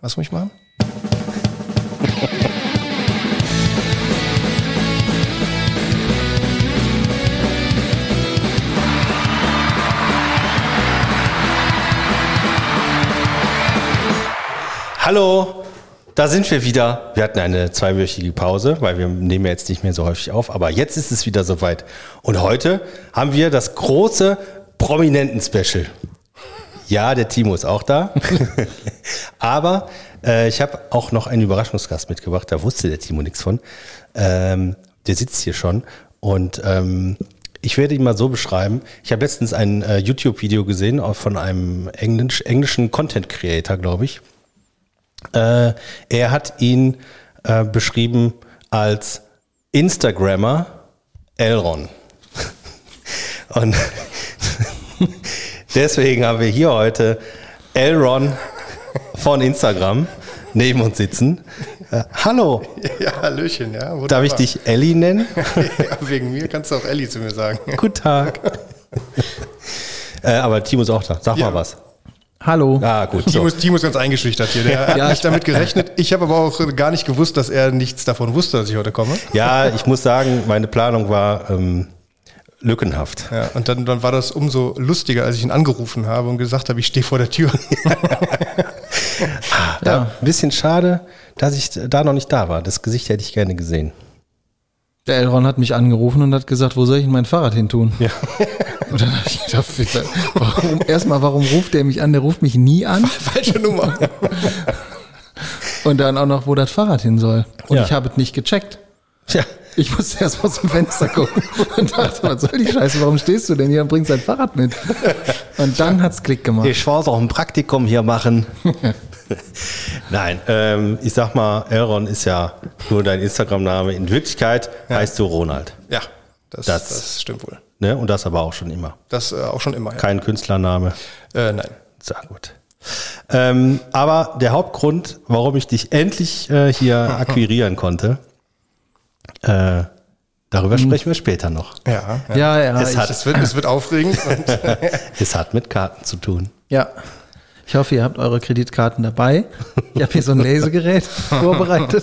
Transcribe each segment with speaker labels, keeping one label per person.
Speaker 1: Was muss ich machen?
Speaker 2: Hallo, da sind wir wieder. Wir hatten eine zweiwöchige Pause, weil wir nehmen ja jetzt nicht mehr so häufig auf, aber jetzt ist es wieder soweit. Und heute haben wir das große Prominenten-Special. Ja, der Timo ist auch da. aber äh, ich habe auch noch einen Überraschungsgast mitgebracht, da wusste der Timo nichts von. Ähm, der sitzt hier schon und ähm, ich werde ihn mal so beschreiben. Ich habe letztens ein äh, YouTube-Video gesehen auch von einem Englisch, englischen Content-Creator, glaube ich. Äh, er hat ihn äh, beschrieben als Instagrammer Elron. Und deswegen haben wir hier heute Elron von Instagram neben uns sitzen. Äh, hallo,
Speaker 1: Ja, Hallöchen, ja. Wunderbar.
Speaker 2: darf ich dich Ellie nennen?
Speaker 1: ja, wegen mir kannst du auch Ellie zu mir sagen.
Speaker 2: Guten Tag. äh, aber Timo ist auch da. Sag
Speaker 1: Ja.
Speaker 2: mal was.
Speaker 3: Hallo.
Speaker 2: Ah, gut.
Speaker 1: Timo
Speaker 2: So.
Speaker 1: ist, Timo ist ganz eingeschüchtert hier. Der hat
Speaker 3: Ja.
Speaker 1: nicht damit gerechnet. Ich habe aber auch gar nicht gewusst, dass er nichts davon wusste, dass ich heute komme.
Speaker 2: Ja, ich muss sagen, meine Planung war ähm, lückenhaft.
Speaker 1: Ja, und dann, dann war das umso lustiger, als ich ihn angerufen habe und gesagt habe, ich stehe vor der Tür.
Speaker 2: Ja. Ein bisschen schade, dass ich da noch nicht da war. Das Gesicht hätte ich gerne gesehen.
Speaker 3: Der Elron hat mich angerufen und hat gesagt, wo soll ich denn mein Fahrrad hin tun? Ja. Und dann habe ich gedacht, bitte, warum, erstmal, warum ruft der mich an? Der ruft mich nie an.
Speaker 1: Falsche Nummer.
Speaker 3: Und dann auch noch, wo das Fahrrad hin soll. Und
Speaker 2: Ja.
Speaker 3: ich habe es nicht gecheckt.
Speaker 2: Tja,
Speaker 3: Ich musste erstmal zum Fenster gucken und dachte, was soll die Scheiße? Warum stehst du denn hier und bringst dein Fahrrad mit? Und dann hat's Klick gemacht.
Speaker 2: ich wollte auch ein Praktikum hier machen. Nein, ähm, ich sag mal, Elron ist ja nur dein Instagram-Name. In Wirklichkeit heißt du Ronald.
Speaker 1: Ja, das,
Speaker 2: Das-
Speaker 1: das. stimmt wohl.
Speaker 2: Ne? Und das aber auch schon immer.
Speaker 1: Das äh, auch schon immer. Ja.
Speaker 2: Kein Künstlername.
Speaker 1: Äh, nein.
Speaker 2: Sehr gut. Ähm, aber der Hauptgrund, warum ich dich endlich äh, hier akquirieren konnte, äh, darüber
Speaker 1: Hm.
Speaker 2: sprechen wir später noch.
Speaker 1: Ja, ja.
Speaker 3: Ja, ja,
Speaker 2: Es
Speaker 3: ich,
Speaker 2: hat-
Speaker 1: Es, wird, es wird aufregend. Und,
Speaker 2: Es hat mit Karten zu tun.
Speaker 3: ja. Ich hoffe, ihr habt eure Kreditkarten dabei. Ich habe hier so ein Lesegerät vorbereitet.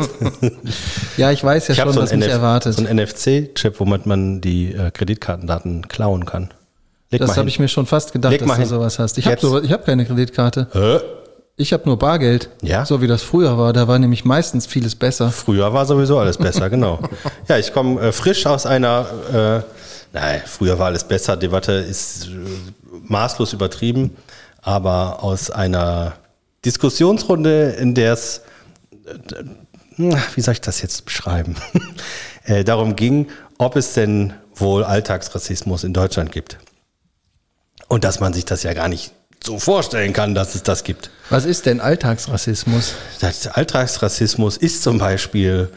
Speaker 3: Ja, ich weiß ja
Speaker 2: hab
Speaker 3: schon, was mich
Speaker 2: NF
Speaker 3: erwartet.
Speaker 2: So ein NFC-Chip, womit man die äh, Kreditkartendaten klauen kann. Leg
Speaker 3: Das
Speaker 2: mal
Speaker 3: habe ich
Speaker 2: hin.
Speaker 3: mir schon fast gedacht,
Speaker 2: Leg
Speaker 3: dass
Speaker 2: mal
Speaker 3: du
Speaker 2: hin.
Speaker 3: sowas hast. Ich habe
Speaker 2: Jetzt.
Speaker 3: so, ich hab keine Kreditkarte.
Speaker 2: Hä?
Speaker 3: Ich habe nur Bargeld.
Speaker 2: Ja?
Speaker 3: So wie das früher war. Da war nämlich meistens vieles besser.
Speaker 2: Früher war sowieso alles besser, genau. Ja, ich komme äh, frisch aus einer, äh, nein, früher war alles besser, Debatte ist äh, maßlos übertrieben, aber aus einer Diskussionsrunde, in der es, äh, äh, wie soll ich das jetzt beschreiben, äh, darum ging, ob es denn wohl Alltagsrassismus in Deutschland gibt. Und dass man sich das ja gar nicht so vorstellen kann, dass es das gibt.
Speaker 3: Was ist denn Alltagsrassismus?
Speaker 2: Das Alltagsrassismus ist zum Beispiel,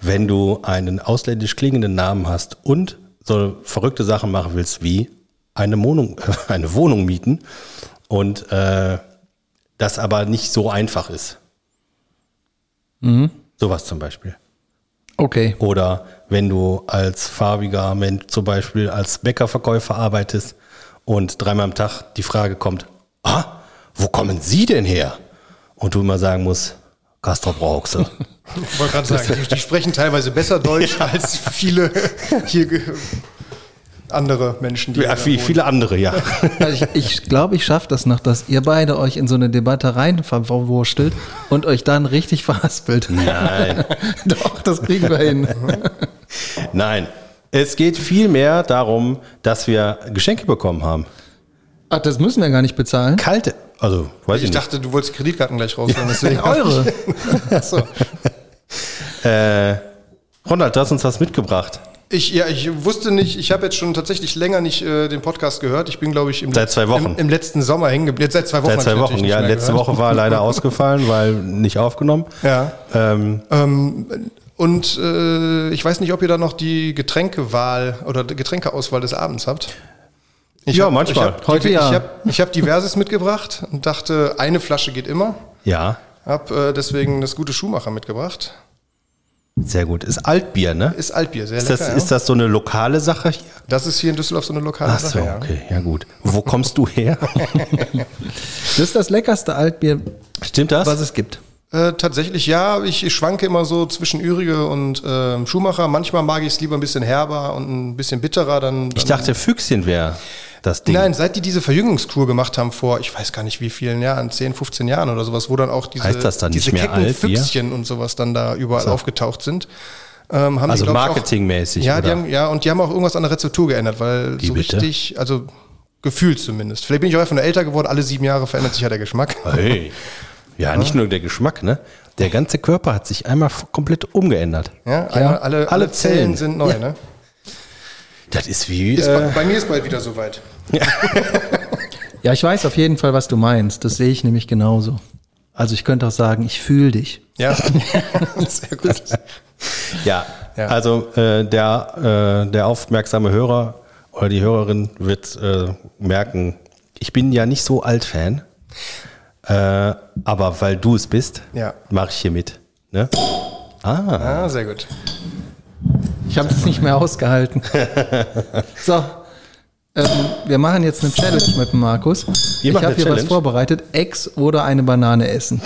Speaker 2: wenn du einen ausländisch klingenden Namen hast und so verrückte Sachen machen willst wie eine Wohnung, eine Wohnung mieten und äh, das aber nicht so einfach ist. Sowas zum Beispiel.
Speaker 3: Okay.
Speaker 2: Oder wenn du als farbiger Mensch zum Beispiel als Bäckerverkäufer arbeitest und dreimal am Tag die Frage kommt, ah, wo kommen Sie denn her? Und du immer sagen musst, Castro Brauxel.
Speaker 1: ich wollte gerade sagen, die, die sprechen teilweise besser Deutsch als viele hier ge- andere Menschen, die
Speaker 2: ja,
Speaker 1: hier
Speaker 2: wie
Speaker 1: wohnen.
Speaker 2: viele andere, ja.
Speaker 3: Also ich ich glaube, ich schaffe das noch, dass ihr beide euch in so eine Debatte rein verwurstelt und euch dann richtig verhaspelt.
Speaker 2: Nein.
Speaker 3: Doch, das kriegen wir hin.
Speaker 2: Nein. Es geht vielmehr darum, dass wir Geschenke bekommen haben.
Speaker 3: Ach, das müssen wir gar nicht bezahlen.
Speaker 2: Kalte, also weiß ich,
Speaker 1: Ich
Speaker 2: nicht.
Speaker 1: dachte, du wolltest Kreditkarten gleich rausholen. Deswegen
Speaker 3: Eure.
Speaker 1: Achso.
Speaker 2: Ronald, du hast uns was mitgebracht.
Speaker 1: Ich, ja, ich wusste nicht, ich habe jetzt schon tatsächlich länger nicht äh, den Podcast gehört. Ich bin, glaube ich, im,
Speaker 2: Seit zwei Wochen.
Speaker 1: Im, im letzten Sommer hängen geblieben. Jetzt Seit zwei Wochen.
Speaker 2: Seit zwei
Speaker 1: hab ich
Speaker 2: Wochen,
Speaker 1: natürlich
Speaker 2: ja.
Speaker 1: nicht mehr
Speaker 2: Letzte
Speaker 1: gehört.
Speaker 2: Woche war er leider ausgefallen, weil nicht aufgenommen.
Speaker 1: Ja.
Speaker 2: Ähm,
Speaker 1: Und äh, ich weiß nicht, ob ihr da noch die Getränkewahl oder die Getränkeauswahl des Abends habt. Ich
Speaker 2: Ja, manchmal.
Speaker 1: Ich hab,
Speaker 3: Heute
Speaker 1: ich
Speaker 3: ja.
Speaker 1: hab, ich hab diverses mitgebracht und dachte, eine Flasche geht immer.
Speaker 2: ja,
Speaker 1: Hab äh, deswegen das gute Schuhmacher mitgebracht.
Speaker 2: sehr gut. Ist Altbier, ne?
Speaker 1: Ist Altbier, sehr
Speaker 2: Ist
Speaker 1: lecker.
Speaker 2: das, ist das so eine lokale Sache hier?
Speaker 1: ja. das ist hier in Düsseldorf so eine lokale
Speaker 2: Ach
Speaker 1: Sache.
Speaker 2: so,
Speaker 1: ja.
Speaker 2: okay, ja gut. Wo kommst du her?
Speaker 3: Das ist das leckerste Altbier,
Speaker 2: Stimmt das?
Speaker 3: was es gibt.
Speaker 1: Äh, tatsächlich ja, ich schwanke immer so zwischen Ürige und ähm, Schumacher. Manchmal mag ich es lieber ein bisschen herber und ein bisschen bitterer. Dann, dann
Speaker 2: Ich dachte, Füchschen wäre das Ding.
Speaker 1: Nein, seit die diese Verjüngungskur gemacht haben vor, ich weiß gar nicht wie vielen Jahren, 10, 15 Jahren oder sowas, wo dann auch diese,
Speaker 2: Heißt das dann
Speaker 1: diese
Speaker 2: nicht mehr
Speaker 1: kecken
Speaker 2: alt, wir?
Speaker 1: Füchschen und sowas dann da überall aufgetaucht sind. Ähm, haben
Speaker 2: Also
Speaker 1: glaub ich, auch-
Speaker 2: marketingmäßig,
Speaker 1: Ja, die
Speaker 2: oder?
Speaker 1: haben, ja, und die haben auch irgendwas an der Rezeptur geändert, weil so
Speaker 2: bitte?
Speaker 1: richtig, also gefühlt zumindest. Vielleicht bin ich auch einfach nur älter geworden, alle sieben Jahre verändert sich ja der Geschmack.
Speaker 2: Hey. Ja, nicht nur der Geschmack, ne? Der ganze Körper hat sich einmal f- komplett umgeändert.
Speaker 1: Ja, einmal alle, alle,
Speaker 2: alle
Speaker 1: Zellen.
Speaker 2: Zellen.
Speaker 1: sind neu,
Speaker 2: Ja.
Speaker 1: ne?
Speaker 2: Das ist wie.
Speaker 1: Ist
Speaker 2: äh,
Speaker 1: bei, bei mir ist bald wieder soweit.
Speaker 3: Ja, ich weiß auf jeden Fall, was du meinst. Das sehe ich nämlich genauso. Also ich könnte auch sagen, ich fühle dich.
Speaker 1: Ja. Sehr gut.
Speaker 2: ja.
Speaker 1: Ja.
Speaker 2: also äh, der, äh, der aufmerksame Hörer oder die Hörerin wird äh, merken, ich bin ja nicht so Alt-Fan, äh, aber weil du es bist,
Speaker 1: Ja.
Speaker 2: mache ich hier mit. Ne? Ah,
Speaker 1: Ah, sehr gut.
Speaker 3: Ich habe es nicht mehr ausgehalten. So, ähm, wir machen jetzt eine Challenge mit dem Markus. ich
Speaker 2: machen
Speaker 3: habe
Speaker 2: eine
Speaker 3: hier was
Speaker 2: Challenge?
Speaker 3: vorbereitet. Ex oder eine Banane essen.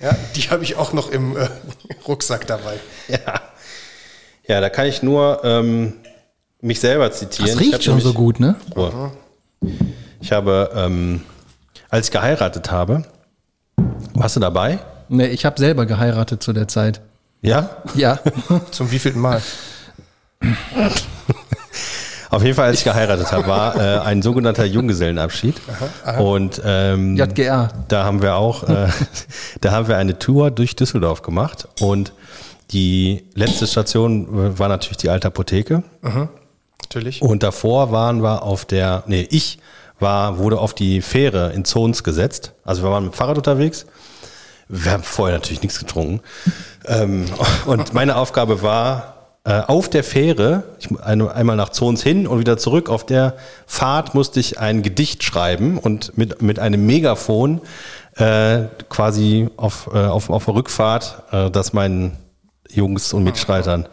Speaker 1: Ja, die habe ich auch noch im äh, Rucksack dabei.
Speaker 2: ja, da kann ich nur ähm, mich selber zitieren.
Speaker 3: Das
Speaker 2: Ich hab
Speaker 3: riecht schon
Speaker 2: nämlich-
Speaker 3: so gut, ne?
Speaker 2: Ruhe. Ich habe, ähm, als ich geheiratet habe, warst du dabei?
Speaker 3: Ne, ich habe selber geheiratet zu der Zeit.
Speaker 2: Ja?
Speaker 3: Ja,
Speaker 1: Zum wievielten Mal?
Speaker 2: Auf jeden Fall, als ich geheiratet habe, war äh, ein sogenannter Junggesellenabschied. Und ähm,
Speaker 3: JGA.
Speaker 2: da haben wir auch, äh, da haben wir eine Tour durch Düsseldorf gemacht. Und die letzte Station äh, war natürlich die alte Apotheke.
Speaker 1: Natürlich.
Speaker 2: Und davor waren wir auf der, nee, ich war, wurde auf die Fähre in Zons gesetzt. Also wir waren mit dem Fahrrad unterwegs. Wir haben vorher natürlich nichts getrunken. ähm, und meine Aufgabe war, äh, auf der Fähre, ich, mu- eine, einmal nach Zons hin und wieder zurück, auf der Fahrt musste ich ein Gedicht schreiben und mit, mit einem Megafon äh, quasi auf, äh, auf, auf der Rückfahrt äh, das meinen Jungs und Mitstreitern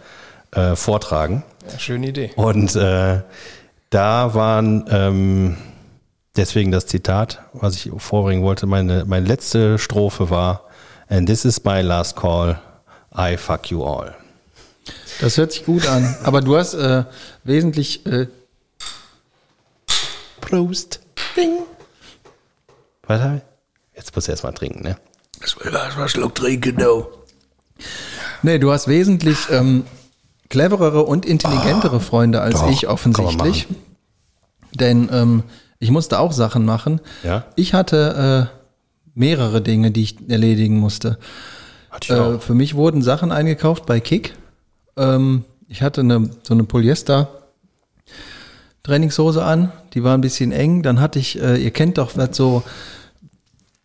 Speaker 2: äh, vortragen.
Speaker 1: Schöne Idee.
Speaker 2: Und äh, da waren ähm, deswegen das Zitat, was ich vorbringen wollte. Meine, meine letzte Strophe war: And this is my last call. I fuck you all.
Speaker 3: das hört sich gut an. Aber du hast äh, wesentlich äh,
Speaker 2: Prost. Ding. Was hab ich? Jetzt muss ich erstmal trinken, ne?
Speaker 3: Ich will erstmal einen Schluck trinken, du. Nee, du hast wesentlich ähm, cleverere und intelligentere Freunde als
Speaker 2: Ah, doch,
Speaker 3: ich offensichtlich.
Speaker 2: kann
Speaker 3: Denn ähm, ich musste auch Sachen machen.
Speaker 2: Ja.
Speaker 3: Ich hatte äh, mehrere Dinge, die ich erledigen musste.
Speaker 2: Hatte ich
Speaker 3: Äh,
Speaker 2: auch.
Speaker 3: für mich wurden Sachen eingekauft bei Kick. Ähm, ich hatte eine, so eine Polyester Trainingshose an, die war ein bisschen eng. Dann hatte ich, äh, ihr kennt doch was so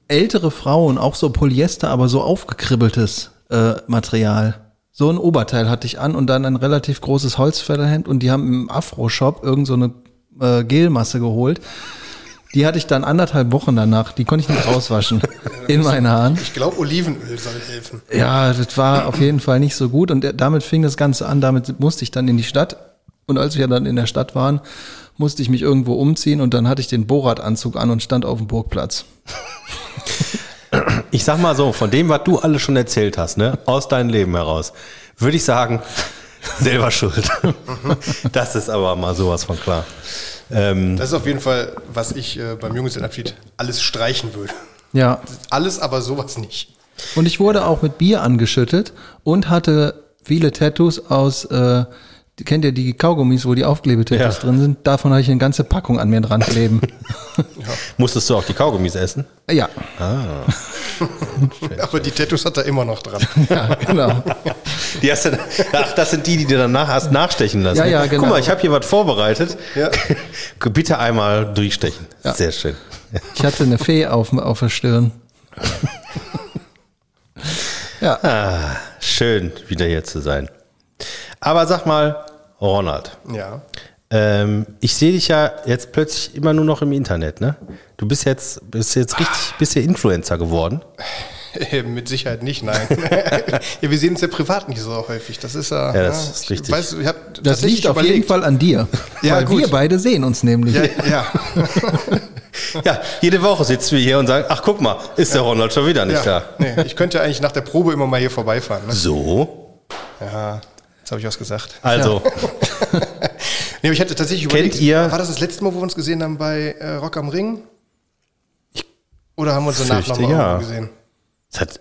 Speaker 3: ältere Frauen, auch so Polyester, aber so aufgekribbeltes äh, Material. So ein Oberteil hatte ich an und dann ein relativ großes Holzfällerhemd und die haben im Afro-Shop irgend so eine äh, Gelmasse geholt. Die hatte ich dann anderthalb Wochen danach, die konnte ich nicht rauswaschen in meinen Haaren.
Speaker 1: Ich glaube, Olivenöl soll helfen.
Speaker 3: Ja, das war auf jeden Fall nicht so gut und damit fing das Ganze an, damit musste ich dann in die Stadt und als wir dann in der Stadt waren, musste ich mich irgendwo umziehen und dann hatte ich den Borat-Anzug an und stand auf dem Burgplatz.
Speaker 2: Ich sag mal so: Von dem, was du alles schon erzählt hast, ne? Aus deinem Leben heraus, würde ich sagen, selber schuld. das ist aber mal sowas von klar. Ähm,
Speaker 1: Das ist auf jeden Fall, was ich äh, beim Junggesellenabschied alles streichen würde.
Speaker 3: Ja,
Speaker 1: Alles, aber sowas nicht.
Speaker 3: und ich wurde auch mit Bier angeschüttet und hatte viele Tattoos aus, äh, die- kennt ihr die Kaugummis, wo die Aufklebetattoos
Speaker 2: Ja.
Speaker 3: drin sind? Davon habe ich eine ganze Packung an mir dran kleben.
Speaker 2: musstest du auch die Kaugummis essen?
Speaker 3: ja,
Speaker 1: Aber die Tattoos hat er immer noch dran.
Speaker 3: ja, genau.
Speaker 2: Die hast du, ach, das sind die, die du danach hast nachstechen lassen.
Speaker 3: Ja, ja, genau.
Speaker 2: Guck mal, ich habe hier was vorbereitet.
Speaker 1: Ja.
Speaker 2: Bitte einmal durchstechen. Sehr schön.
Speaker 3: Ich hatte eine Fee auf, auf der Stirn. ja.
Speaker 2: Ah, schön, wieder hier zu sein. Aber sag mal, Ronald,
Speaker 1: Ja.
Speaker 2: ähm, ich sehe dich ja jetzt plötzlich immer nur noch im Internet, ne? Du bist jetzt, bist jetzt richtig, bist ja Influencer geworden.
Speaker 1: Äh, Mit Sicherheit nicht, nein. ja, wir sehen uns ja privat nicht so häufig. Das ist ja.
Speaker 2: Ja, das ist richtig.
Speaker 1: Ich weiß, ich hab
Speaker 3: Das
Speaker 1: tatsächlich
Speaker 3: liegt auf jeden
Speaker 1: überlegt.
Speaker 3: Fall an dir.
Speaker 1: Ja,
Speaker 3: weil
Speaker 1: gut.
Speaker 3: wir beide sehen uns nämlich.
Speaker 1: Ja, ja.
Speaker 2: Ja, jede Woche sitzen wir hier und sagen, ach guck mal, ist der Ronald schon wieder nicht
Speaker 1: ja,
Speaker 2: da.
Speaker 1: nee, ich könnte ja eigentlich nach der Probe immer mal hier vorbeifahren. Ne?
Speaker 2: So,
Speaker 1: Ja, jetzt habe ich was gesagt.
Speaker 3: Ah.
Speaker 2: also,
Speaker 1: Nee, aber ich hatte tatsächlich
Speaker 2: Kennt ihr-
Speaker 1: war das das letzte Mal, wo wir uns gesehen haben bei äh, Rock am Ring? Ich- Oder haben wir uns danach
Speaker 2: Fürchte,
Speaker 1: nochmal
Speaker 2: ja.
Speaker 1: irgendwo gesehen?
Speaker 2: es hat,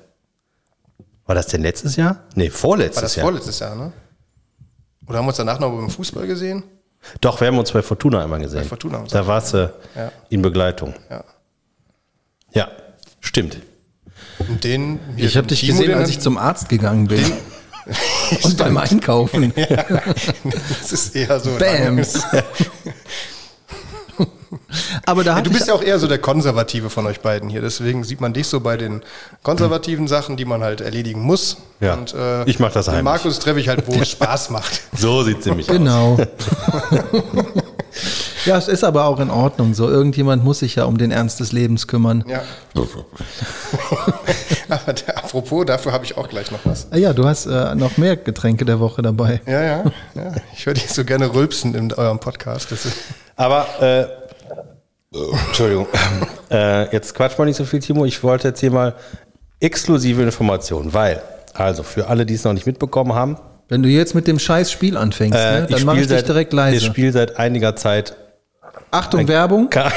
Speaker 2: war das denn letztes Jahr? Nee,
Speaker 1: War das
Speaker 2: vorletztes Jahr.
Speaker 1: vorletztes Jahr, ne? Oder haben wir uns danach noch beim Fußball gesehen?
Speaker 2: Doch, wir haben uns bei Fortuna einmal gesehen.
Speaker 1: Bei Fortuna haben wir uns
Speaker 2: da warst du
Speaker 1: Ja.
Speaker 2: in Begleitung.
Speaker 1: Ja.
Speaker 2: Ja, stimmt.
Speaker 1: Und den, hier,
Speaker 3: Ich habe
Speaker 1: den
Speaker 3: dich
Speaker 1: Timo,
Speaker 3: gesehen,
Speaker 1: den-
Speaker 3: als ich zum Arzt gegangen bin. Und beim Einkaufen.
Speaker 1: Das ist eher so.
Speaker 3: Bams. Aber da
Speaker 1: Ja,
Speaker 3: hatte
Speaker 1: du bist
Speaker 3: ich,
Speaker 1: ja auch eher so der Konservative von euch beiden hier. Deswegen sieht man dich so bei den konservativen Sachen, die man halt erledigen muss.
Speaker 2: Ja.
Speaker 1: Und, äh,
Speaker 2: Ich mach das
Speaker 1: den
Speaker 2: heimlich.
Speaker 1: Markus treffe ich halt, wo es Spaß macht.
Speaker 2: So sieht's nämlich aus.
Speaker 3: Genau. ja, es ist aber auch in Ordnung so. Irgendjemand muss sich ja um den Ernst des Lebens kümmern.
Speaker 1: Ja. Aber der, apropos, dafür habe ich auch gleich noch was.
Speaker 3: Ah ja, du hast äh, noch mehr Getränke der Woche dabei.
Speaker 1: Ja, ja, ja. Ich höre dich so gerne rülpsen in eurem Podcast. Das ist,
Speaker 2: Aber, äh, Entschuldigung, äh, jetzt quatsch mal nicht so viel, Timo. Ich wollte jetzt hier mal exklusive Informationen, weil, also für alle, die es noch nicht mitbekommen haben,
Speaker 3: Wenn du jetzt mit dem scheiß Spiel anfängst,
Speaker 2: äh,
Speaker 3: ne, dann mache
Speaker 2: spiel
Speaker 3: ich dich
Speaker 2: seit-
Speaker 3: direkt
Speaker 2: Ich
Speaker 3: leise.
Speaker 2: spiele seit einiger Zeit
Speaker 3: Achtung, Werbung.
Speaker 2: Ka-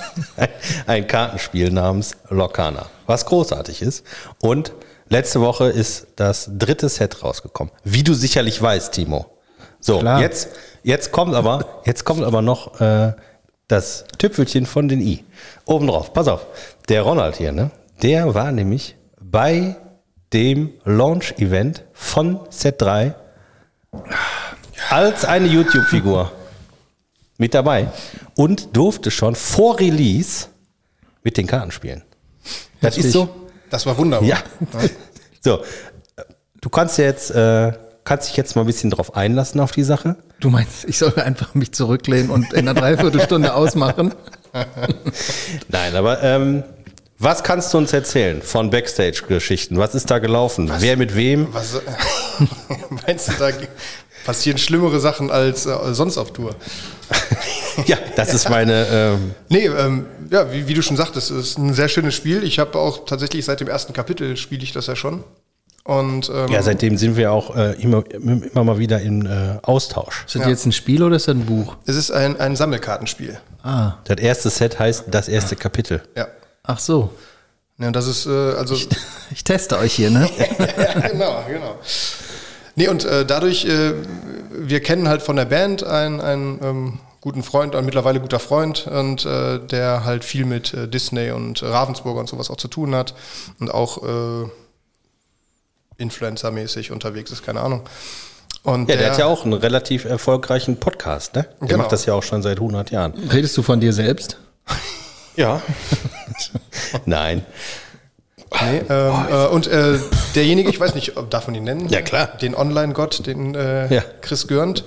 Speaker 2: ein Kartenspiel namens Locana, was großartig ist. Und letzte Woche ist das dritte Set rausgekommen, wie du sicherlich weißt, Timo. So,
Speaker 3: Klar.
Speaker 2: jetzt jetzt kommt aber jetzt kommt aber noch äh, das Tüpfelchen von den i obendrauf. Pass auf, der Ronald hier, ne? Der war nämlich bei dem Launch-Event von Set 3 als eine YouTube-Figur mit dabei und durfte schon vor Release mit den Karten spielen. Das ist so.
Speaker 1: das war wunderbar.
Speaker 2: Ja. So, du kannst ja jetzt, äh, kannst dich jetzt mal ein bisschen drauf einlassen auf die Sache.
Speaker 3: Du meinst, ich soll einfach mich zurücklehnen und in einer Dreiviertelstunde ausmachen?
Speaker 2: Nein, aber ähm, was kannst du uns erzählen von Backstage-Geschichten? Was ist da gelaufen? Wer mit wem?
Speaker 1: Was, äh, meinst du, da passieren schlimmere Sachen als äh, sonst auf Tour?
Speaker 2: Ja, das ist meine. Ähm,
Speaker 1: Nee, ähm, ja, wie, wie du schon sagtest, es ist ein sehr schönes Spiel. Ich habe auch tatsächlich seit dem ersten Kapitel spiele ich das ja schon. Und ähm,
Speaker 2: ja, seitdem sind wir auch äh, immer, immer mal wieder im äh, Austausch.
Speaker 3: Ist das jetzt ein Spiel oder ist das ein Buch?
Speaker 1: es ist ein, ein Sammelkartenspiel.
Speaker 3: Ah,
Speaker 2: Das erste Set heißt das erste Kapitel.
Speaker 1: Ja.
Speaker 3: ach so.
Speaker 1: ja und das ist äh, also
Speaker 3: Ich teste euch hier, ne?
Speaker 1: ja, genau, genau. Nee, und äh, dadurch, äh, wir kennen halt von der Band einen, einen ähm, guten Freund, einen mittlerweile guter Freund, und äh, der halt viel mit äh, Disney und Ravensburger und sowas auch zu tun hat und auch äh, Influencer-mäßig unterwegs ist, keine Ahnung. Und
Speaker 2: Ja, der, hat ja auch einen relativ erfolgreichen Podcast, ne? Der
Speaker 1: Genau.
Speaker 2: macht das ja auch schon seit 100 Jahren.
Speaker 3: Redest du von dir selbst?
Speaker 2: Ja. Nein.
Speaker 1: Nee, ähm, äh, und äh, derjenige, ich weiß nicht, ob- darf man ihn nennen?
Speaker 2: Ja, klar.
Speaker 1: Den Online-Gott, den äh,
Speaker 2: Ja.
Speaker 1: Chris Görnd.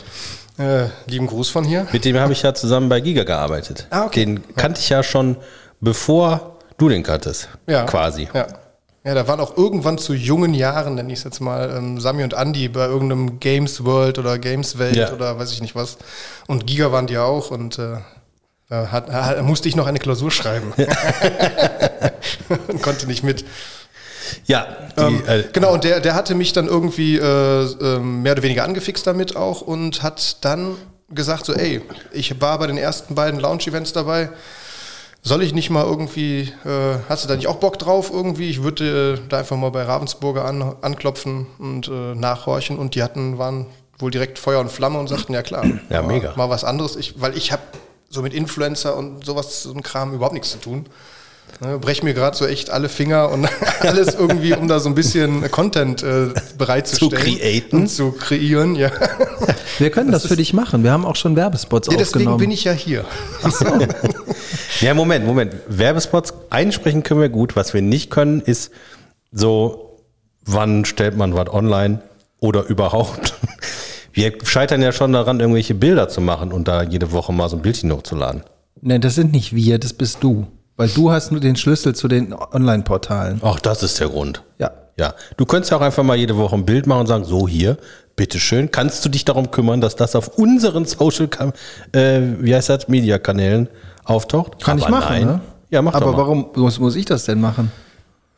Speaker 1: Äh, lieben Gruß von hier.
Speaker 2: Mit dem habe ich ja zusammen bei Giga gearbeitet.
Speaker 1: Ah, okay.
Speaker 2: Den kannte ich ja schon, bevor du den kanntest. Quasi.
Speaker 1: Ja. Ja, da waren auch irgendwann zu jungen Jahren, nenne ich es jetzt mal, ähm, Sami und Andy bei irgendeinem Games World oder Games Welt
Speaker 2: Ja.
Speaker 1: oder weiß ich nicht was. Und Giga waren die auch und äh, da hat, ha- musste ich noch eine Klausur schreiben. und konnte nicht mit.
Speaker 2: Ja, die,
Speaker 1: Ähm,
Speaker 2: äh,
Speaker 1: genau, und der, der hatte mich dann irgendwie äh, ähm, mehr oder weniger angefixt damit auch und hat dann gesagt so, ey, ich war bei den ersten beiden Lounge-Events dabei, soll ich nicht mal irgendwie, äh, hast du da nicht auch Bock drauf irgendwie? Ich würde äh, da einfach mal bei Ravensburger an, anklopfen und äh, nachhorchen und die hatten, waren wohl direkt Feuer und Flamme und sagten, ja klar,
Speaker 2: Ja,
Speaker 1: mal,
Speaker 2: mega.
Speaker 1: mal was anderes, ich, weil ich habe so mit Influencer und sowas, so ein Kram überhaupt nichts zu tun. Ne, brech mir gerade so echt alle Finger und alles irgendwie, um da so ein bisschen Content äh, bereitzustellen.
Speaker 2: createn.
Speaker 1: Und zu kreieren, ja.
Speaker 3: Wir können das, für dich machen. Wir haben auch schon Werbespots
Speaker 1: ja deswegen
Speaker 3: aufgenommen.
Speaker 1: bin ich ja hier.
Speaker 2: ja, Moment, Moment. Werbespots einsprechen können wir gut. Was wir nicht können, ist so, wann stellt man was online oder überhaupt. Wir scheitern ja schon daran, irgendwelche Bilder zu machen und da jede Woche mal so ein Bildchen hochzuladen.
Speaker 3: Nein, das sind nicht wir, das bist du. Weil du hast nur den Schlüssel zu den Online-Portalen.
Speaker 2: Auch das ist der Grund.
Speaker 3: Ja.
Speaker 2: Ja. Du könntest ja auch einfach mal jede Woche ein Bild machen und sagen, so hier, bitteschön, kannst du dich darum kümmern, dass das auf unseren Social, Cam- äh, wie heißt das, Media-Kanälen auftaucht?
Speaker 3: Kann
Speaker 2: Aber
Speaker 3: ich machen,
Speaker 2: nein.
Speaker 3: ne?
Speaker 2: Ja, mach
Speaker 3: Aber
Speaker 2: doch mal.
Speaker 3: warum muss, muss ich das denn machen?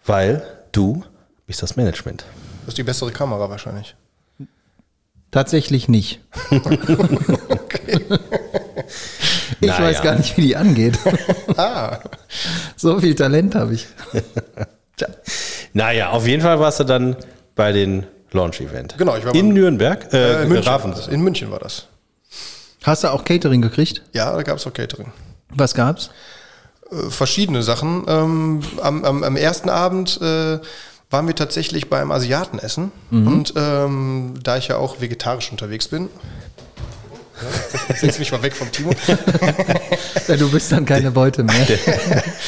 Speaker 2: Weil du bist das Management.
Speaker 1: Das ist die bessere Kamera wahrscheinlich.
Speaker 3: Tatsächlich nicht. ich
Speaker 2: Na
Speaker 3: weiß
Speaker 2: ja.
Speaker 3: gar nicht, wie die angeht.
Speaker 1: Ah,
Speaker 3: so viel Talent habe ich. Tja.
Speaker 2: Naja, auf jeden Fall warst du dann bei den Launch-Event.
Speaker 1: Genau, ich war
Speaker 2: In
Speaker 1: beim-
Speaker 2: Nürnberg, äh,
Speaker 1: äh,
Speaker 2: in
Speaker 1: München.
Speaker 2: Ravensburg.
Speaker 1: In München war das.
Speaker 3: Hast du auch Catering gekriegt?
Speaker 1: Ja, da gab es auch Catering.
Speaker 3: Was gab's?
Speaker 1: Äh, verschiedene Sachen. Ähm, am, am, am ersten Abend äh, waren wir tatsächlich beim Asiaten essen. Und ähm, da ich ja auch vegetarisch unterwegs bin, ja, setz mich mal weg vom Timo.
Speaker 3: Ja, Du bist dann keine Beute mehr.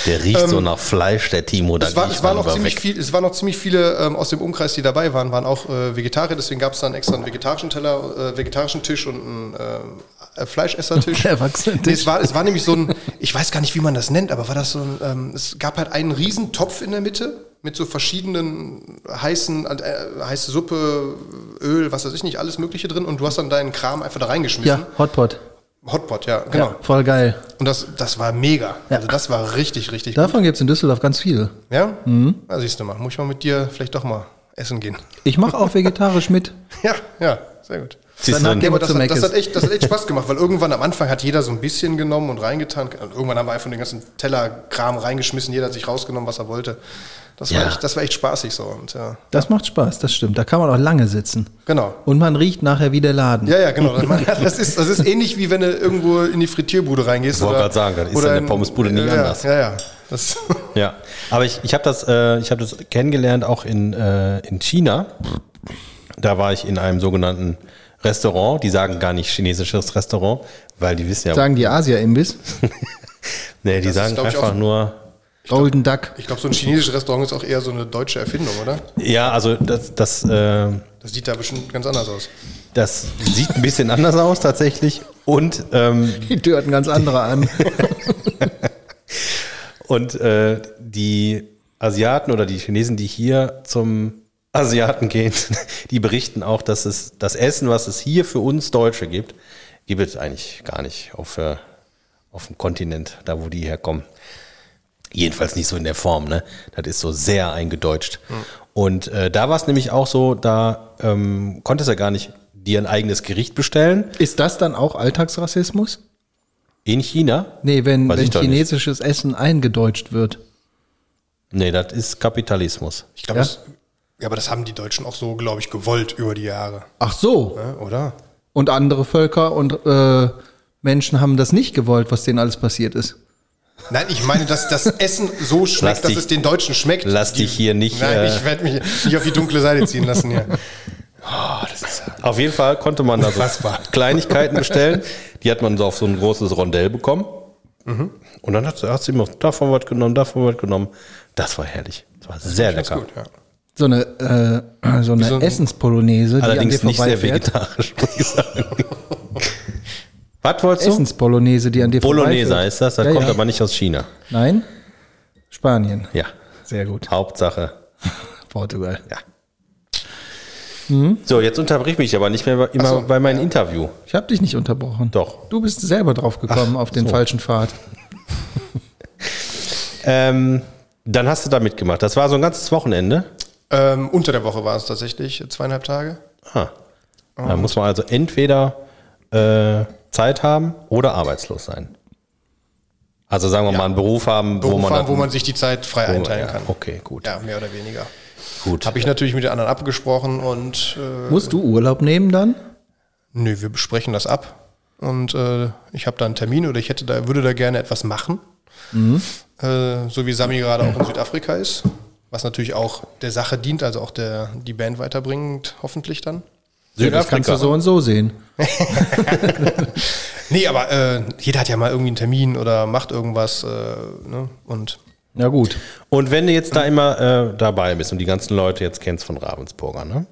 Speaker 2: Der riecht so nach Fleisch, der Timo. Da
Speaker 1: Es, Ähm, war,
Speaker 2: gehe Also ich
Speaker 1: es, war
Speaker 2: mal
Speaker 1: noch
Speaker 2: lieber
Speaker 1: ziemlich
Speaker 2: weg.
Speaker 1: viel, es waren noch ziemlich viele ähm, aus dem Umkreis, die dabei waren, waren auch äh, Vegetarier. Deswegen gab es dann extra einen vegetarischen Teller, äh, vegetarischen Tisch und einen äh, Fleischessertisch.
Speaker 3: Erwachsenentisch.
Speaker 1: Nee, es, war, es war nämlich so ein, ich weiß gar nicht, wie man das nennt, aber war das so ein, ähm, es gab halt einen riesen Topf in der Mitte mit so verschiedenen heißen, äh, heiße Suppe, Öl, was weiß ich nicht, alles Mögliche drin. Und du hast dann deinen Kram einfach da reingeschmissen.
Speaker 3: Ja, Hotpot.
Speaker 1: Hotpot, ja, genau.
Speaker 3: Ja, voll geil.
Speaker 1: Und das, das war mega.
Speaker 3: Ja.
Speaker 1: Also das war richtig, richtig
Speaker 3: Davon gibt's in Düsseldorf ganz viel.
Speaker 1: ja?
Speaker 2: Mhm.
Speaker 1: Na, siehst du mal, muss ich mal mit dir vielleicht doch mal essen gehen.
Speaker 3: Ich mache auch vegetarisch mit.
Speaker 1: Ja, ja, sehr gut.
Speaker 2: Siehst
Speaker 3: Danach
Speaker 2: du,
Speaker 1: Ja,
Speaker 3: gehen
Speaker 1: aber
Speaker 3: wir
Speaker 1: das
Speaker 3: zu
Speaker 1: hat, das,
Speaker 3: Meckes.
Speaker 1: hat echt, das hat echt Spaß gemacht, weil irgendwann am Anfang hat jeder so ein bisschen genommen und reingetan. Und irgendwann haben wir einfach den ganzen Tellerkram reingeschmissen, jeder hat sich rausgenommen, was er wollte. Das war,
Speaker 2: Ja.
Speaker 1: echt, das war echt spaßig so. Und, ja.
Speaker 3: Das macht Spaß, das stimmt. Da kann man auch lange sitzen.
Speaker 1: Genau.
Speaker 3: Und man riecht nachher wie der Laden.
Speaker 1: Ja, ja, genau. Das ist, das ist ähnlich wie wenn du irgendwo in die Frittierbude reingehst.
Speaker 2: Ich wollte gerade sagen, das ist
Speaker 1: oder
Speaker 2: in der
Speaker 1: in-
Speaker 2: Pommesbude nicht
Speaker 1: ja,
Speaker 2: anders.
Speaker 1: Ja, ja. Das,
Speaker 2: ja. Aber ich, ich habe das, äh, ich hab das kennengelernt auch in, äh, in China. Da war ich in einem sogenannten Restaurant. Die sagen gar nicht chinesisches Restaurant, weil die wissen ja,
Speaker 3: Sagen die Asia-Imbiss.
Speaker 2: nee, die
Speaker 1: ist,
Speaker 2: sagen
Speaker 1: glaub ich,
Speaker 2: einfach
Speaker 1: auch-
Speaker 2: nur
Speaker 3: Golden Duck.
Speaker 1: ich glaube, so ein chinesisches Restaurant ist auch eher so eine deutsche Erfindung, oder?
Speaker 2: Ja, also das, das, äh,
Speaker 1: Das sieht da bestimmt ganz anders aus.
Speaker 2: das sieht ein bisschen anders aus tatsächlich. Und, ähm,
Speaker 3: Die Tür hat ein ganz anderer an.
Speaker 2: und äh, die Asiaten oder die Chinesen, die hier zum Asiaten gehen, die berichten auch, dass es das Essen, was es hier für uns Deutsche gibt, gibt es eigentlich gar nicht auf, äh, auf dem Kontinent, da wo die herkommen. Jedenfalls nicht so in der Form, ne? Das ist so sehr eingedeutscht. Und äh, da war es nämlich auch so, da ähm, konntest du ja gar nicht dir ein eigenes Gericht bestellen,
Speaker 3: Ist das dann auch Alltagsrassismus?
Speaker 2: In China?
Speaker 3: Nee, wenn,
Speaker 2: Weiß
Speaker 3: wenn
Speaker 2: ich doch
Speaker 3: chinesisches Essen eingedeutscht wird.
Speaker 2: Nee, das ist Kapitalismus.
Speaker 1: Ich glaube,
Speaker 3: Ja.
Speaker 1: das- ja, aber das haben die Deutschen auch so, glaube ich, gewollt über die Jahre.
Speaker 3: Ach so.
Speaker 1: Ne, oder?
Speaker 3: Und andere Völker und äh, Menschen haben das nicht gewollt, was denen alles passiert ist.
Speaker 1: Nein, ich meine, dass das Essen so schmeckt,
Speaker 2: Lass
Speaker 1: dass
Speaker 2: dich-
Speaker 1: es den Deutschen schmeckt.
Speaker 2: lass
Speaker 1: Die-
Speaker 2: dich hier nicht,
Speaker 1: Nein,
Speaker 2: äh,
Speaker 1: ich werde mich nicht auf die dunkle Seite ziehen lassen hier.
Speaker 2: Auf jeden Fall konnte man da so Kleinigkeiten bestellen. Die hat man so auf so ein großes Rondell bekommen. Und dann hat sie, hat sie immer davon was genommen, davon was genommen. Das war herrlich. Das war sehr
Speaker 1: Ganz
Speaker 2: lecker.
Speaker 1: gut, ja.
Speaker 3: So eine, äh, so eine
Speaker 1: so ein-
Speaker 3: Essenspolonaise, die
Speaker 2: Allerdings
Speaker 3: an dir
Speaker 2: nicht sehr
Speaker 3: vorbeifährt.
Speaker 2: vegetarisch, muss ich sagen. was wolltest du?
Speaker 3: Essenspolonaise, die an dir
Speaker 2: Bolognese
Speaker 3: vorbeifährt.
Speaker 2: heißt das. Das
Speaker 3: ja,
Speaker 2: kommt
Speaker 3: ja.
Speaker 2: aber nicht aus China.
Speaker 3: Nein? Spanien.
Speaker 2: Ja.
Speaker 3: Sehr gut.
Speaker 2: Hauptsache.
Speaker 3: Portugal.
Speaker 2: Ja.
Speaker 3: Mhm.
Speaker 2: So, jetzt unterbrich mich aber nicht mehr bei- immer
Speaker 1: so.
Speaker 2: bei meinem Interview.
Speaker 3: Ich habe dich nicht unterbrochen.
Speaker 2: Doch.
Speaker 3: Du bist selber drauf gekommen auf den falschen Pfad.
Speaker 2: Ähm, dann hast du da mitgemacht. Das war so ein ganzes Wochenende.
Speaker 1: Ähm, unter der Woche war es tatsächlich zweieinhalb Tage.
Speaker 2: Ah. Da muss man also entweder äh, Zeit haben oder arbeitslos sein. Also sagen wir mal einen Beruf haben,
Speaker 1: Wo,
Speaker 2: wo man,
Speaker 1: fahren,
Speaker 2: das-
Speaker 1: wo man sich die Zeit frei
Speaker 2: wo man-
Speaker 1: einteilen
Speaker 2: ja, Oh.
Speaker 1: kann.
Speaker 2: Okay, gut.
Speaker 1: Ja, mehr oder weniger.
Speaker 2: gut.
Speaker 1: Habe ich natürlich mit den anderen abgesprochen und äh,
Speaker 3: Musst du Urlaub nehmen dann?
Speaker 1: nö, wir besprechen das ab. Und äh, ich habe da einen Termin oder ich hätte da, würde da gerne etwas machen. Äh, so wie Sami gerade auch in Südafrika ist. Was natürlich auch der Sache dient, also auch der, die Band weiterbringt, hoffentlich dann.
Speaker 3: Das kannst du
Speaker 2: Südafrika.
Speaker 3: so und so sehen.
Speaker 1: Nee, aber äh, jeder hat ja mal irgendwie einen Termin oder macht irgendwas. Äh, ne? Und
Speaker 3: Na gut.
Speaker 2: Und wenn du jetzt da immer äh, dabei bist und die ganzen Leute jetzt kennst von Ravensburger, ne?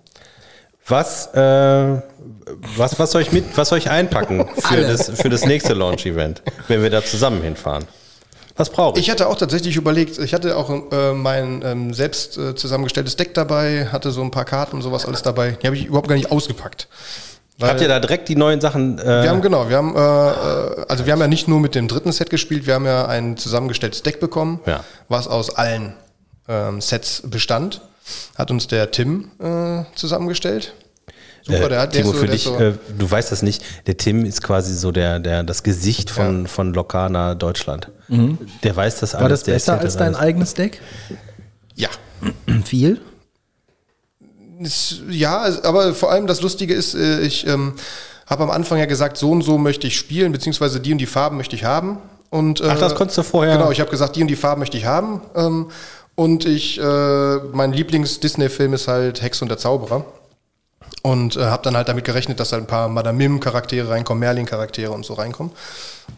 Speaker 2: Was, äh, was, was soll ich mit, was soll ich einpacken für das, für das nächste Launch-Event, wenn wir da zusammen hinfahren? Was brauche ich?
Speaker 1: Ich hatte auch tatsächlich überlegt, ich hatte auch äh, mein ähm, selbst äh, zusammengestelltes Deck dabei, hatte so ein paar Karten und sowas alles dabei. Die habe ich überhaupt gar nicht ausgepackt. Weil
Speaker 2: Habt ihr da direkt die neuen Sachen? Äh,
Speaker 1: wir haben genau, wir haben äh, äh, also wir haben ja nicht nur mit dem dritten Set gespielt, wir haben ja ein zusammengestelltes Deck bekommen,
Speaker 2: Ja.
Speaker 1: was aus allen ähm, Sets bestand. Hat uns der Tim äh, zusammengestellt. Super,
Speaker 2: äh,
Speaker 1: der hat der
Speaker 2: Timo,
Speaker 1: ist so-
Speaker 2: für
Speaker 1: der ist
Speaker 2: dich,
Speaker 1: so,
Speaker 2: äh, du weißt das nicht. Der Tim ist quasi so der, der das Gesicht von, von Lokana Deutschland. Der weiß das alles.
Speaker 3: Mhm. War das
Speaker 2: der
Speaker 3: besser
Speaker 2: erzählt
Speaker 3: als
Speaker 2: das
Speaker 3: dein
Speaker 2: alles.
Speaker 3: eigenes Deck?
Speaker 1: ja.
Speaker 3: Viel?
Speaker 1: Ist- Ja, es- aber vor allem das Lustige ist, äh, ich ähm, habe am Anfang ja gesagt, so und so möchte ich spielen, beziehungsweise die und die Farben möchte ich haben. Und, äh,
Speaker 2: Ach, das konntest du vorher-
Speaker 1: Genau, ich habe gesagt, die und die Farben möchte ich haben. Ähm, und ich, äh, mein Lieblings-Disney-Film ist halt Hex und der Zauberer. Und äh, habe dann halt damit gerechnet, dass da ein paar Madame Mim-Charaktere reinkommen, Merlin-Charaktere und so reinkommen.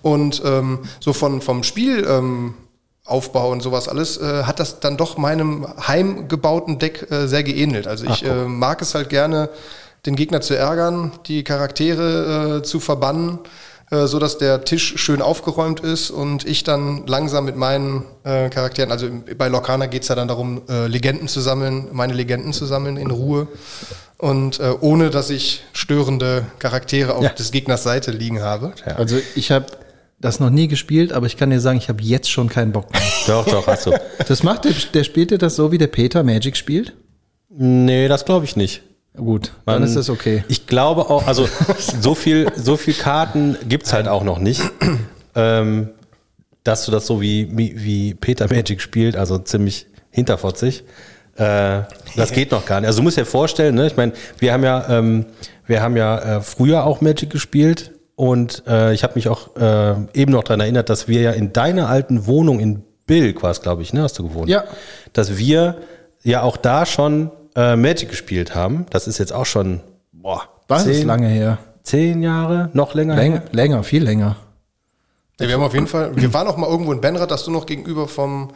Speaker 1: Und ähm, so von, vom Spiel. Ähm, Aufbau und sowas alles, äh, hat das dann doch meinem heimgebauten Deck äh, sehr geähnelt. Also ich äh, mag es halt gerne, den Gegner zu ärgern, die Charaktere äh, zu verbannen, äh, so dass der Tisch schön aufgeräumt ist und ich dann langsam mit meinen äh, Charakteren, also im- bei Lokana geht's ja dann darum, äh, Legenden zu sammeln, meine Legenden zu sammeln in Ruhe und äh, ohne, dass ich störende Charaktere auf
Speaker 2: Ja.
Speaker 1: des Gegners Seite liegen habe.
Speaker 3: Also ich habe das noch nie gespielt, aber ich kann dir sagen, ich habe jetzt schon keinen Bock mehr.
Speaker 2: Doch, doch, hast du.
Speaker 3: Das macht der, der spielt dir das so, wie der Peter Magic spielt?
Speaker 2: nee, das glaube ich nicht.
Speaker 3: Gut, dann
Speaker 2: Man-
Speaker 3: ist das okay.
Speaker 2: Ich glaube auch, also so viel, so viel Karten gibt es halt auch noch nicht, ähm, dass du das so wie, wie wie Peter Magic spielt, also ziemlich hinterfotzig. Äh, das geht noch gar nicht. Also du musst dir vorstellen, ne? ich meine, wir haben ja, ähm, wir haben ja äh, früher auch Magic gespielt und äh, ich habe mich auch äh, eben noch daran erinnert, dass wir ja in deiner alten Wohnung in Bilk war es, glaube ich, ne? hast du gewohnt?
Speaker 3: Ja.
Speaker 2: dass wir ja auch da schon äh, Magic gespielt haben. Das ist jetzt auch schon boah,
Speaker 3: Was ist
Speaker 2: zehn,
Speaker 3: lange her?
Speaker 2: zehn Jahre, noch länger.
Speaker 3: Länger, länger viel länger.
Speaker 1: Ja, wir haben auf jeden Fall, wir waren auch mal irgendwo in Benrad, dass du noch gegenüber vom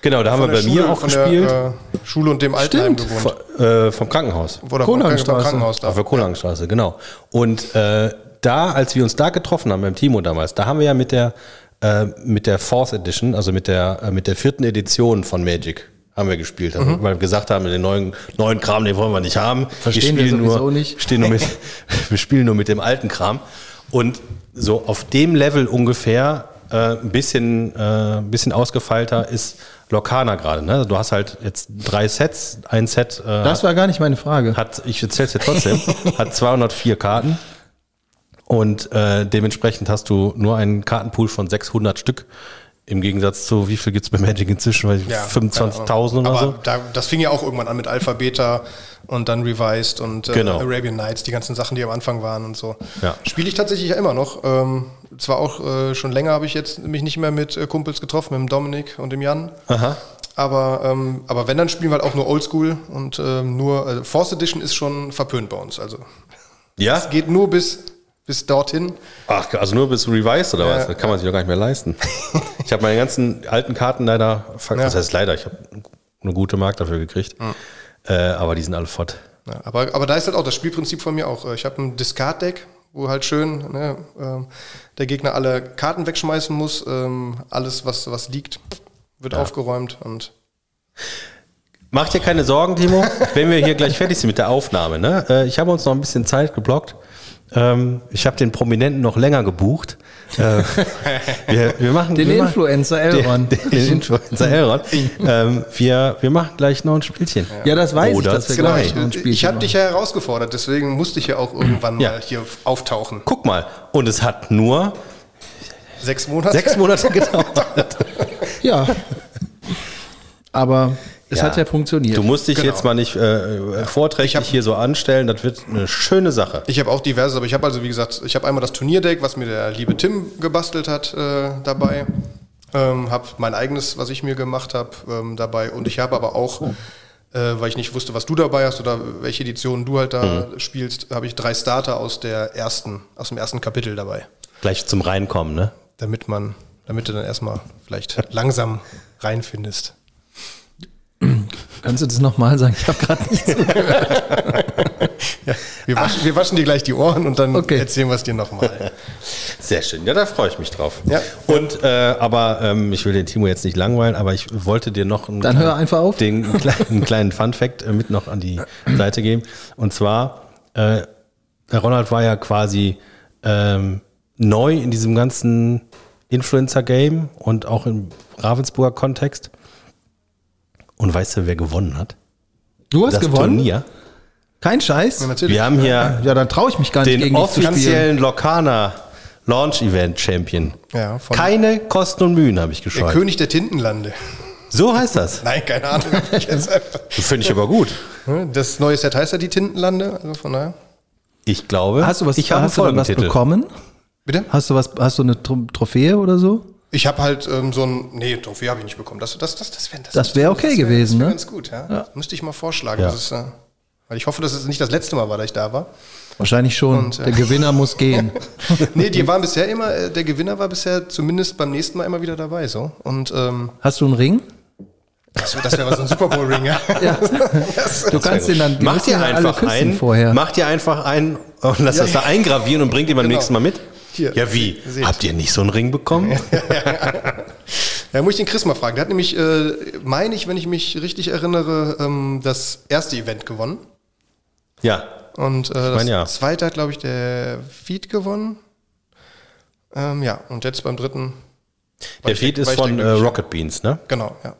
Speaker 2: Genau, da haben wir
Speaker 1: Von
Speaker 2: bei
Speaker 1: der Schule-
Speaker 2: mir auch
Speaker 1: von
Speaker 2: gespielt.
Speaker 1: Der, äh, Schule und dem Altenheim
Speaker 3: Stimmt.
Speaker 1: gewohnt.
Speaker 2: Von- äh, vom Krankenhaus.
Speaker 1: Oder
Speaker 3: Kohlhangstraße.
Speaker 1: vom Krankenhaus da.
Speaker 2: Auf der Kohlangstraße, genau. Und äh, da, als wir uns da getroffen haben beim Timo damals, da haben wir ja mit der äh, mit der Fourth Edition, also mit der äh, mit der vierten Edition von Magic haben wir gespielt,
Speaker 3: Mhm.
Speaker 2: also, weil wir gesagt haben, den neuen neuen Kram, den wollen wir nicht haben.
Speaker 3: Verstehen wir sowieso
Speaker 2: nur,
Speaker 3: nicht.
Speaker 2: Stehen nur mit, wir spielen nur mit dem alten Kram und so auf dem Level ungefähr äh, ein bisschen äh, ein bisschen ausgefeilter ist Lokana gerade. Ne? Du hast halt jetzt drei Sets, ein Set äh,
Speaker 3: Das war gar nicht meine Frage.
Speaker 2: hat, ich erzähl's dir trotzdem, hat 204 Karten und äh, dementsprechend hast du nur einen Kartenpool von 600 Stück. Im Gegensatz zu, wie viel gibt's bei Magic inzwischen? Weil
Speaker 1: Ja,
Speaker 2: 25.000
Speaker 1: keine
Speaker 2: oder
Speaker 1: Ahnung.
Speaker 2: so?
Speaker 1: Aber da, das fing ja auch irgendwann an mit Alpha, Beta und dann Revised und äh,
Speaker 2: Genau.
Speaker 1: Arabian Nights, die ganzen Sachen, die am Anfang waren und so.
Speaker 2: Ja.
Speaker 1: Spiele ich tatsächlich ja immer noch. Ähm, zwar auch äh, schon länger habe ich jetzt mich nicht mehr mit äh, Kumpels getroffen, mit dem Dominik und dem Jan.
Speaker 2: Aha.
Speaker 1: Aber, ähm, aber wenn, dann spielen wir halt auch nur Oldschool und ähm, nur, also Force Edition ist schon verpönt bei uns. Also
Speaker 2: Ja?
Speaker 1: es geht nur bis, bis dorthin.
Speaker 2: Ach, also nur bis Revised oder was?
Speaker 1: Ja.
Speaker 2: Das kann man sich doch gar nicht mehr leisten. ich habe meine ganzen alten Karten leider, ver-
Speaker 1: Ja.
Speaker 2: das heißt leider, ich habe eine gute Mark dafür gekriegt. Äh, aber die sind alle fort.
Speaker 1: Ja, aber, aber da ist halt auch das Spielprinzip von mir auch. Äh, Ich habe ein Discard-Deck, wo halt schön ne, ähm, der Gegner alle Karten wegschmeißen muss. Ähm, alles, was, was liegt, wird aufgeräumt. Und
Speaker 2: Mach dir keine Sorgen, Timo, wenn wir hier gleich fertig sind mit der Aufnahme. Ne? Äh, Ich habe uns noch ein bisschen Zeit geblockt. Ähm, Ich habe den Prominenten noch länger gebucht. Äh, Wir, wir machen
Speaker 3: Den
Speaker 2: wir machen-
Speaker 3: Influencer Elron.
Speaker 2: Den, den Influencer Elron. Ähm, Wir, wir machen gleich noch ein Spielchen.
Speaker 3: Ja, das weiß
Speaker 2: Oder
Speaker 3: ich, dass wir
Speaker 2: zwei.
Speaker 3: gleich
Speaker 1: genau, ich,
Speaker 3: noch ein Spielchen
Speaker 1: ich habe
Speaker 3: machen.
Speaker 1: dich ja herausgefordert, deswegen musste ich ja auch irgendwann
Speaker 2: Ja.
Speaker 1: mal hier auftauchen.
Speaker 2: Guck mal, und es hat nur
Speaker 1: Sechs Monate.
Speaker 2: sechs Monate gedauert.
Speaker 3: Ja. Aber es
Speaker 2: Ja.
Speaker 3: hat ja funktioniert.
Speaker 2: Du musst dich
Speaker 1: Genau.
Speaker 2: jetzt mal nicht äh, vorträglich
Speaker 1: Ich hab-
Speaker 2: hier so anstellen. Das wird eine schöne Sache.
Speaker 1: Ich habe auch diverse, aber ich habe also, wie gesagt, ich habe einmal das Turnierdeck, was mir der liebe Tim gebastelt hat, äh, dabei. Ähm, habe mein eigenes, was ich mir gemacht habe, ähm, dabei. Und ich habe aber auch, äh, weil ich nicht wusste, was du dabei hast oder welche Edition du halt da spielst, habe ich drei Starter aus der ersten, aus dem ersten Kapitel dabei.
Speaker 2: Gleich zum Reinkommen, ne?
Speaker 1: Damit man, damit du dann erstmal vielleicht langsam reinfindest.
Speaker 3: Kannst du das nochmal sagen? Ich habe gerade nicht zugehört.
Speaker 1: Wir waschen, wir waschen dir gleich die Ohren und dann
Speaker 3: Okay.
Speaker 1: erzählen wir es dir nochmal.
Speaker 2: Sehr schön, ja, da freue ich mich drauf.
Speaker 1: Ja.
Speaker 2: Und äh, aber ähm, ich will den Timo jetzt nicht langweilen, aber ich wollte dir noch einen
Speaker 3: Dann hör einfach auf.
Speaker 2: Den, einen kleinen- einen kleinen Fun Fact äh, mit noch an die Seite geben. Und zwar, äh, der Ronald war ja quasi ähm, neu in diesem ganzen Influencer-Game und auch im Ravensburger Kontext. Und weißt du, wer gewonnen hat?
Speaker 3: Du hast
Speaker 2: das
Speaker 3: gewonnen?
Speaker 2: Turnier.
Speaker 3: Kein Scheiß.
Speaker 1: Natürlich.
Speaker 2: Wir haben hier
Speaker 3: Ja, dann traue ich mich gar nicht
Speaker 2: den
Speaker 3: gegen dich zu spielen.
Speaker 2: offiziellen Lokana Launch Event Champion.
Speaker 1: Ja, von-
Speaker 2: Keine Kosten und Mühen habe ich
Speaker 1: Der
Speaker 2: gescheut.
Speaker 1: König der Tintenlande.
Speaker 2: So heißt das.
Speaker 1: Nein, keine Ahnung. Jetzt einfach-
Speaker 2: Finde ich aber gut.
Speaker 1: Ne? das neue Set heißt ja die Tintenlande. Also von daher.
Speaker 2: Ich glaube,
Speaker 3: Hast du was,
Speaker 2: ich habe einen
Speaker 3: hast du dann was
Speaker 2: Folgentitel.
Speaker 3: bekommen?
Speaker 1: Bitte?
Speaker 3: Hast du was, hast du eine Tro- Trophäe oder so?
Speaker 1: Ich habe halt ähm, so ein. Nee, Trophäe habe ich nicht bekommen. Das, das, das, das wäre das
Speaker 3: Das wär okay
Speaker 1: das wär-
Speaker 3: gewesen,
Speaker 1: das wär
Speaker 3: ne?
Speaker 1: Ganz gut, ja. Müsste ich mal vorschlagen.
Speaker 2: Ja.
Speaker 1: Das ist, äh, weil ich hoffe, dass es nicht das letzte Mal war, dass ich da war.
Speaker 3: Wahrscheinlich schon.
Speaker 1: Und, äh,
Speaker 3: Der Gewinner muss gehen.
Speaker 1: nee, die waren bisher immer, äh, der Gewinner war bisher zumindest beim nächsten Mal immer wieder dabei. so. Und ähm,
Speaker 3: Hast du einen Ring?
Speaker 1: das, wär- das wäre so ein Super Bowl-Ring, ja.
Speaker 3: Du kannst den dann die
Speaker 2: Macht
Speaker 3: müssen
Speaker 2: ihr
Speaker 3: dann alle
Speaker 2: einfach
Speaker 3: küssen
Speaker 2: einen,
Speaker 3: vorher.
Speaker 2: macht ihr einfach einen und lasst das da eingravieren und bringt ihn beim
Speaker 1: Genau.
Speaker 2: nächsten Mal mit?
Speaker 1: Hier.
Speaker 2: Ja, wie?
Speaker 1: Seht.
Speaker 2: Habt ihr nicht so einen Ring bekommen?
Speaker 1: Ja, muss ich den Chris mal fragen. Der hat nämlich, äh, meine ich, wenn ich mich richtig erinnere, ähm, das erste Event gewonnen.
Speaker 2: Ja.
Speaker 1: Und äh, das
Speaker 2: mein, ja.
Speaker 1: zweite hat, glaube ich, der Feed gewonnen. Ähm, ja, und jetzt beim dritten.
Speaker 2: Der Feed ist
Speaker 1: Weichdeck,
Speaker 2: von äh,
Speaker 1: glaub ich.
Speaker 2: Rocket Beans, ne?
Speaker 1: Genau, ja.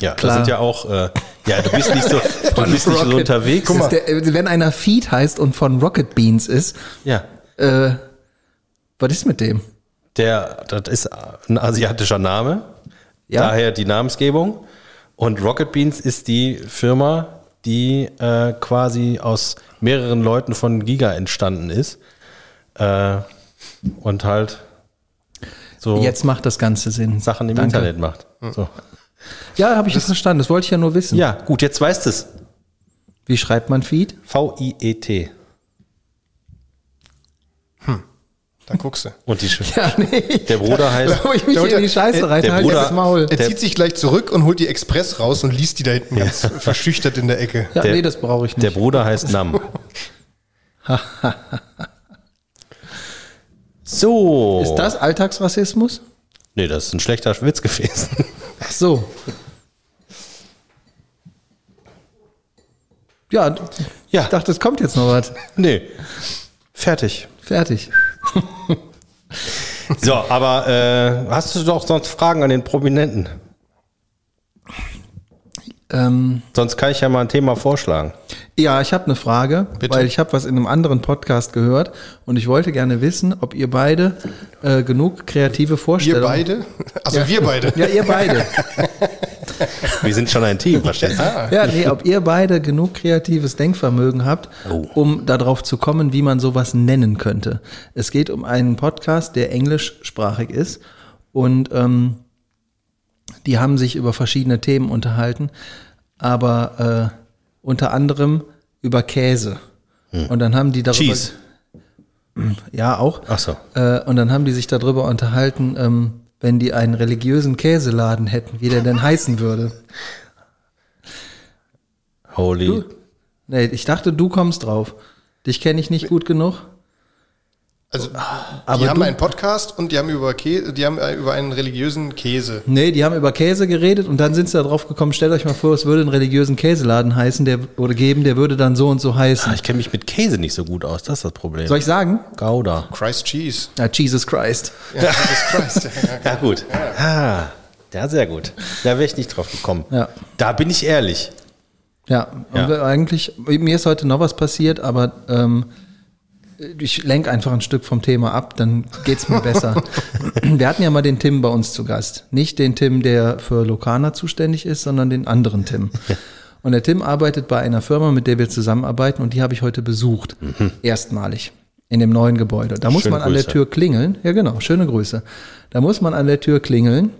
Speaker 2: Ja,
Speaker 3: Klar.
Speaker 2: das sind ja auch, äh, ja, du bist nicht so, du bist nicht so
Speaker 3: Rocket.
Speaker 2: unterwegs.
Speaker 3: Das ist Der, wenn einer Feed heißt und von Rocket Beans ist,
Speaker 2: Ja.
Speaker 3: äh, was ist mit dem?
Speaker 2: Der, das ist ein asiatischer Name,
Speaker 3: Ja.
Speaker 2: daher die Namensgebung. Und Rocket Beans ist die Firma, die äh, quasi aus mehreren Leuten von Giga entstanden ist. Äh, und halt so
Speaker 3: Jetzt macht das Ganze Sinn.
Speaker 2: Sachen im
Speaker 3: Danke. Mhm.
Speaker 2: Internet macht. So.
Speaker 3: Ja, habe ich das verstanden. Das wollte ich ja nur wissen.
Speaker 2: Ja, gut, jetzt weißt es.
Speaker 3: Wie schreibt man Feed?
Speaker 2: V-I-E-T.
Speaker 1: Da guckst du.
Speaker 2: Und die, Sch-
Speaker 3: Ja, nee.
Speaker 2: der Bruder heißt.
Speaker 3: Wo ich mich hier in die Scheiße rein,
Speaker 2: der
Speaker 3: halt
Speaker 2: Bruder-
Speaker 3: jetzt das Maul.
Speaker 1: Er
Speaker 2: Der-
Speaker 1: zieht sich gleich zurück und holt die Express raus und liest die da hinten ganz verschüchtert in der Ecke.
Speaker 3: Ja,
Speaker 2: der-
Speaker 3: nee, das brauche ich
Speaker 2: Der
Speaker 3: nicht.
Speaker 2: Bruder heißt Nam. so.
Speaker 3: Ist das Alltagsrassismus?
Speaker 2: Nee, das ist ein schlechter Witz gewesen.
Speaker 3: Ach so. Ja,
Speaker 2: Ja.
Speaker 3: ich dachte, es kommt jetzt noch was.
Speaker 2: nee. Fertig.
Speaker 3: Fertig.
Speaker 2: So, aber äh, hast du doch sonst Fragen an den Prominenten?
Speaker 3: Ähm,
Speaker 2: Sonst kann ich ja mal ein Thema vorschlagen.
Speaker 3: ja, ich habe eine Frage,
Speaker 1: Bitte?
Speaker 3: weil ich habe was in einem anderen Podcast gehört und ich wollte gerne wissen, ob ihr beide äh, genug kreative
Speaker 1: Ihr
Speaker 3: Vorstellungen...
Speaker 1: beide? Also wir beide.
Speaker 3: Ja, ihr beide.
Speaker 2: Wir sind schon ein Team, verstehst du?
Speaker 1: Ah,
Speaker 3: Ja, also nee, ob ihr beide genug kreatives Denkvermögen habt,
Speaker 2: Oh.
Speaker 3: um darauf zu kommen, wie man sowas nennen könnte. Es geht um einen Podcast, der englischsprachig ist und ähm, die haben sich über verschiedene Themen unterhalten, aber äh, unter anderem über Käse. Und dann haben die darüber
Speaker 2: Hm. Cheese. Ah.
Speaker 3: ja auch.
Speaker 2: Ach so.
Speaker 3: Äh, und dann haben die sich darüber unterhalten, ähm, wenn die einen religiösen Käseladen hätten, wie der denn heißen würde.
Speaker 2: Holy.
Speaker 3: Nee, ich dachte, du kommst drauf. Dich kenne ich nicht gut genug.
Speaker 1: Also
Speaker 3: Aber
Speaker 1: die haben
Speaker 3: du-
Speaker 1: einen Podcast und die haben über Käse, die haben äh, über einen religiösen Käse.
Speaker 3: Nee, die haben über Käse geredet und dann sind sie da drauf gekommen, stellt euch mal vor, es würde einen religiösen Käseladen heißen, der oder geben, der würde dann so und so
Speaker 2: Ah,
Speaker 3: heißen.
Speaker 2: ich kenne mich mit Käse nicht so gut aus, das ist das Problem.
Speaker 3: Soll ich sagen?
Speaker 2: Gouda.
Speaker 1: Christ Cheese.
Speaker 3: Na, Jesus Christ.
Speaker 1: Ja, Jesus Christ. Ja,
Speaker 2: Ja, gut. Ah, ja, sehr gut. Da wäre ich nicht drauf gekommen.
Speaker 3: Ja. Oh,
Speaker 2: Da bin ich ehrlich.
Speaker 3: Ja,
Speaker 2: Ja.
Speaker 3: Und wir eigentlich, mir ist heute noch was passiert, aber ähm, ich lenke einfach ein Stück vom Thema ab, dann geht's mir besser. Wir hatten ja mal den Tim bei uns zu Gast. Nicht den Tim, der für Lokana zuständig ist, sondern den anderen Tim. Und der Tim arbeitet bei einer Firma, mit der wir zusammenarbeiten und die habe ich heute besucht. Erstmalig. In dem neuen Gebäude. Da muss
Speaker 2: Mhm. Schöne
Speaker 3: man an der
Speaker 2: Grüße.
Speaker 3: Tür klingeln. Ja, genau. Schöne Grüße. Da muss man an der Tür klingeln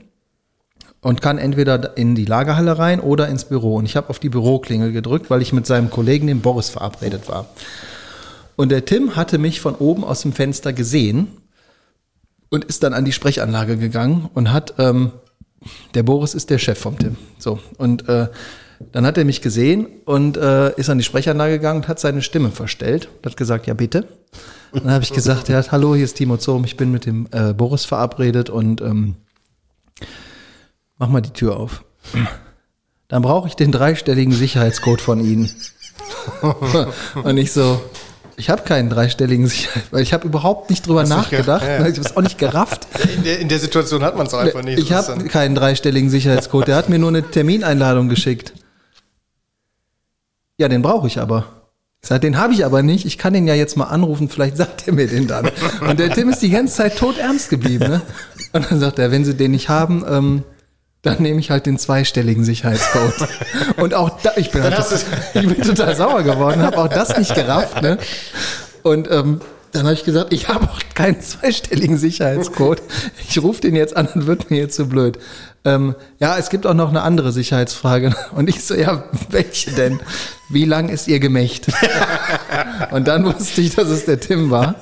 Speaker 3: und kann entweder in die Lagerhalle rein oder ins Büro. Und ich habe auf die Büroklingel gedrückt, weil ich mit seinem Kollegen, dem Boris, verabredet war. Und der Tim hatte mich von oben aus dem Fenster gesehen und ist dann an die Sprechanlage gegangen und hat, ähm, der Boris ist der Chef vom Tim. So, und äh, Dann hat er mich gesehen und äh, ist an die Sprechanlage gegangen und hat seine Stimme verstellt und hat gesagt, ja bitte. Und dann habe ich gesagt, ja, hallo, hier ist Timo Zohm, ich bin mit dem äh, Boris verabredet und ähm, mach mal die Tür auf. Dann brauche ich den dreistelligen Sicherheitscode von Ihnen. und ich so, ich habe keinen dreistelligen Sicherheitscode, weil ich habe überhaupt nicht drüber nachgedacht,
Speaker 1: ja, ja.
Speaker 3: ich habe es auch nicht gerafft.
Speaker 1: In der, in der Situation hat man es einfach nicht.
Speaker 3: Ne, Ich
Speaker 1: Das ist
Speaker 3: habe
Speaker 1: dann-
Speaker 3: keinen dreistelligen Sicherheitscode. Der hat mir nur eine Termineinladung geschickt. Ja, den brauche ich aber. Ich sag, den habe ich aber nicht. Ich kann den ja jetzt mal anrufen. Vielleicht sagt er mir den dann. Und der Tim ist die ganze Zeit tot ernst geblieben. Ne? Und dann sagt er, wenn Sie den nicht haben, ähm, dann nehme ich halt den zweistelligen Sicherheitscode. Und auch da, ich bin, halt
Speaker 1: hast
Speaker 3: total, ich bin total sauer geworden, habe auch das nicht gerafft. Ne? Und ähm, dann habe ich gesagt, ich habe auch keinen zweistelligen Sicherheitscode. Ich rufe den jetzt an und wird mir jetzt zu blöd. Ähm, ja, es gibt auch noch eine andere Sicherheitsfrage. Und ich so, ja, welche denn? Wie lang ist ihr Gemächt? und dann wusste ich, dass es der Tim war.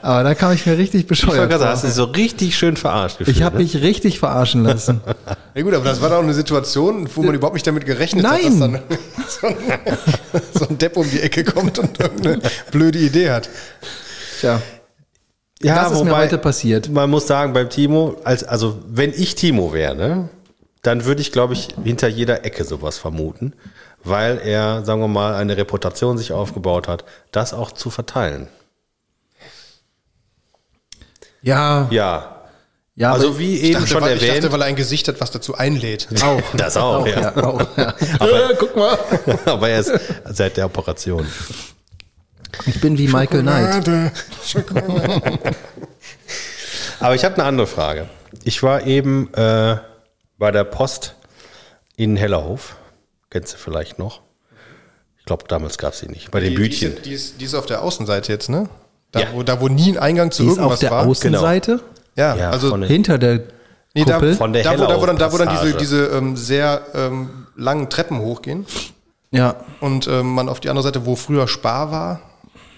Speaker 3: Aber da kam ich mir richtig
Speaker 2: Ich wollte
Speaker 3: bescheuert
Speaker 2: gerade sagen,
Speaker 3: vor.
Speaker 2: hast du dich so richtig schön verarscht gefühlt.
Speaker 3: Ich habe
Speaker 2: ne?
Speaker 3: mich richtig verarschen lassen.
Speaker 1: Ja gut, aber das war doch eine Situation, wo man überhaupt nicht damit gerechnet
Speaker 3: Nein.
Speaker 1: hat, dass dann so ein, so ein Depp um die Ecke kommt und irgendeine blöde Idee hat.
Speaker 3: Tja.
Speaker 2: ja,
Speaker 3: das ist mir heute passiert.
Speaker 2: Man muss sagen, beim Timo, als, also wenn ich Timo wäre, ne, dann würde ich, glaube ich, hinter jeder Ecke sowas vermuten, weil er, sagen wir mal, eine Reputation sich aufgebaut hat, das auch zu verteilen.
Speaker 3: Ja,
Speaker 2: Ja,
Speaker 3: ja,
Speaker 2: also wie
Speaker 1: Ich
Speaker 2: eben
Speaker 1: dachte,
Speaker 2: schon
Speaker 1: weil, ich
Speaker 2: erwähnt,
Speaker 1: dachte, weil er ein Gesicht hat, was dazu einlädt.
Speaker 3: auch.
Speaker 2: das auch,
Speaker 3: auch,
Speaker 2: ja.
Speaker 3: ja. auch, ja. Äh,
Speaker 2: Aber-
Speaker 3: guck mal.
Speaker 2: aber erst seit der Operation.
Speaker 3: Ich bin wie Michael Knight.
Speaker 2: Aber ich habe eine andere Frage. Ich war eben äh, bei der Post in Hellerhof. Kennst du vielleicht noch? Ich glaube, damals gab es sie nicht. Bei den
Speaker 1: Die, die,
Speaker 2: Bütchen.
Speaker 1: ist, die, ist, die ist auf der Außenseite jetzt, ne? Da,
Speaker 2: Ja.
Speaker 1: wo, da, wo nie ein Eingang zu
Speaker 3: Die ist
Speaker 1: irgendwas
Speaker 3: auf der
Speaker 2: genau.
Speaker 1: war. Genau.
Speaker 3: Außenseite,
Speaker 1: ja,
Speaker 2: Ja,
Speaker 1: also
Speaker 2: von der-
Speaker 3: hinter der
Speaker 1: nee, da,
Speaker 3: Kuppel.
Speaker 2: von der
Speaker 1: da, wo, da, wo dann, da, wo dann diese,
Speaker 2: Hellerau-Passage.
Speaker 1: diese ähm, sehr ähm, langen Treppen hochgehen
Speaker 3: ja,
Speaker 1: und ähm, man auf die andere Seite, wo früher Spar war,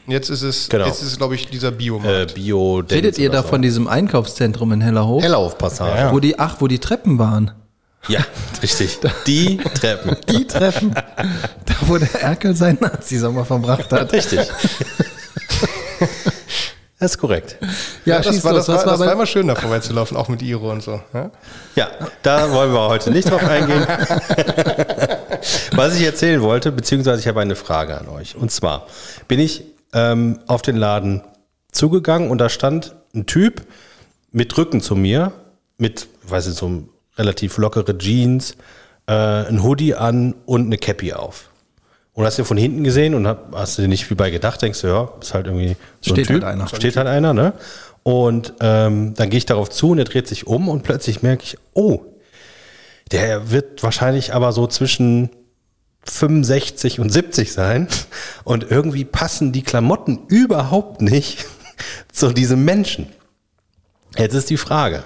Speaker 1: jetzt ist es,
Speaker 2: Genau.
Speaker 1: jetzt ist es, glaube ich, dieser Biomarkt.
Speaker 2: äh, bio
Speaker 3: redet ihr da von diesem Einkaufszentrum in Hellerhof,
Speaker 2: Hellerhof-Passage?
Speaker 1: Ja,
Speaker 3: wo die ach, wo die Treppen waren?
Speaker 2: Ja, richtig. Die Treppen.
Speaker 3: Die Treppen, da wo der Erkel seinen Nazi-Sommer verbracht hat.
Speaker 2: Richtig. Das ist korrekt.
Speaker 1: Ja, das
Speaker 3: schieß
Speaker 1: war, das
Speaker 3: los,
Speaker 1: war,
Speaker 3: was
Speaker 1: das war
Speaker 3: bei-
Speaker 1: immer schön, da vorbeizulaufen, auch mit Iro und so. Ja?
Speaker 2: Ja, da wollen wir heute nicht drauf eingehen. Was ich erzählen wollte, beziehungsweise ich habe eine Frage an euch. Und zwar bin ich ähm, auf den Laden zugegangen und da stand ein Typ mit Rücken zu mir, mit, weiß ich, so einem relativ lockere Jeans, äh, ein Hoodie an und eine Cappy auf. Und hast du von hinten gesehen und hab, hast du dir nicht viel bei gedacht, denkst du, ja, ist halt irgendwie so
Speaker 3: Steht
Speaker 2: ein Typ.
Speaker 3: halt einer.
Speaker 2: Steht halt einer, ne? Und ähm, dann gehe ich darauf zu und er dreht sich um und plötzlich merke ich, oh, der wird wahrscheinlich aber so zwischen 65 und 70 sein. Und irgendwie passen die Klamotten überhaupt nicht zu diesem Menschen. Jetzt ist die Frage.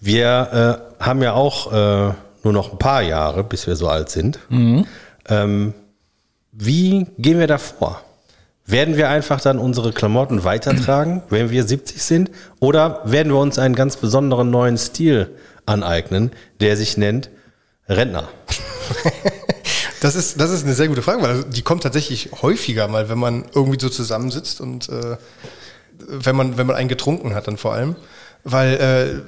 Speaker 2: Wir äh, haben ja auch äh, nur noch ein paar Jahre, bis wir so alt sind. Ähm, wie gehen wir da vor? Werden wir einfach dann unsere Klamotten weitertragen, wenn wir 70 sind? Oder werden wir uns einen ganz besonderen neuen Stil aneignen, der sich nennt Rentner?
Speaker 1: Das ist, das ist eine sehr gute Frage, weil also die kommt tatsächlich häufiger mal, wenn man irgendwie so zusammensitzt und äh, wenn, man, wenn man einen getrunken hat dann vor allem. Weil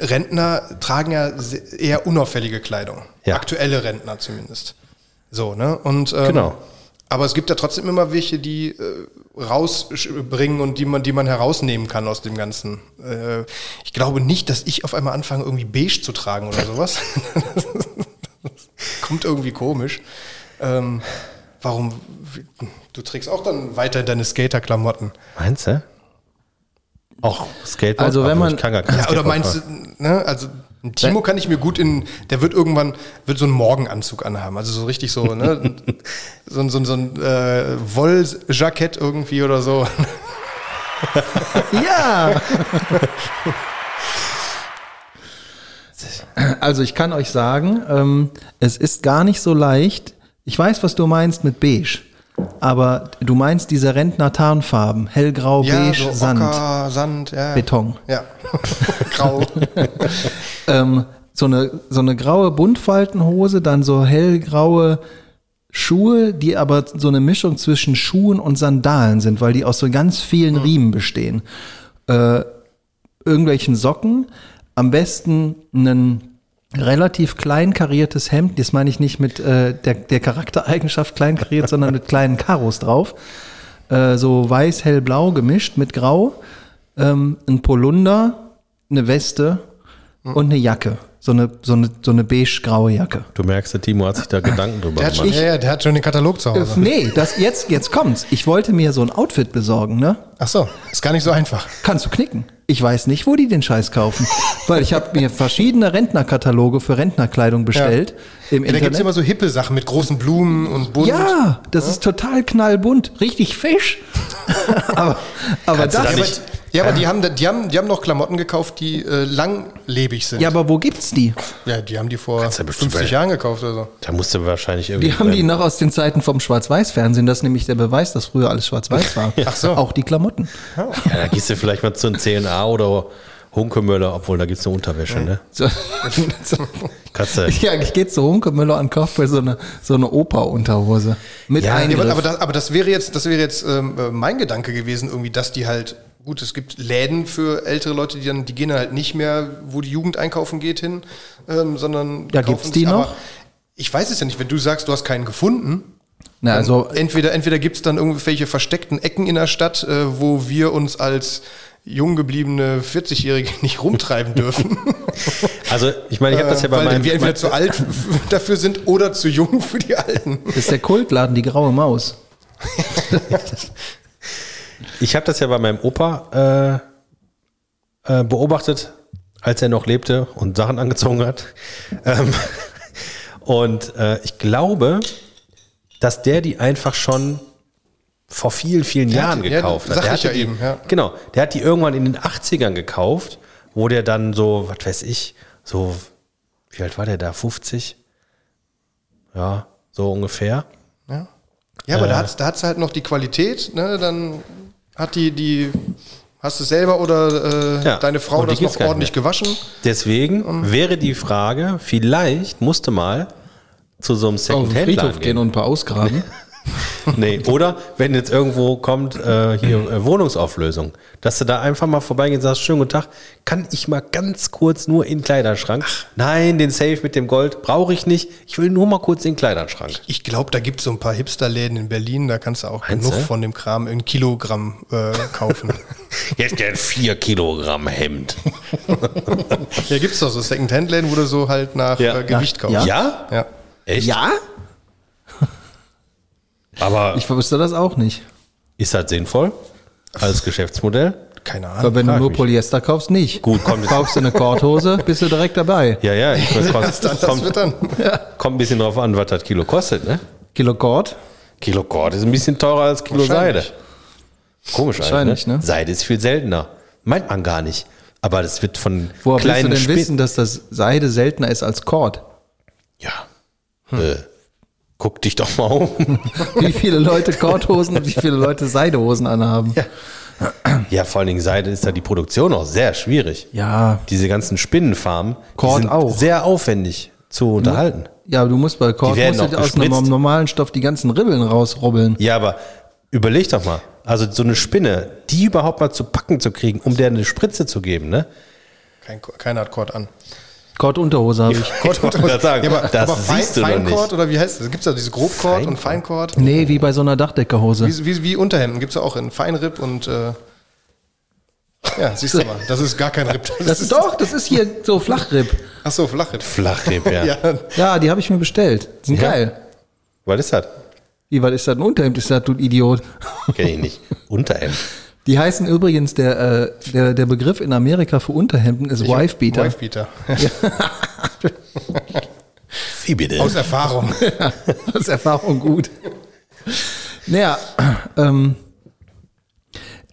Speaker 1: äh, Rentner tragen ja se- eher unauffällige Kleidung.
Speaker 2: Ja.
Speaker 1: Aktuelle Rentner zumindest. So, ne? Und, ähm,
Speaker 2: Genau.
Speaker 1: Aber es gibt ja trotzdem immer welche, die äh, rausbringen und die man, die man herausnehmen kann aus dem Ganzen. Äh, ich glaube nicht, dass ich auf einmal anfange, irgendwie beige zu tragen oder sowas. Kommt irgendwie komisch. Ähm, warum? Du trägst auch dann weiter deine Skaterklamotten.
Speaker 2: Meinst du? Auch Skateboard?
Speaker 3: Also wenn
Speaker 2: Aber
Speaker 3: man-
Speaker 2: ich kann gar kein
Speaker 1: Ja, oder
Speaker 2: Skateboard
Speaker 1: meinst du,
Speaker 2: fahren.
Speaker 1: ne, also ein Timo kann ich mir gut in, der wird irgendwann, wird so einen Morgenanzug anhaben, also so richtig so, ne, so, ein- so, ein- so ein äh, Wolljackett irgendwie oder so.
Speaker 3: Ja! Also ich kann euch sagen, ähm, es ist gar nicht so leicht. Ich weiß, was du meinst mit beige, aber du meinst diese Rentner-Tarnfarben, hellgrau, beige,
Speaker 1: so
Speaker 3: Sand,
Speaker 1: Ocker, Sand, ja.
Speaker 3: Beton.
Speaker 1: Ja, grau.
Speaker 3: Ähm, so eine, so eine graue Buntfaltenhose, dann so hellgraue Schuhe, die aber so eine Mischung zwischen Schuhen und Sandalen sind, weil die aus so ganz vielen Riemen bestehen. Äh, irgendwelchen Socken, am besten einen relativ klein kariertes Hemd, das meine ich nicht mit äh, der, der Charaktereigenschaft klein kariert, sondern mit kleinen Karos drauf. Äh, so weiß, hellblau gemischt mit grau, ähm, ein Polunder, eine Weste und eine Jacke. So eine, so eine, so eine beige-graue Jacke.
Speaker 2: Du merkst, der Timo hat sich da Gedanken drüber
Speaker 1: Der hat, schon,
Speaker 2: gemacht.
Speaker 1: ja, ja, der hat schon den Katalog zu Hause.
Speaker 3: Nee, das, jetzt, jetzt kommt's. Ich wollte mir so ein Outfit besorgen, ne?
Speaker 1: Ach so, ist gar nicht so einfach.
Speaker 3: Kannst du knicken. Ich weiß nicht, wo die den Scheiß kaufen. Weil ich habe mir verschiedene Rentnerkataloge für Rentnerkleidung bestellt im
Speaker 1: Ja, da gibt
Speaker 3: Internet.
Speaker 1: es immer so hippe Sachen mit großen Blumen und Bunt.
Speaker 3: ja, das ist total knallbunt. Richtig Fisch. aber
Speaker 2: du da
Speaker 3: aber das,
Speaker 1: aber,
Speaker 2: nicht-
Speaker 1: ja, aber die haben, da- die haben, die haben noch Klamotten gekauft, die äh, langlebig sind.
Speaker 3: ja, aber wo gibt's die?
Speaker 1: Ja, die haben die vor
Speaker 2: Kannst ja bestimmt
Speaker 1: 50 Jahren gekauft oder so.
Speaker 2: Da musst du wahrscheinlich irgendwie.
Speaker 3: Die haben die
Speaker 2: beim-
Speaker 3: noch aus den Zeiten vom Schwarz-Weiß-Fernsehen. Das ist nämlich der Beweis, dass früher alles schwarz-weiß war.
Speaker 1: Ach so.
Speaker 3: Auch die Klamotten.
Speaker 2: ja, da gehst du vielleicht mal zu einem CNA oder Hunkemöller, obwohl da gibt es eine Unterwäsche, ne?
Speaker 3: So.
Speaker 2: Kannst du,
Speaker 3: ja, ich gehe zu Hunkemüller und kaufe mir so eine, so eine Opa-Unterhose. Mit
Speaker 2: Ja,
Speaker 3: ja,
Speaker 2: aber-
Speaker 1: Ja, aber, aber,
Speaker 3: Eingriff.
Speaker 1: das, aber das wäre jetzt, das wäre jetzt ähm, äh, mein Gedanke gewesen, irgendwie, dass die halt, gut, es gibt Läden für ältere Leute, die dann, die gehen halt nicht mehr, wo die Jugend einkaufen geht, hin, ähm, sondern
Speaker 3: Ja,
Speaker 1: kaufen
Speaker 3: gibt's
Speaker 1: sich-
Speaker 3: die
Speaker 1: aber
Speaker 3: noch?
Speaker 1: Ich weiß es ja nicht, wenn du sagst, du hast keinen gefunden.
Speaker 3: Na, also
Speaker 1: entweder entweder gibt es dann irgendwelche versteckten Ecken in der Stadt, äh, wo wir uns als jung gebliebene 40-Jährige nicht rumtreiben dürfen. äh,
Speaker 2: also, ich meine, ich habe das ja bei
Speaker 1: weil
Speaker 2: meinem.
Speaker 1: wir entweder zu alt dafür sind oder zu jung für die Alten.
Speaker 3: das ist der Kultladen, die graue Maus.
Speaker 2: Ich habe das ja bei meinem Opa äh, äh, beobachtet, als er noch lebte und Sachen angezogen hat. Ähm, und äh, ich glaube, dass der die einfach schon vor vielen, vielen Jahren
Speaker 1: ja,
Speaker 2: gekauft hat.
Speaker 1: sag
Speaker 2: Der
Speaker 1: ich
Speaker 2: hatte
Speaker 1: ja
Speaker 2: die,
Speaker 1: eben, ja.
Speaker 2: Genau, der hat die irgendwann in den 80ern gekauft, wo der dann so, was weiß ich, so, wie alt war der da? 50? Ja, so ungefähr.
Speaker 1: Ja, ja aber
Speaker 2: Äh.
Speaker 1: da hat's, da hat's halt noch die Qualität, ne? Dann hat die, die, hast du es selber oder äh,
Speaker 2: Ja,
Speaker 1: deine Frau
Speaker 2: und die
Speaker 1: das
Speaker 2: gibt's
Speaker 1: noch
Speaker 2: gar nicht
Speaker 1: ordentlich
Speaker 2: mehr.
Speaker 1: gewaschen?
Speaker 2: Deswegen wäre die Frage, vielleicht musste mal zu so einem
Speaker 3: Auf den Friedhof
Speaker 2: Second-Hand-Laden
Speaker 3: gehen
Speaker 2: gehen.
Speaker 3: und ein paar ausgraben.
Speaker 2: Nee, oder wenn jetzt irgendwo kommt, äh, hier äh, Wohnungsauflösung, dass du da einfach mal vorbeigehst und sagst, schönen guten Tag, kann ich mal ganz kurz nur in den Kleiderschrank? Nein, den Safe mit dem Gold brauche ich nicht. Ich will nur mal kurz in den Kleiderschrank.
Speaker 1: Ich glaube, da gibt's so ein paar Hipsterläden in Berlin, da kannst du auch
Speaker 2: Meinst
Speaker 1: genug
Speaker 2: du?
Speaker 1: von dem Kram in Kilogramm äh, kaufen.
Speaker 2: Jetzt gern 4 Kilogramm Hemd.
Speaker 1: Hier gibt's doch so Second-Hand-Läden, wo du so halt nach
Speaker 2: Ja.
Speaker 1: äh, Gewicht kaufst.
Speaker 2: Ja?
Speaker 1: Ja. ja.
Speaker 2: Echt? Aber
Speaker 3: Ich wusste das auch nicht.
Speaker 2: ist das sinnvoll als Geschäftsmodell?
Speaker 1: Keine Ahnung.
Speaker 3: Weil wenn du
Speaker 2: Ah, frag
Speaker 3: nur
Speaker 2: mich.
Speaker 3: Polyester kaufst, nicht.
Speaker 2: Gut, komm, das-
Speaker 3: Kaufst du eine Korthose, bist du direkt dabei.
Speaker 2: Ja, ja, ich weiß,
Speaker 1: Das, dann, das wird dann.
Speaker 2: Kommt ein bisschen drauf an, was das Kilo kostet, ne?
Speaker 3: Kilo Kord.
Speaker 2: Kilo Kord ist ein bisschen teurer als Kilo Seide.
Speaker 1: Wahrscheinlich.
Speaker 2: Komisch
Speaker 3: Wahrscheinlich,
Speaker 2: eigentlich, ne?
Speaker 3: ne?
Speaker 2: Seide ist viel seltener. Meint man gar nicht. Aber das wird von
Speaker 3: Woher willst du
Speaker 2: kleinen
Speaker 3: denn
Speaker 2: Spin-
Speaker 3: wissen, dass das Seide seltener ist als Kord?
Speaker 2: Ja. Äh, guck dich doch mal um.
Speaker 3: Wie viele Leute Kordhosen und wie viele Leute Seidehosen anhaben? Ja,
Speaker 2: ja, vor allen Dingen Seide ist da die Produktion auch sehr schwierig.
Speaker 3: ja.
Speaker 2: Diese ganzen Spinnenfarmen
Speaker 3: Kord
Speaker 2: die sind
Speaker 3: auch. Mhm.
Speaker 2: sehr aufwendig zu unterhalten.
Speaker 3: aber du musst bei Kord
Speaker 2: Die werden
Speaker 3: musst du
Speaker 2: auch
Speaker 3: aus einem
Speaker 2: gespritzt.
Speaker 3: normalen Stoff die ganzen Ribbeln rausrubbeln.
Speaker 2: Ja, aber überleg doch mal. Also so eine Spinne, die überhaupt mal zu packen zu kriegen, um der eine Spritze zu geben, ne?
Speaker 1: Kein, keiner hat Kord an.
Speaker 3: Kord-Unterhose habe ich.
Speaker 2: Ich wollte gerade sagen,
Speaker 1: Ja, aber,
Speaker 2: das
Speaker 1: aber Fein,
Speaker 2: siehst du doch nicht.
Speaker 1: Feinkord oder wie heißt das? Gibt's da diese Grobkord und Feinkord?
Speaker 3: Nee, wie bei so einer Dachdeckerhose.
Speaker 1: Wie, wie, wie Unterhemden gibt es ja auch in Feinripp und äh, ja, siehst du mal, das ist gar kein Ripp.
Speaker 3: Das ist doch, das ist hier so Flachripp.
Speaker 1: Achso, Flachripp.
Speaker 2: Flachripp, ja.
Speaker 1: Ja.
Speaker 3: Ja, die habe ich mir bestellt. Sind
Speaker 2: Ja.
Speaker 3: geil.
Speaker 2: Was ist das?
Speaker 3: Wie, was ist das ein Unterhemd? Ist das, du Idiot?
Speaker 2: Kenn ich nicht. Unterhemd.
Speaker 3: Die heißen übrigens, der, äh, der, der Begriff in Amerika für Unterhemden ist Wifebeater.
Speaker 1: Wifebeater.
Speaker 2: Wie bitte?
Speaker 1: Aus Erfahrung.
Speaker 3: Aus Erfahrung gut. Naja, ähm,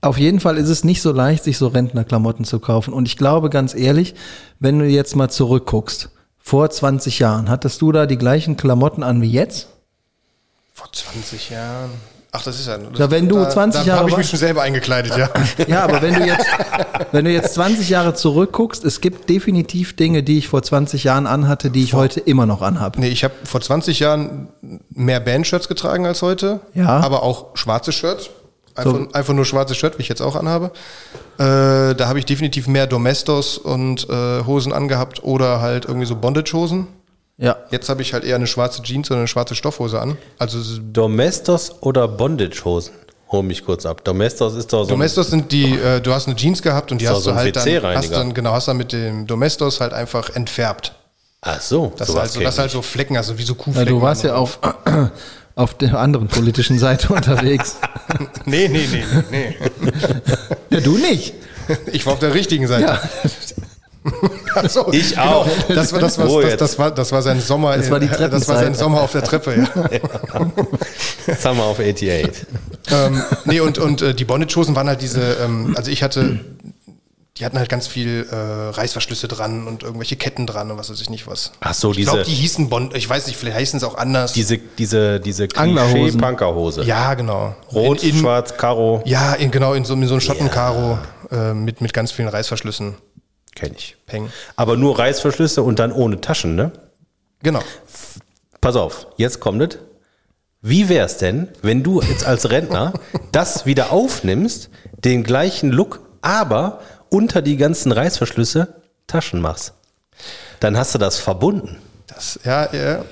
Speaker 3: auf jeden Fall ist es nicht so leicht, sich so Rentnerklamotten zu kaufen. Und ich glaube ganz ehrlich, wenn du jetzt mal zurückguckst, vor 20 Jahren, hattest du da die gleichen Klamotten an wie jetzt?
Speaker 1: Vor 20 Jahren. Ach, das ist ja.
Speaker 3: Da, wenn du 20
Speaker 1: Da
Speaker 3: Jahre
Speaker 1: habe ich mich
Speaker 3: warst-
Speaker 1: schon selber eingekleidet, ja.
Speaker 3: Ja, aber wenn du jetzt, wenn du jetzt 20 Jahre zurückguckst, es gibt definitiv Dinge, die ich vor 20 Jahren anhatte, die ich heute immer noch anhabe.
Speaker 1: Nee, ich habe vor 20 Jahren mehr Band-Shirts getragen als heute.
Speaker 3: Ja.
Speaker 1: Aber auch schwarze Shirts. Einfach, einfach nur schwarze Shirt, wie ich jetzt auch anhabe. Äh, da habe ich definitiv mehr Domestos und äh, Hosen angehabt oder halt irgendwie so Bondage-Hosen.
Speaker 3: Ja.
Speaker 1: Jetzt habe ich halt eher eine schwarze Jeans oder eine schwarze Stoffhose an. Also s-
Speaker 2: Domestos oder Bondage-Hosen? Hol mich kurz ab. Domestos ist doch so.
Speaker 1: Domestos sind die, äh, du hast eine Jeans gehabt und die
Speaker 2: Ist auch
Speaker 1: hast
Speaker 2: so
Speaker 1: du
Speaker 2: ein
Speaker 1: halt dann,
Speaker 2: WC-Reiniger.
Speaker 1: hast dann, genau, hast dann mit dem Domestos halt einfach entfärbt.
Speaker 2: Ach so.
Speaker 1: Das ist
Speaker 2: sowas
Speaker 1: halt so,
Speaker 2: geht
Speaker 1: das halt
Speaker 2: nicht.
Speaker 1: so Flecken, also wie so
Speaker 3: Na,
Speaker 1: Kuhflecken.
Speaker 3: du warst ja auf, auf der anderen politischen Seite unterwegs.
Speaker 1: Nee, nee, nee, nee,
Speaker 3: Ja, du nicht.
Speaker 1: nee. Ich war auf der richtigen Seite.
Speaker 3: Ja,
Speaker 1: Ach so, Genau.
Speaker 2: Ich auch.
Speaker 1: Das war, das, war,
Speaker 2: Wo
Speaker 1: das,
Speaker 2: jetzt?
Speaker 1: das, war, das war sein Sommer. äh,
Speaker 3: Das war die
Speaker 1: das war sein
Speaker 3: Treppenseite.
Speaker 1: Sommer auf der Treppe. Ja.
Speaker 2: Summer of 88.
Speaker 1: ähm, nee, und, und äh, die Bondage-Hosen waren halt diese, ähm, also ich hatte, die hatten halt ganz viel äh, Reißverschlüsse dran und irgendwelche Ketten dran und was weiß ich nicht was.
Speaker 2: Ach so,
Speaker 1: Ich glaube,
Speaker 2: diese,
Speaker 1: die hießen Bond, ich weiß nicht, vielleicht heißen es auch anders.
Speaker 2: diese, diese, diese
Speaker 3: Anglerhosen.
Speaker 2: Klischee-Punkerhose.
Speaker 1: ja, genau.
Speaker 2: Rot,
Speaker 1: in, in,
Speaker 2: schwarz, Karo.
Speaker 1: Ja, in, genau, in so, in so einem Schottenkaro äh, mit, mit ganz vielen Reißverschlüssen.
Speaker 2: Kenne ich.
Speaker 1: Peng.
Speaker 2: Aber nur Reißverschlüsse und dann ohne Taschen, ne?
Speaker 1: Genau.
Speaker 2: Pass auf, jetzt kommt es. Wie wär's denn, wenn du jetzt als Rentner das wieder aufnimmst, den gleichen Look, aber unter die ganzen Reißverschlüsse Taschen machst? Dann hast du das verbunden.
Speaker 1: Das, ja, ja,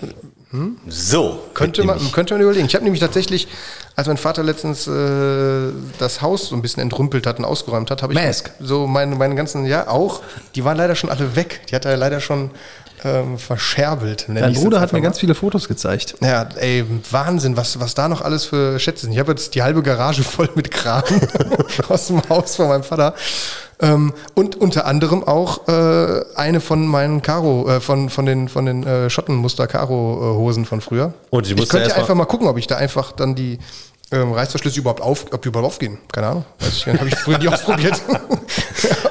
Speaker 2: So.
Speaker 1: Könnte
Speaker 2: mit
Speaker 1: man,
Speaker 2: nämlich-
Speaker 1: könnte man überlegen. Ich habe nämlich tatsächlich, als mein Vater letztens äh, das Haus so ein bisschen entrümpelt hat und ausgeräumt hat, habe ich
Speaker 3: Mask.
Speaker 1: so meine, meine ganzen, ja auch, die waren leider schon alle weg. Die hat er leider schon ähm, verscherbelt. nenn
Speaker 3: dein
Speaker 1: ich's
Speaker 3: Bruder
Speaker 1: jetzt
Speaker 3: hat mir
Speaker 1: einfach
Speaker 3: ganz viele Fotos gezeigt.
Speaker 1: mal. Ja, ey, Wahnsinn, was, was da noch alles für Schätze sind. Ich habe jetzt die halbe Garage voll mit Kram aus dem Haus von meinem Vater. Ähm, und unter anderem auch äh, eine von meinen Karo, äh, von, von den, von den äh, Schottenmuster-Karo-Hosen von früher.
Speaker 2: Und die
Speaker 1: Ich
Speaker 2: musst du
Speaker 1: könnte ja
Speaker 2: erst
Speaker 1: einfach
Speaker 2: mal,
Speaker 1: mal gucken, ob ich da einfach dann die ähm, Reißverschlüsse überhaupt auf, ob die überhaupt aufgehen. Keine Ahnung. Weiß ich, dann habe ich früher die ausprobiert.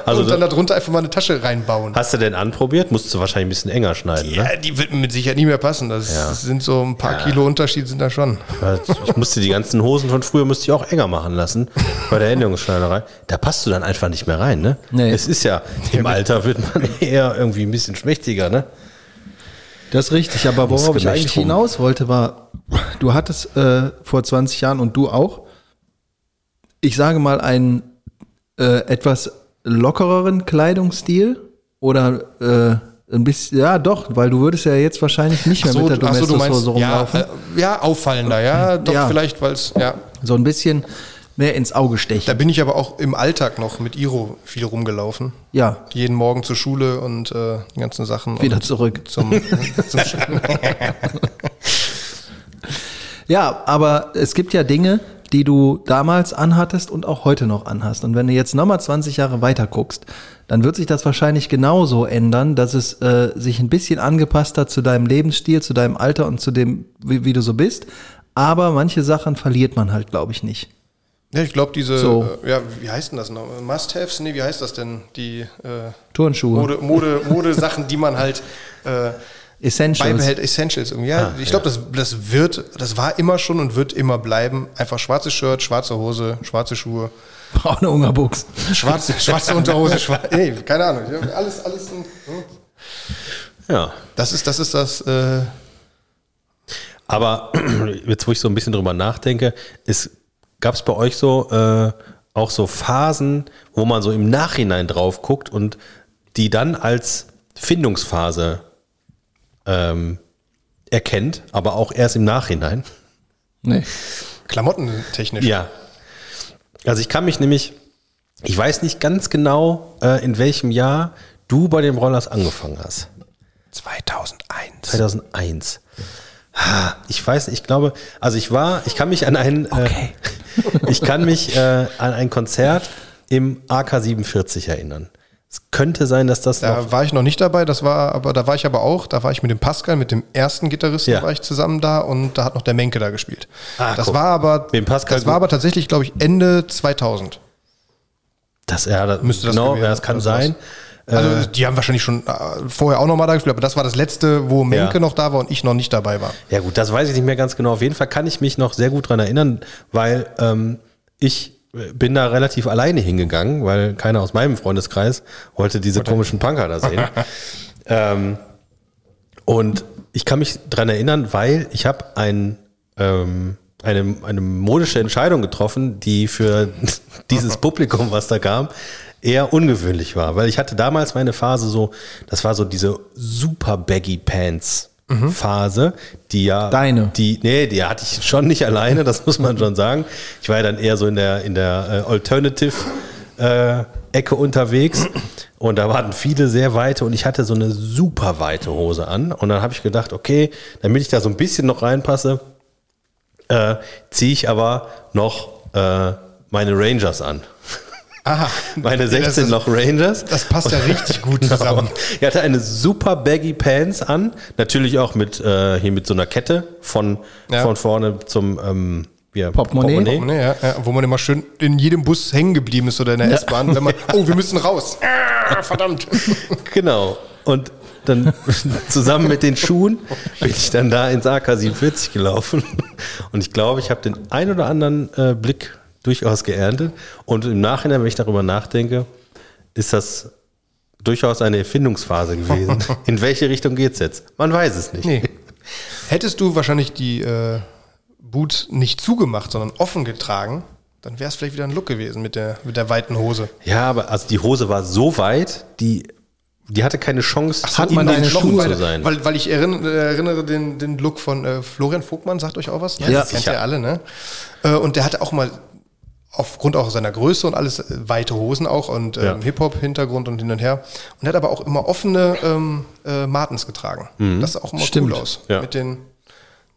Speaker 2: Also
Speaker 1: und dann darunter einfach mal eine Tasche reinbauen.
Speaker 2: Hast du denn anprobiert? Musst du wahrscheinlich ein bisschen enger schneiden, ne?
Speaker 1: Ja, die wird mir mit Sicherheit nicht mehr passen. Das
Speaker 2: Ja.
Speaker 1: sind so ein paar Kilo Unterschied sind da schon.
Speaker 2: Weil Ich musste die ganzen Hosen von früher musste ich auch enger machen lassen bei der Änderungsschneiderei. Da passt du dann einfach nicht mehr rein, ne?
Speaker 3: Nee.
Speaker 2: Es ist ja, im Alter wird man eher irgendwie ein bisschen schmächtiger, ne?
Speaker 3: Das ist richtig, aber
Speaker 2: Muss
Speaker 3: worauf ich
Speaker 2: gemächt
Speaker 3: eigentlich
Speaker 2: rum.
Speaker 3: hinaus wollte, war, du hattest äh, vor 20 Jahren und du auch, ich sage mal, einen äh, etwas lockereren Kleidungsstil oder äh, ein bisschen, ja doch, weil du würdest ja jetzt wahrscheinlich nicht mehr mit der
Speaker 1: ach so,
Speaker 3: Domestos so
Speaker 1: ja,
Speaker 3: rumlaufen. Mhm.
Speaker 1: äh, ja, auffallender, ja, doch
Speaker 3: Ja.
Speaker 1: vielleicht, weil es, ja.
Speaker 3: so ein bisschen mehr ins Auge
Speaker 1: Da
Speaker 3: stechen.
Speaker 1: bin ich aber auch im Alltag noch mit Iro viel rumgelaufen.
Speaker 3: Ja,
Speaker 1: Jeden Morgen zur Schule und äh, die ganzen Sachen.
Speaker 3: wieder
Speaker 1: und
Speaker 3: zurück.
Speaker 1: zum, zum
Speaker 3: Ja, aber es gibt ja Dinge, die du damals anhattest und auch heute noch anhast. Und wenn du jetzt nochmal 20 Jahre weiter guckst, dann wird sich das wahrscheinlich genauso ändern, dass es äh, sich ein bisschen angepasst hat zu deinem Lebensstil, zu deinem Alter und zu dem, wie, wie du so bist. Aber manche Sachen verliert man halt, glaube ich, nicht.
Speaker 1: Ja, ich glaube, diese,
Speaker 3: So.
Speaker 1: äh, ja, wie heißt denn das noch? Must-Haves? Nee, wie heißt das denn? Die äh,
Speaker 3: Turnschuhe,
Speaker 1: Mode, Mode, Mode-Sachen, die man halt äh,
Speaker 3: Essentials. Ah,
Speaker 1: beibehält, Essentials irgendwie. Ja, ich glaube, das, das wird, das war immer schon und wird immer bleiben. Einfach schwarzes Shirt, schwarze Hose, schwarze Schuhe,
Speaker 3: braune Ungerbuchs.
Speaker 1: schwarze, schwarze Unterhose, schwarze, nee, keine Ahnung. Ja, Alles, alles. ein-
Speaker 2: Ja.
Speaker 1: Das ist, das ist das, äh,
Speaker 2: Aber jetzt, wo ich so ein bisschen drüber nachdenke, es gab es bei euch so äh, auch so Phasen, wo man so im Nachhinein drauf guckt und die dann als Findungsphase ähm, erkennt, aber auch erst im Nachhinein.
Speaker 3: Nee.
Speaker 1: klamottentechnisch.
Speaker 2: Ja. Also ich kann mich nämlich, ich weiß nicht ganz genau, äh, in welchem Jahr du bei den Rollers angefangen hast.
Speaker 1: 2001.
Speaker 2: 2001. Ha, Ich weiß, nicht, ich glaube, also ich war, ich kann mich an ein,
Speaker 3: Okay.
Speaker 2: äh, ich kann mich äh, an ein Konzert im AK 47 erinnern. Es könnte sein, dass das noch,
Speaker 1: Da war ich noch nicht dabei, das war, aber da war ich aber auch, da war ich mit dem Pascal, mit dem ersten Gitarristen
Speaker 2: Ja.
Speaker 1: war ich zusammen da und da hat noch der Menke da gespielt.
Speaker 2: Ah,
Speaker 1: das
Speaker 2: guck.
Speaker 1: war aber
Speaker 2: Mit dem Pascal
Speaker 1: das war
Speaker 2: gut.
Speaker 1: aber tatsächlich, glaube ich, Ende 2000.
Speaker 2: dass er, das,
Speaker 1: Müsste das
Speaker 2: genau,
Speaker 1: gewesen
Speaker 2: ja, das kann
Speaker 1: sein,
Speaker 2: sein.
Speaker 1: Also die haben wahrscheinlich schon äh, vorher auch nochmal da gespielt, aber das war das letzte, wo Menke
Speaker 2: Ja.
Speaker 1: noch da war und ich noch nicht dabei war.
Speaker 2: Ja gut, das weiß ich nicht mehr ganz genau. Auf jeden Fall kann ich mich noch sehr gut dran erinnern, weil ähm, ich äh, bin da relativ alleine hingegangen, weil keiner aus meinem Freundeskreis wollte diese komischen Punker da sehen. ähm, und ich kann mich dran erinnern, weil ich habe ein, ähm, eine, eine modische Entscheidung getroffen, die für dieses Publikum, was da kam, eher ungewöhnlich war. Weil ich hatte damals meine Phase so, das war so diese super baggy Pants. Phase, die ja
Speaker 3: Deine.
Speaker 2: die nee, die hatte ich schon nicht alleine, das muss man schon sagen. Ich war ja dann eher so in der in der äh, Alternative äh, Ecke unterwegs und da waren viele sehr weite und ich hatte so eine super weite Hose an und dann habe ich gedacht, okay, damit ich da so ein bisschen noch reinpasse, äh, ziehe ich aber noch äh, meine Rangers an.
Speaker 1: Aha.
Speaker 2: Meine
Speaker 1: Das ist-
Speaker 2: 16 Loch Rangers.
Speaker 1: Das passt ja richtig gut
Speaker 2: Genau.
Speaker 1: zusammen.
Speaker 2: Er hatte eine super baggy Pants an, natürlich auch mit äh, hier mit so einer Kette von
Speaker 1: Ja.
Speaker 2: von vorne zum ähm, wie,
Speaker 3: Portemonnaie.
Speaker 1: Ne, ja, ja, wo man immer schön in jedem Bus hängen geblieben ist oder in der S-Bahn, wenn man, oh, wir müssen raus. Ah, verdammt.
Speaker 2: Genau. Und dann zusammen mit den Schuhen bin ich dann da ins AK 47 gelaufen und ich glaube, ich habe den ein oder anderen äh, Blick durchaus geerntet und im Nachhinein, wenn ich darüber nachdenke, ist das durchaus eine Erfindungsphase gewesen. In welche Richtung geht's jetzt? Man weiß es nicht.
Speaker 1: Nee. Hättest du wahrscheinlich die äh, Boot nicht zugemacht, sondern offen getragen, dann wäre es vielleicht wieder ein Look gewesen mit der, mit der weiten Hose.
Speaker 2: Ja, aber also die Hose war so weit, die, die hatte keine Chance,
Speaker 1: Ach so,
Speaker 2: in
Speaker 1: meine
Speaker 2: den
Speaker 1: Schuhe
Speaker 2: Schuhen
Speaker 1: weiter-
Speaker 2: zu sein.
Speaker 1: Weil, weil ich erinnere, erinnere den, den Look von äh, Florian Vogtmann, sagt euch auch was? Ne?
Speaker 3: Ja.
Speaker 1: das kennt
Speaker 2: Sicher.
Speaker 1: ihr alle, ne? Äh, und der hatte auch mal aufgrund auch seiner Größe und alles äh, weite Hosen auch und ähm,
Speaker 2: Ja.
Speaker 1: Hip-Hop-Hintergrund und hin und her. Und hat aber auch immer offene ähm, äh, Martens getragen. Das sah auch immer
Speaker 3: Stimmt.
Speaker 1: cool aus.
Speaker 2: Mhm. Ja.
Speaker 1: Mit, den,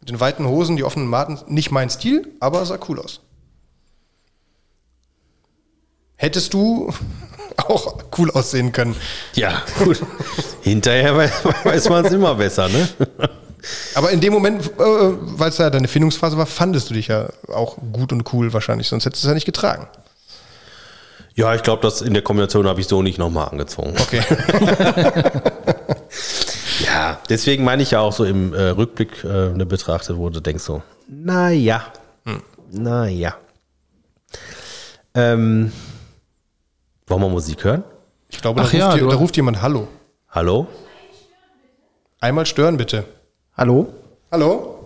Speaker 1: mit den weiten Hosen, die offenen Martens. Nicht mein Stil, aber sah cool aus. Hättest du auch cool aussehen können.
Speaker 2: ja, gut. Hinterher weiß, weiß man es immer besser, ne?
Speaker 1: Aber in dem Moment, äh, weil es ja deine Findungsphase war, fandest du dich ja auch gut und cool wahrscheinlich, sonst hättest du es ja nicht getragen.
Speaker 2: Ja, ich glaube, das in der Kombination habe ich so nicht nochmal angezogen.
Speaker 1: Okay.
Speaker 2: Ja, deswegen meine ich ja auch so im äh, Rückblick äh, ne, betrachtet, wo du denkst so, naja, naja. Ähm, wollen wir Musik hören?
Speaker 1: Ich glaube, da,
Speaker 3: Ach
Speaker 1: ruft,
Speaker 3: ja,
Speaker 1: hier,
Speaker 3: du-
Speaker 1: da ruft jemand Hallo.
Speaker 2: Hallo?
Speaker 1: Einmal stören bitte.
Speaker 3: Hallo?
Speaker 1: Hallo?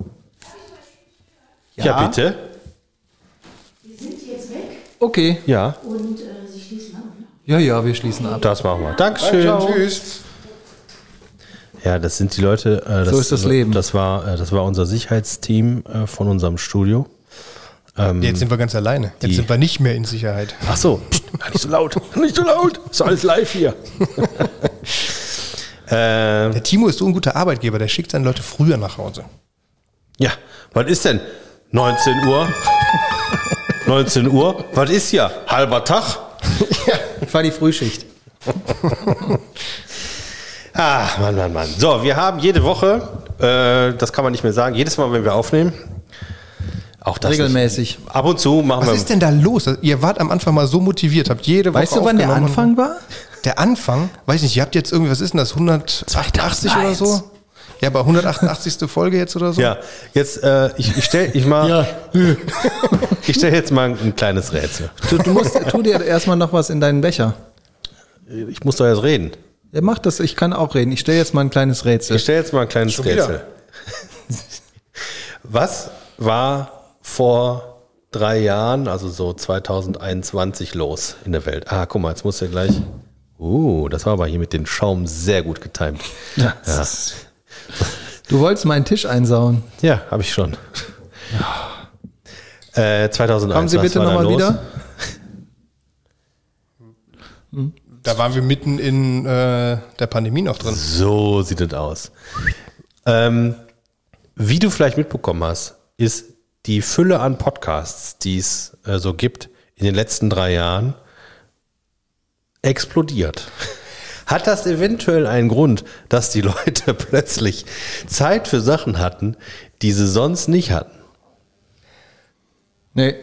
Speaker 2: Ja, bitte?
Speaker 4: Wir sind jetzt weg
Speaker 3: Okay.
Speaker 2: Ja,
Speaker 4: und äh, sie schließen ab. ne?
Speaker 3: Ja, ja, wir schließen ab.
Speaker 2: das machen wir. Dankeschön.
Speaker 1: Tschüss.
Speaker 2: Ja, das sind die Leute. Äh, das,
Speaker 3: So ist das Leben.
Speaker 2: Das war, äh, das war unser Sicherheitsteam äh, von unserem Studio.
Speaker 3: Ähm,
Speaker 1: Jetzt sind wir ganz alleine. Jetzt sind wir nicht mehr in Sicherheit.
Speaker 2: Ach so, nicht so laut, nicht so laut. Ist alles live hier. äh,
Speaker 1: Der Timo ist so ein guter Arbeitgeber, der schickt seine Leute früher nach Hause.
Speaker 2: ja, was ist denn? 19 Uhr. 19 Uhr. Was ist ja? Halber Tag.
Speaker 3: Das war die Frühschicht.
Speaker 2: Ah, Mann, Mann, Mann. So, wir haben jede Woche, äh, das kann man nicht mehr sagen, jedes Mal, wenn wir aufnehmen, auch das nicht.
Speaker 3: Regelmäßig.
Speaker 2: Ab und zu machen
Speaker 1: Was
Speaker 2: wir.
Speaker 1: ist denn da los? Ihr wart am Anfang mal so motiviert, habt jede Woche
Speaker 3: Weißt du, wann der
Speaker 1: aufgenommen.
Speaker 3: Anfang war?
Speaker 1: Der Anfang, weiß nicht, ihr habt jetzt irgendwie, was ist denn das, 188 oder so? Ja, aber 188. Folge jetzt oder so?
Speaker 2: Ja, jetzt, äh, ich, ich stelle ich mal, ich stell jetzt mal ein kleines Rätsel.
Speaker 3: Du, du musst, tu dir erstmal noch was in deinen Becher.
Speaker 2: Ich muss doch jetzt reden.
Speaker 3: Er macht das, ich kann auch reden. Ich stelle jetzt mal ein kleines Rätsel.
Speaker 2: Ich stelle jetzt mal ein kleines
Speaker 1: Schon wieder?
Speaker 2: Rätsel. Was war vor drei Jahren, also so 2021, los in der Welt? Ah, guck mal, jetzt muss er gleich. Uh, das war aber hier mit dem Schaum sehr gut getimt.
Speaker 3: Ja. Du wolltest meinen Tisch einsauen.
Speaker 2: Ja, habe ich schon. Äh, 2001.
Speaker 3: Kommen Sie
Speaker 2: was
Speaker 3: bitte
Speaker 2: war da
Speaker 3: nochmal
Speaker 2: los?
Speaker 3: wieder.
Speaker 1: Da waren wir mitten in äh, der Pandemie noch drin.
Speaker 2: So sieht es aus. Ähm, wie du vielleicht mitbekommen hast, ist die Fülle an Podcasts, die es äh, so gibt, in den letzten drei Jahren explodiert. Hat das eventuell einen Grund, dass die Leute plötzlich Zeit für Sachen hatten, die sie sonst nicht hatten?
Speaker 3: Nee.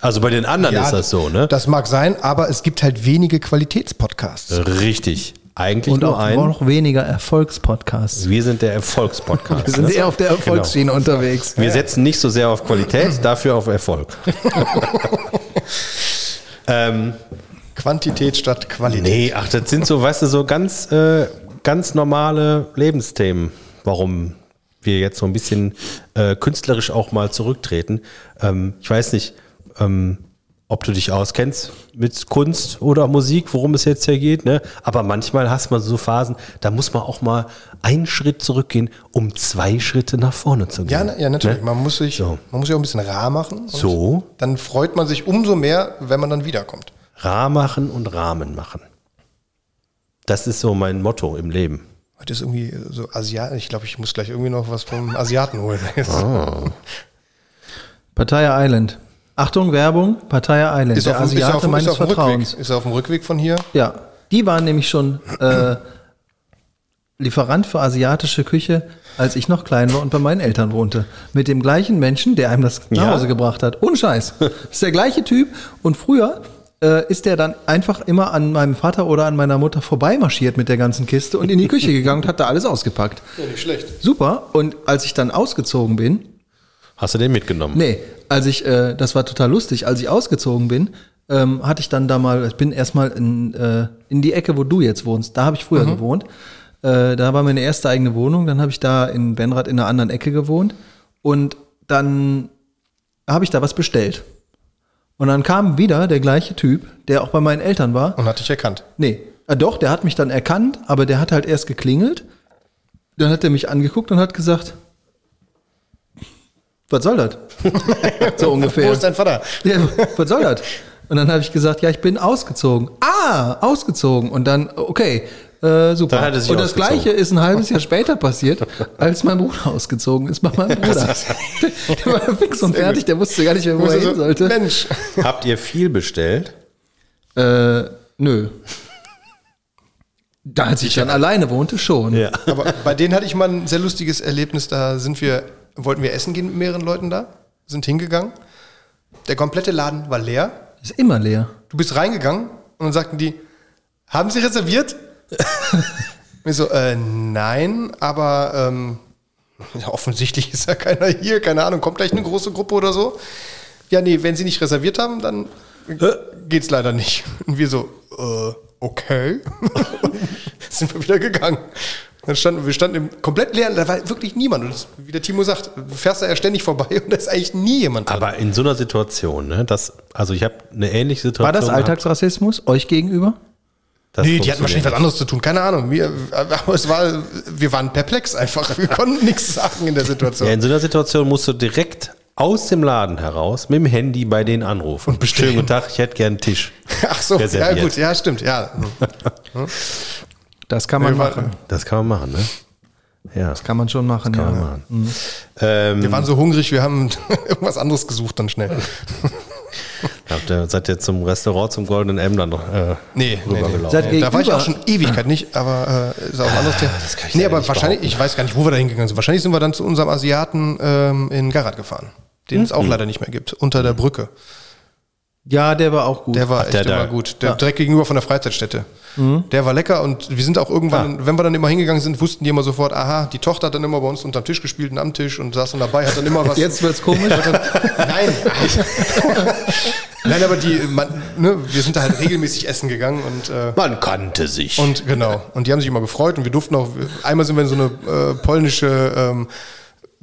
Speaker 2: Also bei den anderen ist das so, ne?
Speaker 1: Das mag sein, aber es gibt halt wenige Qualitätspodcasts.
Speaker 2: Richtig. Eigentlich
Speaker 3: Und
Speaker 2: nur
Speaker 3: auch
Speaker 2: einen.
Speaker 3: noch weniger Erfolgspodcasts.
Speaker 2: Wir sind der Erfolgspodcast. ne? Genau.
Speaker 3: Wir
Speaker 1: Genau.
Speaker 3: sind eher auf der Erfolgsschiene unterwegs.
Speaker 2: Wir setzen nicht so sehr auf Qualität, dafür auf Erfolg. ähm,
Speaker 1: Quantität statt Qualität.
Speaker 2: nee, ach, das sind so, weißt du, so ganz, äh, ganz normale Lebensthemen, warum wir jetzt so ein bisschen äh, künstlerisch auch mal zurücktreten. Ähm, ich weiß nicht, ähm, ob du dich auskennst mit Kunst oder Musik, worum es jetzt hier geht, ne? Aber manchmal hast man so Phasen, da muss man auch mal einen Schritt zurückgehen, um zwei Schritte nach vorne zu gehen.
Speaker 1: Ja, na- ja, natürlich.
Speaker 2: Ne?
Speaker 1: Man muss sich,
Speaker 2: So.
Speaker 1: man muss sich auch ein bisschen rar machen. und
Speaker 2: So.
Speaker 1: Dann freut man sich umso mehr, wenn man dann wiederkommt.
Speaker 2: Rar machen und Rahmen machen. Das ist so mein Motto im Leben.
Speaker 1: Heute ist irgendwie so Asiat. Ich glaube, ich muss gleich irgendwie noch was vom Asiaten holen.
Speaker 3: Pattaya Island. Achtung, Werbung, Pattaya Island. der
Speaker 1: dem-
Speaker 3: Asiate
Speaker 1: ist auf, dem-
Speaker 3: meines
Speaker 1: ist auf dem
Speaker 3: Vertrauens.
Speaker 1: Rückweg. Ist auf dem Rückweg von hier.
Speaker 3: Ja, die waren nämlich schon äh, Lieferant für asiatische Küche, als ich noch klein war und bei meinen Eltern wohnte. Mit dem gleichen Menschen, der einem das nach
Speaker 2: Ja.
Speaker 3: Hause gebracht hat. Ohne Scheiß. Das ist der gleiche Typ. Und früher äh, ist der dann einfach immer an meinem Vater oder an meiner Mutter vorbeimarschiert mit der ganzen Kiste und in die Küche gegangen und hat da alles ausgepackt.
Speaker 1: Ja, nicht schlecht.
Speaker 3: Super. Und als ich dann ausgezogen bin,
Speaker 2: Hast du den mitgenommen?
Speaker 3: Nee, als ich, äh, das war total lustig, als ich ausgezogen bin, ähm, hatte ich dann da mal, ich bin erstmal in, äh, in die Ecke, wo du jetzt wohnst, da habe ich früher gewohnt. Äh, da war meine erste eigene Wohnung, dann habe ich da in Benrath in einer anderen Ecke gewohnt und dann habe ich da was bestellt. Und dann kam wieder der gleiche Typ, der auch bei meinen Eltern war,
Speaker 1: Und hatte ich erkannt.
Speaker 3: Nee, äh, doch, der hat mich dann erkannt, aber der hat halt erst geklingelt. Dann hat er mich angeguckt und hat gesagt, was soll das? so
Speaker 1: Wo
Speaker 3: ungefähr.
Speaker 1: ist dein Vater?
Speaker 3: Ja, was soll das? Und dann habe ich gesagt, ja, ich bin ausgezogen. Ah, ausgezogen. Und dann, okay, äh, super.
Speaker 2: Dann hat er sich
Speaker 3: und das
Speaker 2: ausgezogen.
Speaker 3: Gleiche ist ein halbes Jahr später passiert, als mein Bruder ausgezogen ist bei meinem Bruder. Der war fix und fertig, der wusste gar nicht mehr, wo er hin sollte.
Speaker 1: Mensch.
Speaker 2: Habt ihr viel bestellt?
Speaker 3: Äh, nö. Da, als ich dann alleine wohnte, schon.
Speaker 2: Ja.
Speaker 1: Aber bei denen hatte ich mal ein sehr lustiges Erlebnis. Da sind wir, wollten wir essen gehen mit mehreren Leuten da, sind hingegangen. Der komplette Laden war leer.
Speaker 3: Ist immer leer.
Speaker 1: Du bist reingegangen und dann sagten die, haben Sie reserviert? Und ich so, äh, nein, aber ähm, ja, offensichtlich ist ja keiner hier, keine Ahnung, kommt gleich eine große Gruppe oder so. Ja, nee, wenn Sie nicht reserviert haben, dann geht's leider nicht. Und wir so, äh, okay. Und sind wir wieder gegangen. Dann standen, wir standen im komplett leeren, da war wirklich niemand. Und das, wie der Timo sagt, du fährst da ja ständig vorbei und da ist eigentlich nie jemand drin.
Speaker 2: Aber in so einer Situation, ne? Das, also ich habe eine ähnliche Situation.
Speaker 3: War das
Speaker 2: gehabt.
Speaker 3: Alltagsrassismus euch gegenüber?
Speaker 2: Das
Speaker 1: nee, die hatten wahrscheinlich was
Speaker 2: funktioniert.
Speaker 1: anderes zu tun, keine Ahnung. Wir, aber es war, wir waren perplex einfach. Wir konnten nichts sagen in der Situation.
Speaker 2: Ja, in so einer Situation musst du direkt aus dem Laden heraus mit dem Handy bei denen anrufen. Und
Speaker 1: bestellen.
Speaker 2: Schönen guten Tag, ich hätte gern einen Tisch.
Speaker 1: Ach so, ja
Speaker 2: reserviert.
Speaker 1: gut, ja stimmt, ja.
Speaker 3: Das kann man
Speaker 1: Wir waren-
Speaker 3: machen.
Speaker 2: Das kann man machen, ne? Ja, das
Speaker 3: Kann man schon machen,
Speaker 2: kann man
Speaker 3: ja.
Speaker 2: machen. Ähm,
Speaker 1: Wir waren so hungrig, wir haben irgendwas anderes gesucht dann schnell.
Speaker 2: habt ihr, seid ihr zum Restaurant zum Goldenen M dann noch äh,
Speaker 1: Nee, nee, nee.
Speaker 2: rübergelaufen?
Speaker 3: Seid
Speaker 1: Da war ich
Speaker 3: gegenüber-
Speaker 1: auch schon Ewigkeit nicht, aber äh, ist auch ein anderes Thema.
Speaker 2: das kann ich
Speaker 1: nee,
Speaker 2: leider
Speaker 1: aber
Speaker 2: nicht
Speaker 1: wahrscheinlich, ich weiß gar nicht, wo wir da hingegangen sind. Wahrscheinlich sind wir dann zu unserem Asiaten ähm, in Garat gefahren,
Speaker 3: Hm?
Speaker 1: den es auch leider nicht mehr gibt, unter
Speaker 2: Hm.
Speaker 1: der Brücke.
Speaker 3: Ja, der war auch gut.
Speaker 1: Der war echt
Speaker 2: der
Speaker 1: immer
Speaker 2: da.
Speaker 1: gut. Der direkt gegenüber von der Freizeitstätte.
Speaker 3: Mhm.
Speaker 1: Der war lecker und wir sind auch irgendwann, wenn wir dann immer hingegangen sind, wussten die immer sofort, aha, die Tochter hat dann immer bei uns unterm Tisch gespielt und am Tisch und saß dann dabei, hat dann immer was.
Speaker 3: Jetzt wird's komisch.
Speaker 1: Nein. Nein, aber die, man, ne, wir sind da halt regelmäßig essen gegangen und äh,
Speaker 2: Man kannte sich.
Speaker 1: und genau. Und die haben sich immer gefreut und wir durften auch, einmal sind wir in so eine äh, polnische ähm,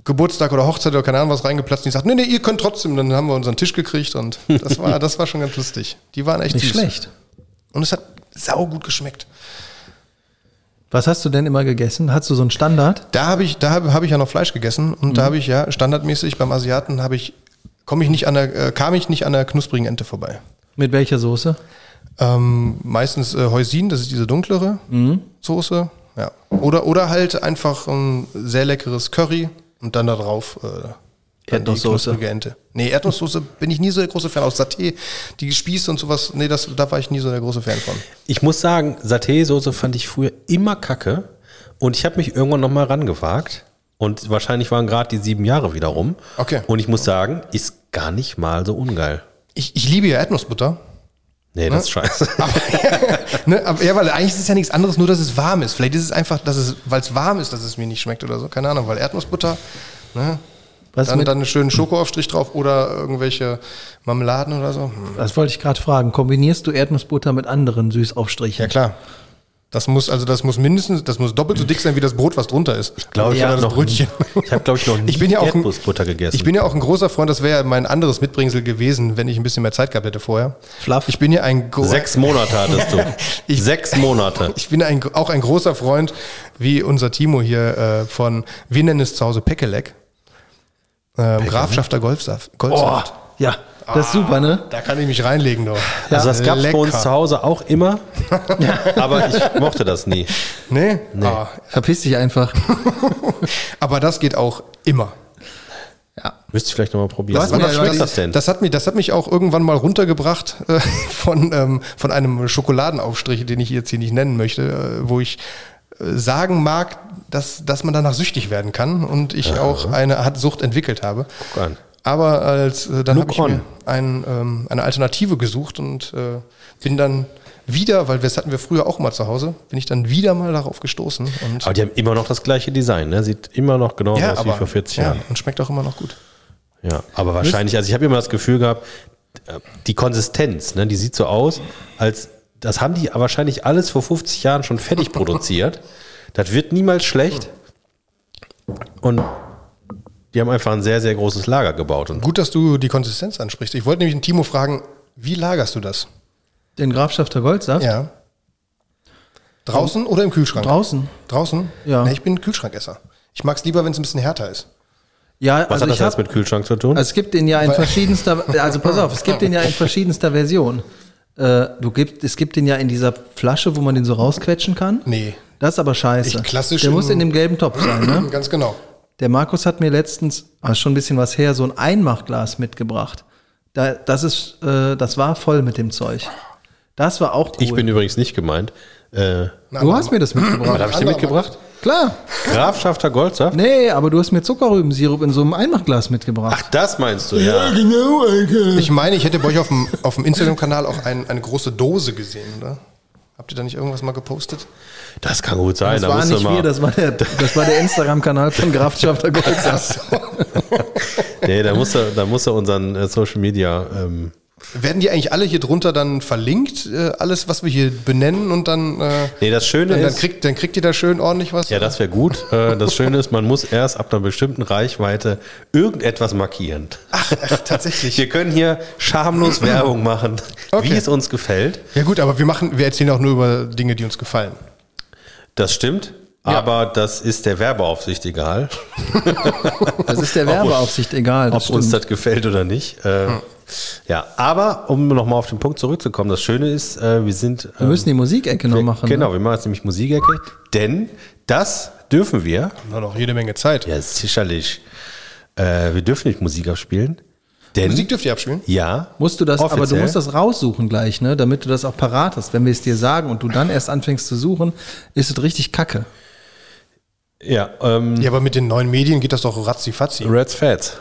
Speaker 1: Geburtstag oder Hochzeit oder keine Ahnung was reingeplatzt und die sagten, nee, nee, ihr könnt trotzdem. Dann haben wir unseren Tisch gekriegt und das war, das war schon ganz lustig. Die waren echt
Speaker 3: Nicht
Speaker 1: süß.
Speaker 3: schlecht.
Speaker 1: Und es hat sau gut geschmeckt.
Speaker 3: Was hast du denn immer gegessen? Hast du so einen Standard?
Speaker 1: Da habe ich, da habe hab ich ja noch Fleisch gegessen und da habe ich ja standardmäßig beim Asiaten habe ich, komme ich nicht an der, äh, kam ich nicht an der knusprigen Ente vorbei.
Speaker 3: Mit welcher Soße?
Speaker 1: Ähm, meistens äh, Heusin, das ist diese dunklere Soße. Ja. Oder, oder halt einfach ein sehr leckeres Curry und dann da drauf äh, dann die
Speaker 3: Erdnusssoße.
Speaker 1: knusprige Ente. Nee, Erdnusssoße bin ich nie so der große Fan. Auch Saté, die Spieße und sowas, nee, das, da war ich nie so der große Fan von.
Speaker 2: Ich muss sagen, Saté-Soße fand ich früher immer kacke und ich habe mich irgendwann nochmal rangewagt und wahrscheinlich waren gerade die sieben Jahre wieder rum.
Speaker 1: Okay.
Speaker 2: Und ich muss sagen, ist gar nicht mal so ungeil.
Speaker 1: Ich, ich liebe ja Erdnussbutter.
Speaker 2: Nee, das ist scheiße.
Speaker 1: Aber, ne, aber, ja, weil eigentlich ist es ja nichts anderes, nur dass es warm ist. Vielleicht ist es einfach, dass es, weil es warm ist, dass es mir nicht schmeckt oder so. Keine Ahnung, weil Erdnussbutter, ne?
Speaker 3: Was
Speaker 1: Dann,
Speaker 3: mit-
Speaker 1: dann einen schönen Schokoaufstrich drauf oder irgendwelche Marmeladen oder so. Hm.
Speaker 3: Das wollte ich gerade fragen. Kombinierst du Erdnussbutter mit anderen Süßaufstrichen?
Speaker 1: Ja klar. Das muss, also das muss mindestens, das muss doppelt so dick sein wie das Brot, was drunter ist. Ich
Speaker 2: Glaub, ich
Speaker 1: ja,
Speaker 2: hab
Speaker 1: das
Speaker 2: noch-
Speaker 1: Brötchen.
Speaker 2: Ich habe, glaube ich, noch nie
Speaker 1: Ich bin ja auch ein-
Speaker 2: Erdnussbutter gegessen.
Speaker 1: Ich bin ja auch ein großer Freund, das wäre ja mein anderes Mitbringsel gewesen, wenn ich ein bisschen mehr Zeit gehabt hätte vorher.
Speaker 3: Fluff.
Speaker 1: Ich bin ja ein gro-
Speaker 2: Sechs Monate hattest du.
Speaker 1: Ich-
Speaker 2: Sechs Monate.
Speaker 1: Ich bin ein, auch ein großer Freund, wie unser Timo hier äh, von, wir nennen es zu Hause Pekelec. Ähm, Grafschafter Golfsaft.
Speaker 3: Oh,
Speaker 1: Goldsaft.
Speaker 3: ja, das ist super, ne?
Speaker 1: Da kann ich mich reinlegen, doch.
Speaker 2: Oh. Also das gab es bei
Speaker 1: Lecker.
Speaker 2: uns zu Hause auch immer, aber ich mochte das nie.
Speaker 1: Nee? Ah,
Speaker 3: Verpiss dich einfach.
Speaker 1: aber das geht auch immer.
Speaker 2: Müsste ich vielleicht nochmal probieren.
Speaker 1: Das,
Speaker 2: Wonach
Speaker 1: das, das, das hat mich, das hat mich auch irgendwann mal runtergebracht äh, von, ähm, von einem Schokoladenaufstrich, den ich jetzt hier nicht nennen möchte, äh, wo ich äh, sagen mag, dass, dass man danach süchtig werden kann und ich auch eine Art Sucht entwickelt habe.
Speaker 2: Guck an.
Speaker 1: Aber als äh, dann
Speaker 2: Look
Speaker 1: habe ich
Speaker 2: on.
Speaker 1: mir ein, ähm, eine Alternative gesucht und äh, bin dann wieder, weil wir- das hatten wir früher auch mal zu Hause, bin ich dann wieder mal darauf gestoßen. Und,
Speaker 2: aber die haben immer noch das gleiche Design, ne? Sieht immer noch genau aus Also, wie vor 40
Speaker 1: ja,
Speaker 2: Jahren.
Speaker 1: und schmeckt auch immer noch gut.
Speaker 2: Ja, aber wahrscheinlich, also ich habe immer das Gefühl gehabt, äh, die Konsistenz, ne, die sieht so aus, als das haben die wahrscheinlich alles vor 50 Jahren schon fertig produziert. Das wird niemals schlecht. Und die haben einfach ein sehr, sehr großes Lager gebaut. Und
Speaker 1: Gut, dass du die Konsistenz ansprichst. Ich wollte nämlich den Timo fragen, wie lagerst du das?
Speaker 3: Den Grafschafter Goldsaft?
Speaker 1: Ja. Draußen oder im Kühlschrank?
Speaker 3: Draußen.
Speaker 1: Draußen?
Speaker 3: Ja.
Speaker 1: Nee, ich bin Kühlschrankesser. Ich mag es lieber, wenn es ein bisschen härter ist.
Speaker 3: Ja,
Speaker 2: was
Speaker 3: also
Speaker 2: hat das
Speaker 3: ich
Speaker 2: jetzt
Speaker 3: hab,
Speaker 2: mit Kühlschrank zu tun?
Speaker 3: also es gibt den ja in verschiedenster, also pass auf, es gibt den ja in verschiedenster Version. Äh, du gibt, es gibt den ja in dieser Flasche, wo man den so rausquetschen kann.
Speaker 1: Nee.
Speaker 3: Das ist aber scheiße.
Speaker 1: Ich klassisch
Speaker 3: Der muss
Speaker 1: in-
Speaker 3: in dem gelben Topf sein, ne?
Speaker 1: Ganz genau.
Speaker 3: Der Markus hat mir letztens, ah, ist schon ein bisschen was her, so ein Einmachglas mitgebracht. Da, das ist, äh, das war voll mit dem Zeug. Das war auch cool.
Speaker 2: Ich bin übrigens nicht gemeint. Äh,
Speaker 3: du hast mir das mitgebracht.
Speaker 2: was habe ich dir
Speaker 1: anderer
Speaker 2: mitgebracht?
Speaker 3: Klar.
Speaker 2: Grafschafter Goldsaft?
Speaker 3: Nee, aber du hast mir Zuckerrübensirup in so einem Einmachglas mitgebracht.
Speaker 2: Ach, das meinst du, ja.
Speaker 1: Ich meine, ich hätte bei euch auf dem, auf dem Instagram-Kanal auch ein, eine große Dose gesehen, oder? Habt ihr da nicht irgendwas mal gepostet?
Speaker 2: Das kann gut sein.
Speaker 3: das
Speaker 2: da
Speaker 3: war
Speaker 2: musst du
Speaker 3: nicht
Speaker 2: mal-
Speaker 3: wir, das war der, das war der Instagram-Kanal von Grafschafter Goldsaft.
Speaker 2: Nee, da musst du, da musst du unseren äh, Social Media. Ähm,
Speaker 1: Werden die eigentlich alle hier drunter dann verlinkt, äh, alles, was wir hier benennen und dann, äh,
Speaker 2: nee, das Schöne
Speaker 1: dann, dann,
Speaker 2: ist.
Speaker 1: kriegt, dann kriegt ihr da schön ordentlich was?
Speaker 2: Ja, das wäre gut. Äh, das Schöne ist, man muss erst ab einer bestimmten Reichweite irgendetwas markieren.
Speaker 1: Ach, ach, tatsächlich.
Speaker 2: Wir können hier schamlos Werbung machen,
Speaker 1: Okay.
Speaker 2: wie es uns gefällt.
Speaker 1: Ja gut, aber wir machen, wir erzählen auch nur über Dinge, die uns gefallen.
Speaker 2: Das stimmt, aber das ist der Werbeaufsicht egal,
Speaker 3: Das ist der Werbeaufsicht egal.
Speaker 2: ob
Speaker 3: Das
Speaker 2: uns
Speaker 3: stimmt.
Speaker 2: das gefällt oder nicht. Äh, Ja, aber um nochmal auf den Punkt zurückzukommen, das Schöne ist, äh, wir sind.
Speaker 3: Wir müssen die Musikecke noch machen. ne?
Speaker 2: Genau, wir machen jetzt nämlich Musikecke, denn das dürfen wir.
Speaker 1: Wir haben noch jede Menge Zeit.
Speaker 2: Ja, sicherlich. Äh, wir dürfen nicht Musik abspielen, denn
Speaker 1: Musik dürft ihr abspielen?
Speaker 2: ja,
Speaker 3: Musst du das, aber du
Speaker 2: offiziell.
Speaker 3: musst das raussuchen gleich, ne? damit du das auch parat hast. Wenn wir es dir sagen und du dann erst anfängst zu suchen, ist es richtig kacke.
Speaker 2: Ja, ähm,
Speaker 1: Ja, aber mit den neuen Medien geht das doch ratzifatzi.
Speaker 2: Reds Fats.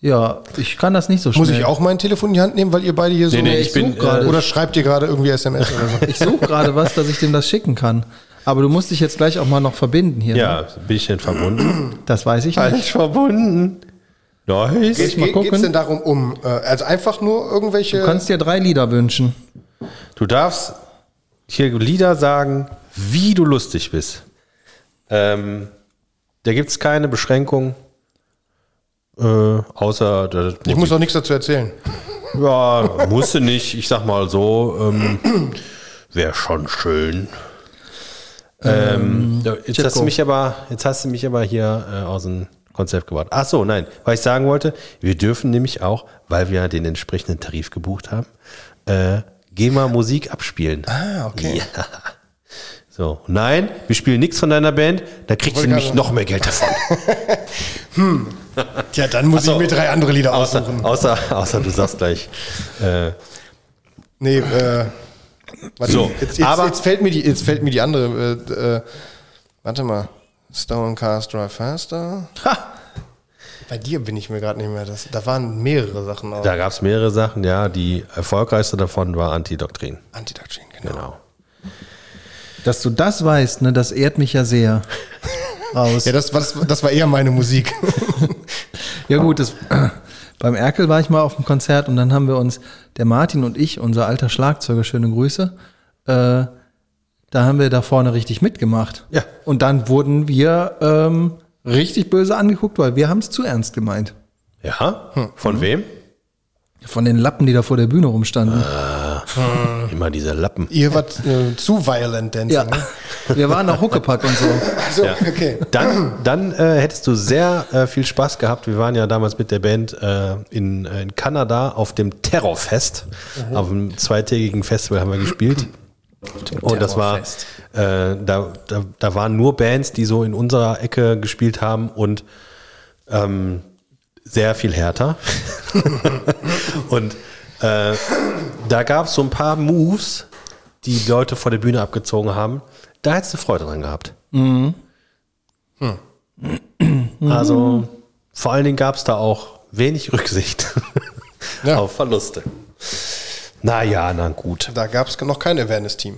Speaker 3: Ja, ich kann das nicht so schnell.
Speaker 1: Muss ich auch mein Telefon in die Hand nehmen, weil ihr beide hier so...
Speaker 2: nee,
Speaker 3: ich
Speaker 2: ich bin,
Speaker 3: such gerade.
Speaker 1: oder schreibt ihr gerade irgendwie SMS oder so?
Speaker 3: Ich suche gerade was, dass ich dem das schicken kann. Aber du musst dich jetzt gleich auch mal noch verbinden hier.
Speaker 2: Ja, bin ich denn verbunden?
Speaker 3: Ne? Das weiß ich nicht.
Speaker 2: Falsch verbunden. Nice.
Speaker 1: Geht,
Speaker 3: mal
Speaker 1: geht,
Speaker 3: gucken.
Speaker 1: geht's denn darum um, äh, also einfach nur irgendwelche...
Speaker 3: Du kannst dir drei Lieder wünschen.
Speaker 2: Du darfst hier Lieder sagen, wie du lustig bist. Ähm, da gibt's keine Beschränkung. Äh, außer das
Speaker 1: ich muss auch nichts dazu erzählen.
Speaker 2: ja, musste nicht. Ich sag mal so, ähm, wäre schon schön. Ähm, ja, jetzt, hast du
Speaker 3: Tschitko.
Speaker 2: mich aber, jetzt hast du mich aber hier äh, aus dem Konzept gebracht. Ach so, nein, was ich sagen wollte, wir dürfen nämlich auch, weil wir den entsprechenden Tarif gebucht haben, äh, GEMA Musik abspielen.
Speaker 1: Ah, okay.
Speaker 2: Ja. So, nein, wir spielen nichts von deiner Band, da kriegst du
Speaker 1: Wollte
Speaker 2: nämlich
Speaker 1: gerade-
Speaker 2: noch mehr Geld davon.
Speaker 1: Ja, dann muss
Speaker 2: so.
Speaker 1: ich mir drei andere Lieder
Speaker 2: Außer,
Speaker 1: aussuchen.
Speaker 2: außer, außer du sagst gleich. Äh,
Speaker 1: Nee, äh, warte,
Speaker 2: So,
Speaker 1: jetzt, jetzt,
Speaker 2: aber-
Speaker 1: jetzt, fällt mir die, jetzt fällt mir die andere. Äh, äh, warte mal. Stone Cars Drive Faster.
Speaker 3: Ha!
Speaker 1: Bei dir bin ich mir gerade nicht mehr. Das, da waren mehrere Sachen auch.
Speaker 2: Da gab es mehrere Sachen, ja. Die erfolgreichste davon war Antidoktrin.
Speaker 1: Antidoktrin, genau.
Speaker 2: Genau.
Speaker 3: Dass du das weißt, ne, das ehrt mich ja sehr. Raus.
Speaker 1: Ja,
Speaker 3: ja,
Speaker 1: das, war- das, das war eher meine Musik.
Speaker 3: gut, das, beim Erkel war ich mal auf dem Konzert und dann haben wir uns, der Martin und ich, unser alter Schlagzeuger, schöne Grüße, äh, da haben wir da vorne richtig mitgemacht.
Speaker 2: Ja.
Speaker 3: Und dann wurden wir ähm, richtig böse angeguckt, weil wir haben es zu ernst gemeint.
Speaker 2: Ja? Von wem?
Speaker 3: Von den Lappen, die da vor der Bühne rumstanden.
Speaker 1: Ah.
Speaker 2: Immer diese Lappen.
Speaker 1: Ihr wart äh, zu violent dancing.
Speaker 3: ja.
Speaker 1: Ne?
Speaker 3: Wir waren auch Huckepack und so.
Speaker 1: So,
Speaker 2: Ja.
Speaker 1: okay.
Speaker 2: Dann, dann äh, hättest du sehr äh, viel Spaß gehabt. Wir waren ja damals mit der Band äh, in, äh, in Kanada auf dem Terrorfest. Auf einem zweitägigen Festival haben wir gespielt. Und das war, äh,
Speaker 3: Terrorfest.
Speaker 2: da, da, da waren nur Bands, die so in unserer Ecke gespielt haben und ähm, sehr viel härter. und äh, da gab es so ein paar Moves, die Leute vor der Bühne abgezogen haben. Da hättest du Freude dran gehabt.
Speaker 1: Mhm.
Speaker 2: Also vor allen Dingen gab es da auch wenig Rücksicht
Speaker 1: Ja.
Speaker 2: auf Verluste. Naja, na gut.
Speaker 1: Da gab es noch kein Awareness-Team.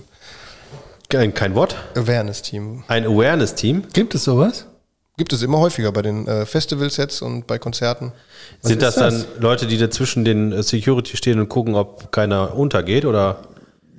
Speaker 2: Kein, kein Wort.
Speaker 1: Awareness-Team.
Speaker 2: Ein Awareness-Team.
Speaker 3: Gibt es sowas?
Speaker 1: Gibt es immer häufiger bei den äh, Festivals-Sets und bei Konzerten.
Speaker 2: Sind das,
Speaker 3: ist das?
Speaker 2: dann Leute, die dazwischen den äh, Security stehen und gucken, ob keiner untergeht? Oder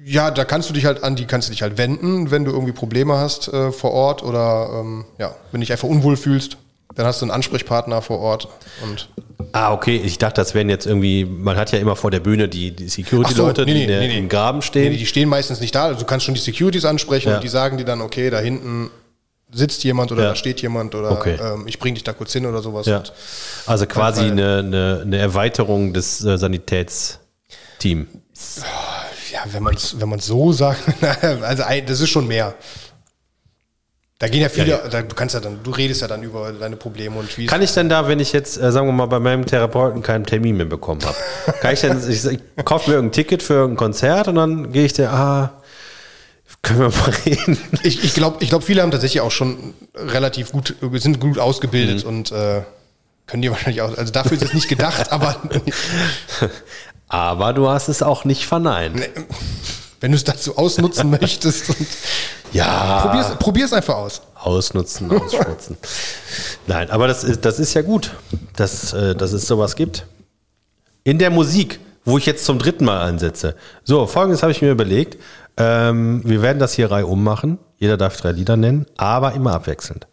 Speaker 1: Ja, da kannst du dich halt an die kannst du dich halt wenden, wenn du irgendwie Probleme hast äh, vor Ort oder ähm, ja, wenn du dich einfach unwohl fühlst, dann hast du einen Ansprechpartner vor Ort und
Speaker 2: Ah, okay, ich dachte, das wären jetzt irgendwie, man hat ja immer vor der Bühne die, die Security-Leute,
Speaker 1: Ach so, nee,
Speaker 2: die
Speaker 1: nee,
Speaker 2: in der-
Speaker 1: nee, nee.
Speaker 2: im Graben stehen.
Speaker 1: Nee, die stehen meistens nicht da. Also du kannst schon die Securities ansprechen
Speaker 2: Ja.
Speaker 1: und die sagen dir dann, okay, da hinten sitzt jemand oder
Speaker 2: Ja.
Speaker 1: da steht jemand oder
Speaker 2: Okay.
Speaker 1: ähm, ich bring dich da kurz hin oder sowas.
Speaker 2: ja.
Speaker 1: Und
Speaker 2: Also quasi
Speaker 1: Fall.
Speaker 2: eine, eine, eine Erweiterung des äh, Sanitätsteams.
Speaker 1: ja wenn man es wenn man's so sagt, also ein- das ist schon mehr. Da gehen ja viele,
Speaker 2: Ja, ja.
Speaker 1: Da, du kannst ja dann, du redest ja dann über deine Probleme und wie es-
Speaker 2: Kann ich denn da, wenn ich jetzt, äh, sagen wir mal, bei meinem Therapeuten keinen Termin mehr bekommen habe, kann ich dann, ich, ich kaufe mir irgendein Ticket für irgendein Konzert und dann gehe ich der, ah, können wir mal reden?
Speaker 1: Ich, ich glaube, ich glaub, viele haben tatsächlich auch schon relativ gut, sind gut
Speaker 2: Mhm.
Speaker 1: ausgebildet und äh, können die wahrscheinlich auch, also dafür ist es nicht gedacht, aber
Speaker 2: Aber du hast es auch nicht verneint.
Speaker 1: wenn du es dazu ausnutzen möchtest, und
Speaker 2: Ja.
Speaker 1: probier's, probier's einfach aus.
Speaker 2: Ausnutzen, ausschmutzen. Nein, aber das ist, das ist ja gut, dass, äh, dass es sowas gibt. In der Musik, wo ich jetzt zum dritten Mal ansetze. So, folgendes habe ich mir überlegt. Ähm, wir werden das hier reihum machen. Jeder darf drei Lieder nennen, aber immer abwechselnd.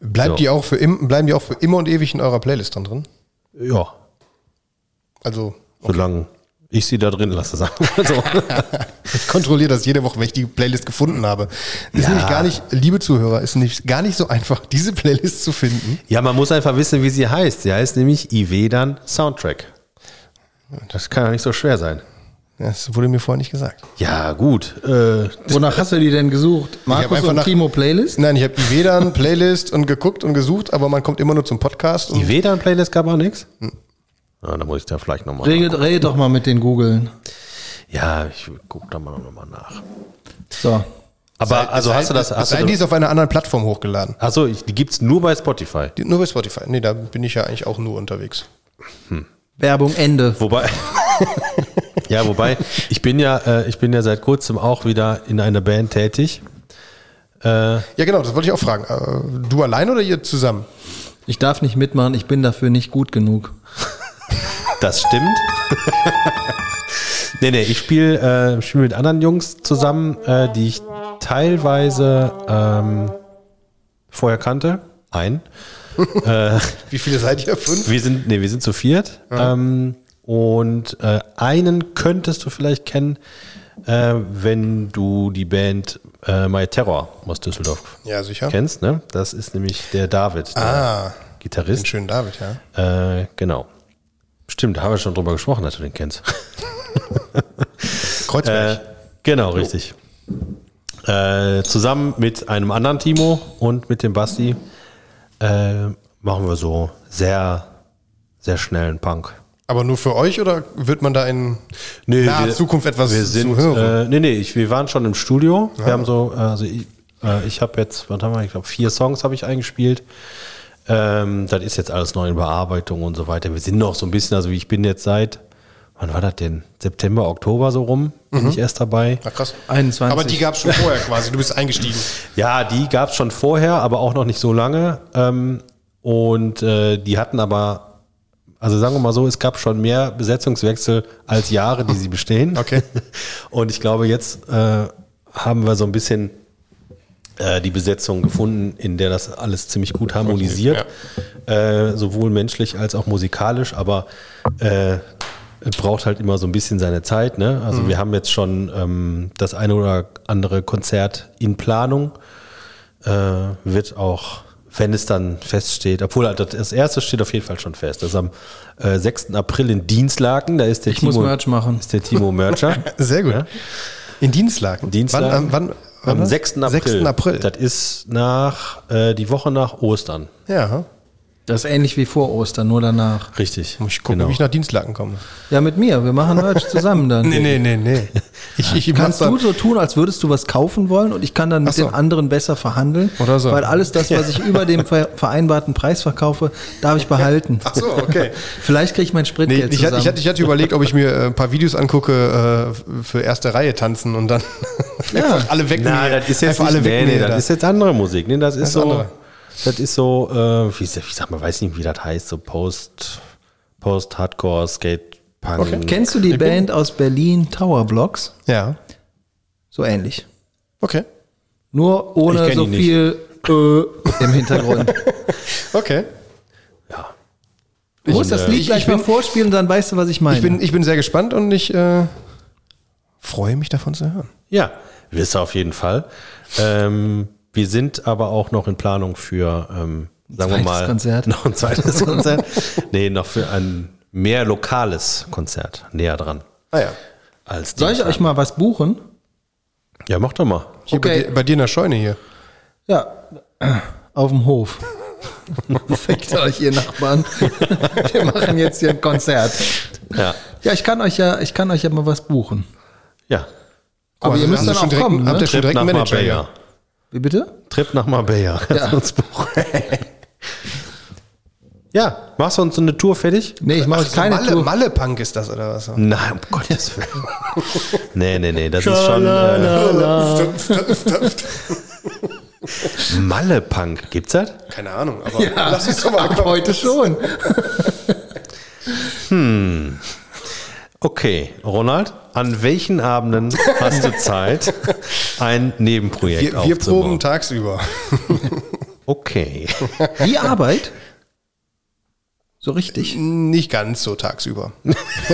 Speaker 1: Bleibt
Speaker 2: So.
Speaker 1: die auch für im, bleiben die auch für immer und ewig in eurer Playlist dann drin?
Speaker 2: Ja,
Speaker 1: Also
Speaker 2: solange ich sie da drin lasse, sagen wir mal so.
Speaker 1: ich kontrolliere das jede Woche, wenn ich die Playlist gefunden habe. Ist
Speaker 2: Ja.
Speaker 1: nämlich gar nicht, liebe Zuhörer, ist nicht, gar nicht so einfach, diese Playlist zu finden.
Speaker 2: Ja, man muss einfach wissen, wie sie heißt. Sie heißt nämlich IW dann Soundtrack. Das kann ja nicht so schwer sein.
Speaker 1: Das wurde mir vorher nicht gesagt.
Speaker 2: Ja, gut. Äh,
Speaker 3: Wonach hast du die denn gesucht? Markus
Speaker 1: einfach
Speaker 3: und
Speaker 1: nach-
Speaker 3: Timo Playlist?
Speaker 1: Nein, ich habe Ivedan Playlist und geguckt und gesucht, aber man kommt immer nur zum Podcast. Und
Speaker 2: IW dann Playlist gab auch nichts? Ah, da muss ich da vielleicht nochmal.
Speaker 3: Rede, rede doch mal mit den Googeln.
Speaker 2: Ja, ich guck da mal nochmal nach.
Speaker 3: So.
Speaker 2: Aber also
Speaker 1: Es sei-
Speaker 2: hast du das?
Speaker 1: es
Speaker 2: Hast
Speaker 1: sei denn, die
Speaker 2: du,
Speaker 1: ist auf einer anderen Plattform hochgeladen.
Speaker 2: achso, ich, die gibt's nur bei Spotify.
Speaker 1: Die, nur bei Spotify. Nee, da bin ich ja eigentlich auch nur unterwegs.
Speaker 3: Werbung Ende.
Speaker 2: Wobei. ja, wobei, ich bin ja, äh, ich bin ja seit kurzem auch wieder in einer Band tätig.
Speaker 1: Ja, genau, das wollte ich auch fragen. Äh, Du allein oder ihr zusammen?
Speaker 3: Ich darf nicht mitmachen, ich bin dafür nicht gut genug.
Speaker 2: Das stimmt. nee, nee, ich spiele äh, spiel mit anderen Jungs zusammen, äh, die ich teilweise ähm, vorher kannte. Ein.
Speaker 1: Wie viele seid ihr? Fünf?
Speaker 2: Wir sind, nee, wir sind zu viert. Ähm, und äh, einen könntest du vielleicht kennen, äh, wenn du die Band äh, My Terror aus Düsseldorf
Speaker 1: Ja, sicher.
Speaker 2: kennst. Ne? Das ist nämlich der David, der
Speaker 1: Ah, den
Speaker 2: Gitarrist.
Speaker 1: schönen David, ja.
Speaker 2: Äh, genau. Stimmt, da haben wir schon drüber gesprochen, dass du den kennst.
Speaker 1: Kreuzberg. Oh.
Speaker 2: Genau, richtig. Äh, zusammen mit einem anderen Timo und mit dem Basti äh, machen wir so sehr, sehr schnellen Punk.
Speaker 1: Aber nur für euch oder wird man da in
Speaker 2: Nee,
Speaker 1: naher
Speaker 2: wir-
Speaker 1: Zukunft etwas
Speaker 2: wir sind,
Speaker 1: zu hören?
Speaker 2: Äh, nee, nee, ich, wir waren schon im Studio. Wir haben so, äh, also ich, äh, ich habe jetzt, was haben wir, ich glaube, vier Songs habe ich eingespielt. Ähm, das ist jetzt alles noch in Bearbeitung und so weiter. Wir sind noch so ein bisschen, also ich bin jetzt seit, wann war das denn? September, Oktober so rum,
Speaker 1: Mhm.
Speaker 2: bin ich erst dabei.
Speaker 1: Na krass.
Speaker 3: 21.
Speaker 1: Aber die gab es schon vorher quasi. Du bist eingestiegen.
Speaker 2: Ja, die gab es schon vorher, aber auch noch nicht so lange. Ähm, und äh, die hatten aber, also sagen wir mal so, es gab schon mehr Besetzungswechsel als Jahre, die sie bestehen.
Speaker 1: Okay.
Speaker 2: Und ich glaube, jetzt äh, haben wir so ein bisschen äh, die Besetzung gefunden, in der das alles ziemlich gut harmonisiert. Äh, sowohl menschlich als auch musikalisch, aber äh, es braucht halt immer so ein bisschen seine Zeit. Ne?
Speaker 1: Mhm.
Speaker 2: Also wir haben jetzt schon ähm, das eine oder andere Konzert in Planung. Äh, wird auch, wenn es dann feststeht, obwohl halt das- das erste steht auf jeden Fall schon fest. Das ist am äh, 6. April in Dienstlaken. Da ist der
Speaker 3: Ich
Speaker 2: Timo,
Speaker 3: muss Merch machen.
Speaker 2: Ist der Timo Mercher.
Speaker 1: Sehr gut.
Speaker 2: Ja.
Speaker 1: In Dienstlagen.
Speaker 2: Dienstlagen.
Speaker 1: Wann, ähm, wann, wann
Speaker 2: Am
Speaker 1: war's?
Speaker 2: 6. April.
Speaker 1: 6. April.
Speaker 2: Das ist nach, äh, die Woche nach Ostern.
Speaker 1: ja.
Speaker 3: Das ist ähnlich wie vor Ostern, nur danach.
Speaker 2: Richtig.
Speaker 1: Muss ich gucken,
Speaker 2: genau.
Speaker 1: wie ich nach Dienstlaken komme.
Speaker 3: Ja, mit mir. Wir machen Merch zusammen dann.
Speaker 1: nee, nee, nee. Ich, ich mach's
Speaker 3: Kannst du
Speaker 1: dann.
Speaker 3: so tun, als würdest du was kaufen wollen und ich kann dann mit
Speaker 1: Ach so.
Speaker 3: den anderen besser verhandeln,
Speaker 1: Oder so.
Speaker 3: weil alles das, was ich über dem ver vereinbarten Preis verkaufe, darf ich behalten.
Speaker 1: Ach so, okay.
Speaker 3: Vielleicht kriege ich mein
Speaker 1: Nee,
Speaker 3: Spritgeld
Speaker 1: ich, hatte,
Speaker 3: zusammen.
Speaker 1: ich, hatte, ich hatte überlegt, ob ich mir äh, ein paar Videos angucke äh, für erste Reihe tanzen und dann einfach alle weg.
Speaker 2: Na,
Speaker 1: nee,
Speaker 2: das ist jetzt
Speaker 1: einfach alle
Speaker 2: nicht-
Speaker 1: weg.
Speaker 2: nee, nee,
Speaker 1: nee, da.
Speaker 2: das ist jetzt andere Musik. Nee, das ist
Speaker 1: Das ist
Speaker 2: so,
Speaker 1: andere.
Speaker 2: das ist so, äh, wie, ist das- ich sag mal, weiß nicht, wie das heißt, so Post, Post Hardcore, Skate Punk.
Speaker 3: Kennst du die Band aus Berlin Tower Blocks?
Speaker 1: ja.
Speaker 3: So ähnlich.
Speaker 1: Okay.
Speaker 3: Nur
Speaker 2: Ich
Speaker 3: ohne
Speaker 2: kenn
Speaker 3: so
Speaker 2: die
Speaker 3: viel äh, im Hintergrund.
Speaker 1: Okay.
Speaker 2: Ja.
Speaker 3: Du musst das Lied
Speaker 1: ich-
Speaker 3: gleich
Speaker 1: ich
Speaker 3: mal
Speaker 1: bin-
Speaker 3: vorspielen, dann weißt du, was ich meine.
Speaker 1: Ich bin, ich bin sehr gespannt und ich äh, freue mich davon zu hören.
Speaker 2: Ja, wirst du auf jeden Fall. Ähm, wir sind aber auch noch in Planung für, ähm, sagen wir
Speaker 3: zweites
Speaker 2: mal,
Speaker 3: Konzert.
Speaker 2: noch ein zweites Konzert. Nee, noch für ein mehr lokales Konzert näher dran.
Speaker 1: Ah ja.
Speaker 2: Als
Speaker 3: Soll ich
Speaker 2: Dienstag.
Speaker 3: euch mal was buchen?
Speaker 2: Ja, mach doch mal.
Speaker 1: Hier
Speaker 3: Okay.
Speaker 1: bei, dir, bei dir in der Scheune hier.
Speaker 3: Ja, auf dem Hof. Fickt euch, ihr Nachbarn. Wir machen jetzt hier ein Konzert.
Speaker 2: Ja.
Speaker 3: Ja, ich kann euch ja, ich kann euch ja mal was buchen.
Speaker 2: Ja.
Speaker 3: Aber ihr
Speaker 1: Also, hast
Speaker 3: müsst dann
Speaker 1: du
Speaker 3: auch
Speaker 1: schon direkt,
Speaker 3: kommen.
Speaker 1: Habt ihr
Speaker 3: Ne?
Speaker 1: schon direkt einen Manager
Speaker 2: Marbella.
Speaker 1: hier?
Speaker 3: Wie bitte?
Speaker 2: Trip nach Marbella. Kannst du uns buchen. ja, machst du uns so eine Tour fertig?
Speaker 3: Nee, ich mache euch keine
Speaker 1: Malle,
Speaker 3: Tour.
Speaker 1: Malle Punk ist das oder was?
Speaker 2: Nein, um Gottes Willen. nee, nee, nee, das ist schon äh, äh, Malle-Punk. Gibt's das?
Speaker 1: Keine Ahnung, aber
Speaker 3: Ja,
Speaker 1: lass uns doch mal
Speaker 3: ab heute schon.
Speaker 2: Okay, Ronald, an welchen Abenden hast du Zeit, ein Nebenprojekt
Speaker 1: Wir, wir
Speaker 2: aufzubauen?
Speaker 1: proben tagsüber.
Speaker 2: Okay.
Speaker 3: Die Arbeit? So richtig.
Speaker 1: Nicht ganz so tagsüber.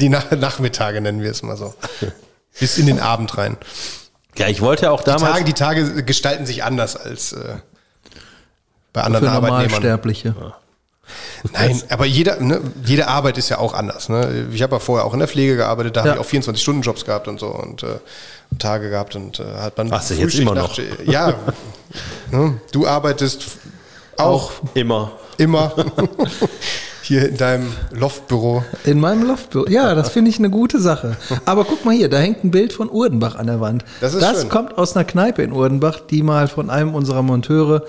Speaker 1: Die Nach Nachmittage nennen wir es mal so. Bis in den Abend rein.
Speaker 2: Ja, ich wollte ja auch
Speaker 1: Die
Speaker 2: damals.
Speaker 1: Tage, die Tage gestalten sich anders als äh, bei
Speaker 3: Für
Speaker 1: anderen Arbeitnehmern.
Speaker 3: Normalsterbliche.
Speaker 1: Nein, aber jeder, ne, jede Arbeit ist ja auch anders. Ne? Ich habe ja vorher auch in der Pflege gearbeitet, da
Speaker 3: Ja.
Speaker 1: habe ich auch 24-Stunden-Jobs gehabt und so und äh, Tage gehabt und äh, hat man
Speaker 2: Ach so, jetzt
Speaker 1: Frühschicht,
Speaker 2: immer noch.
Speaker 1: Nachtschicht- Ja, ne? du arbeitest f- auch,
Speaker 2: immer.
Speaker 1: immer hier in deinem Loftbüro.
Speaker 3: In meinem Loftbüro. Ja, das finde ich eine gute Sache. Aber guck mal hier, da hängt ein Bild von Urdenbach an der Wand.
Speaker 1: Das ist schön.
Speaker 3: kommt aus einer Kneipe in Urdenbach, die mal von einem unserer Monteure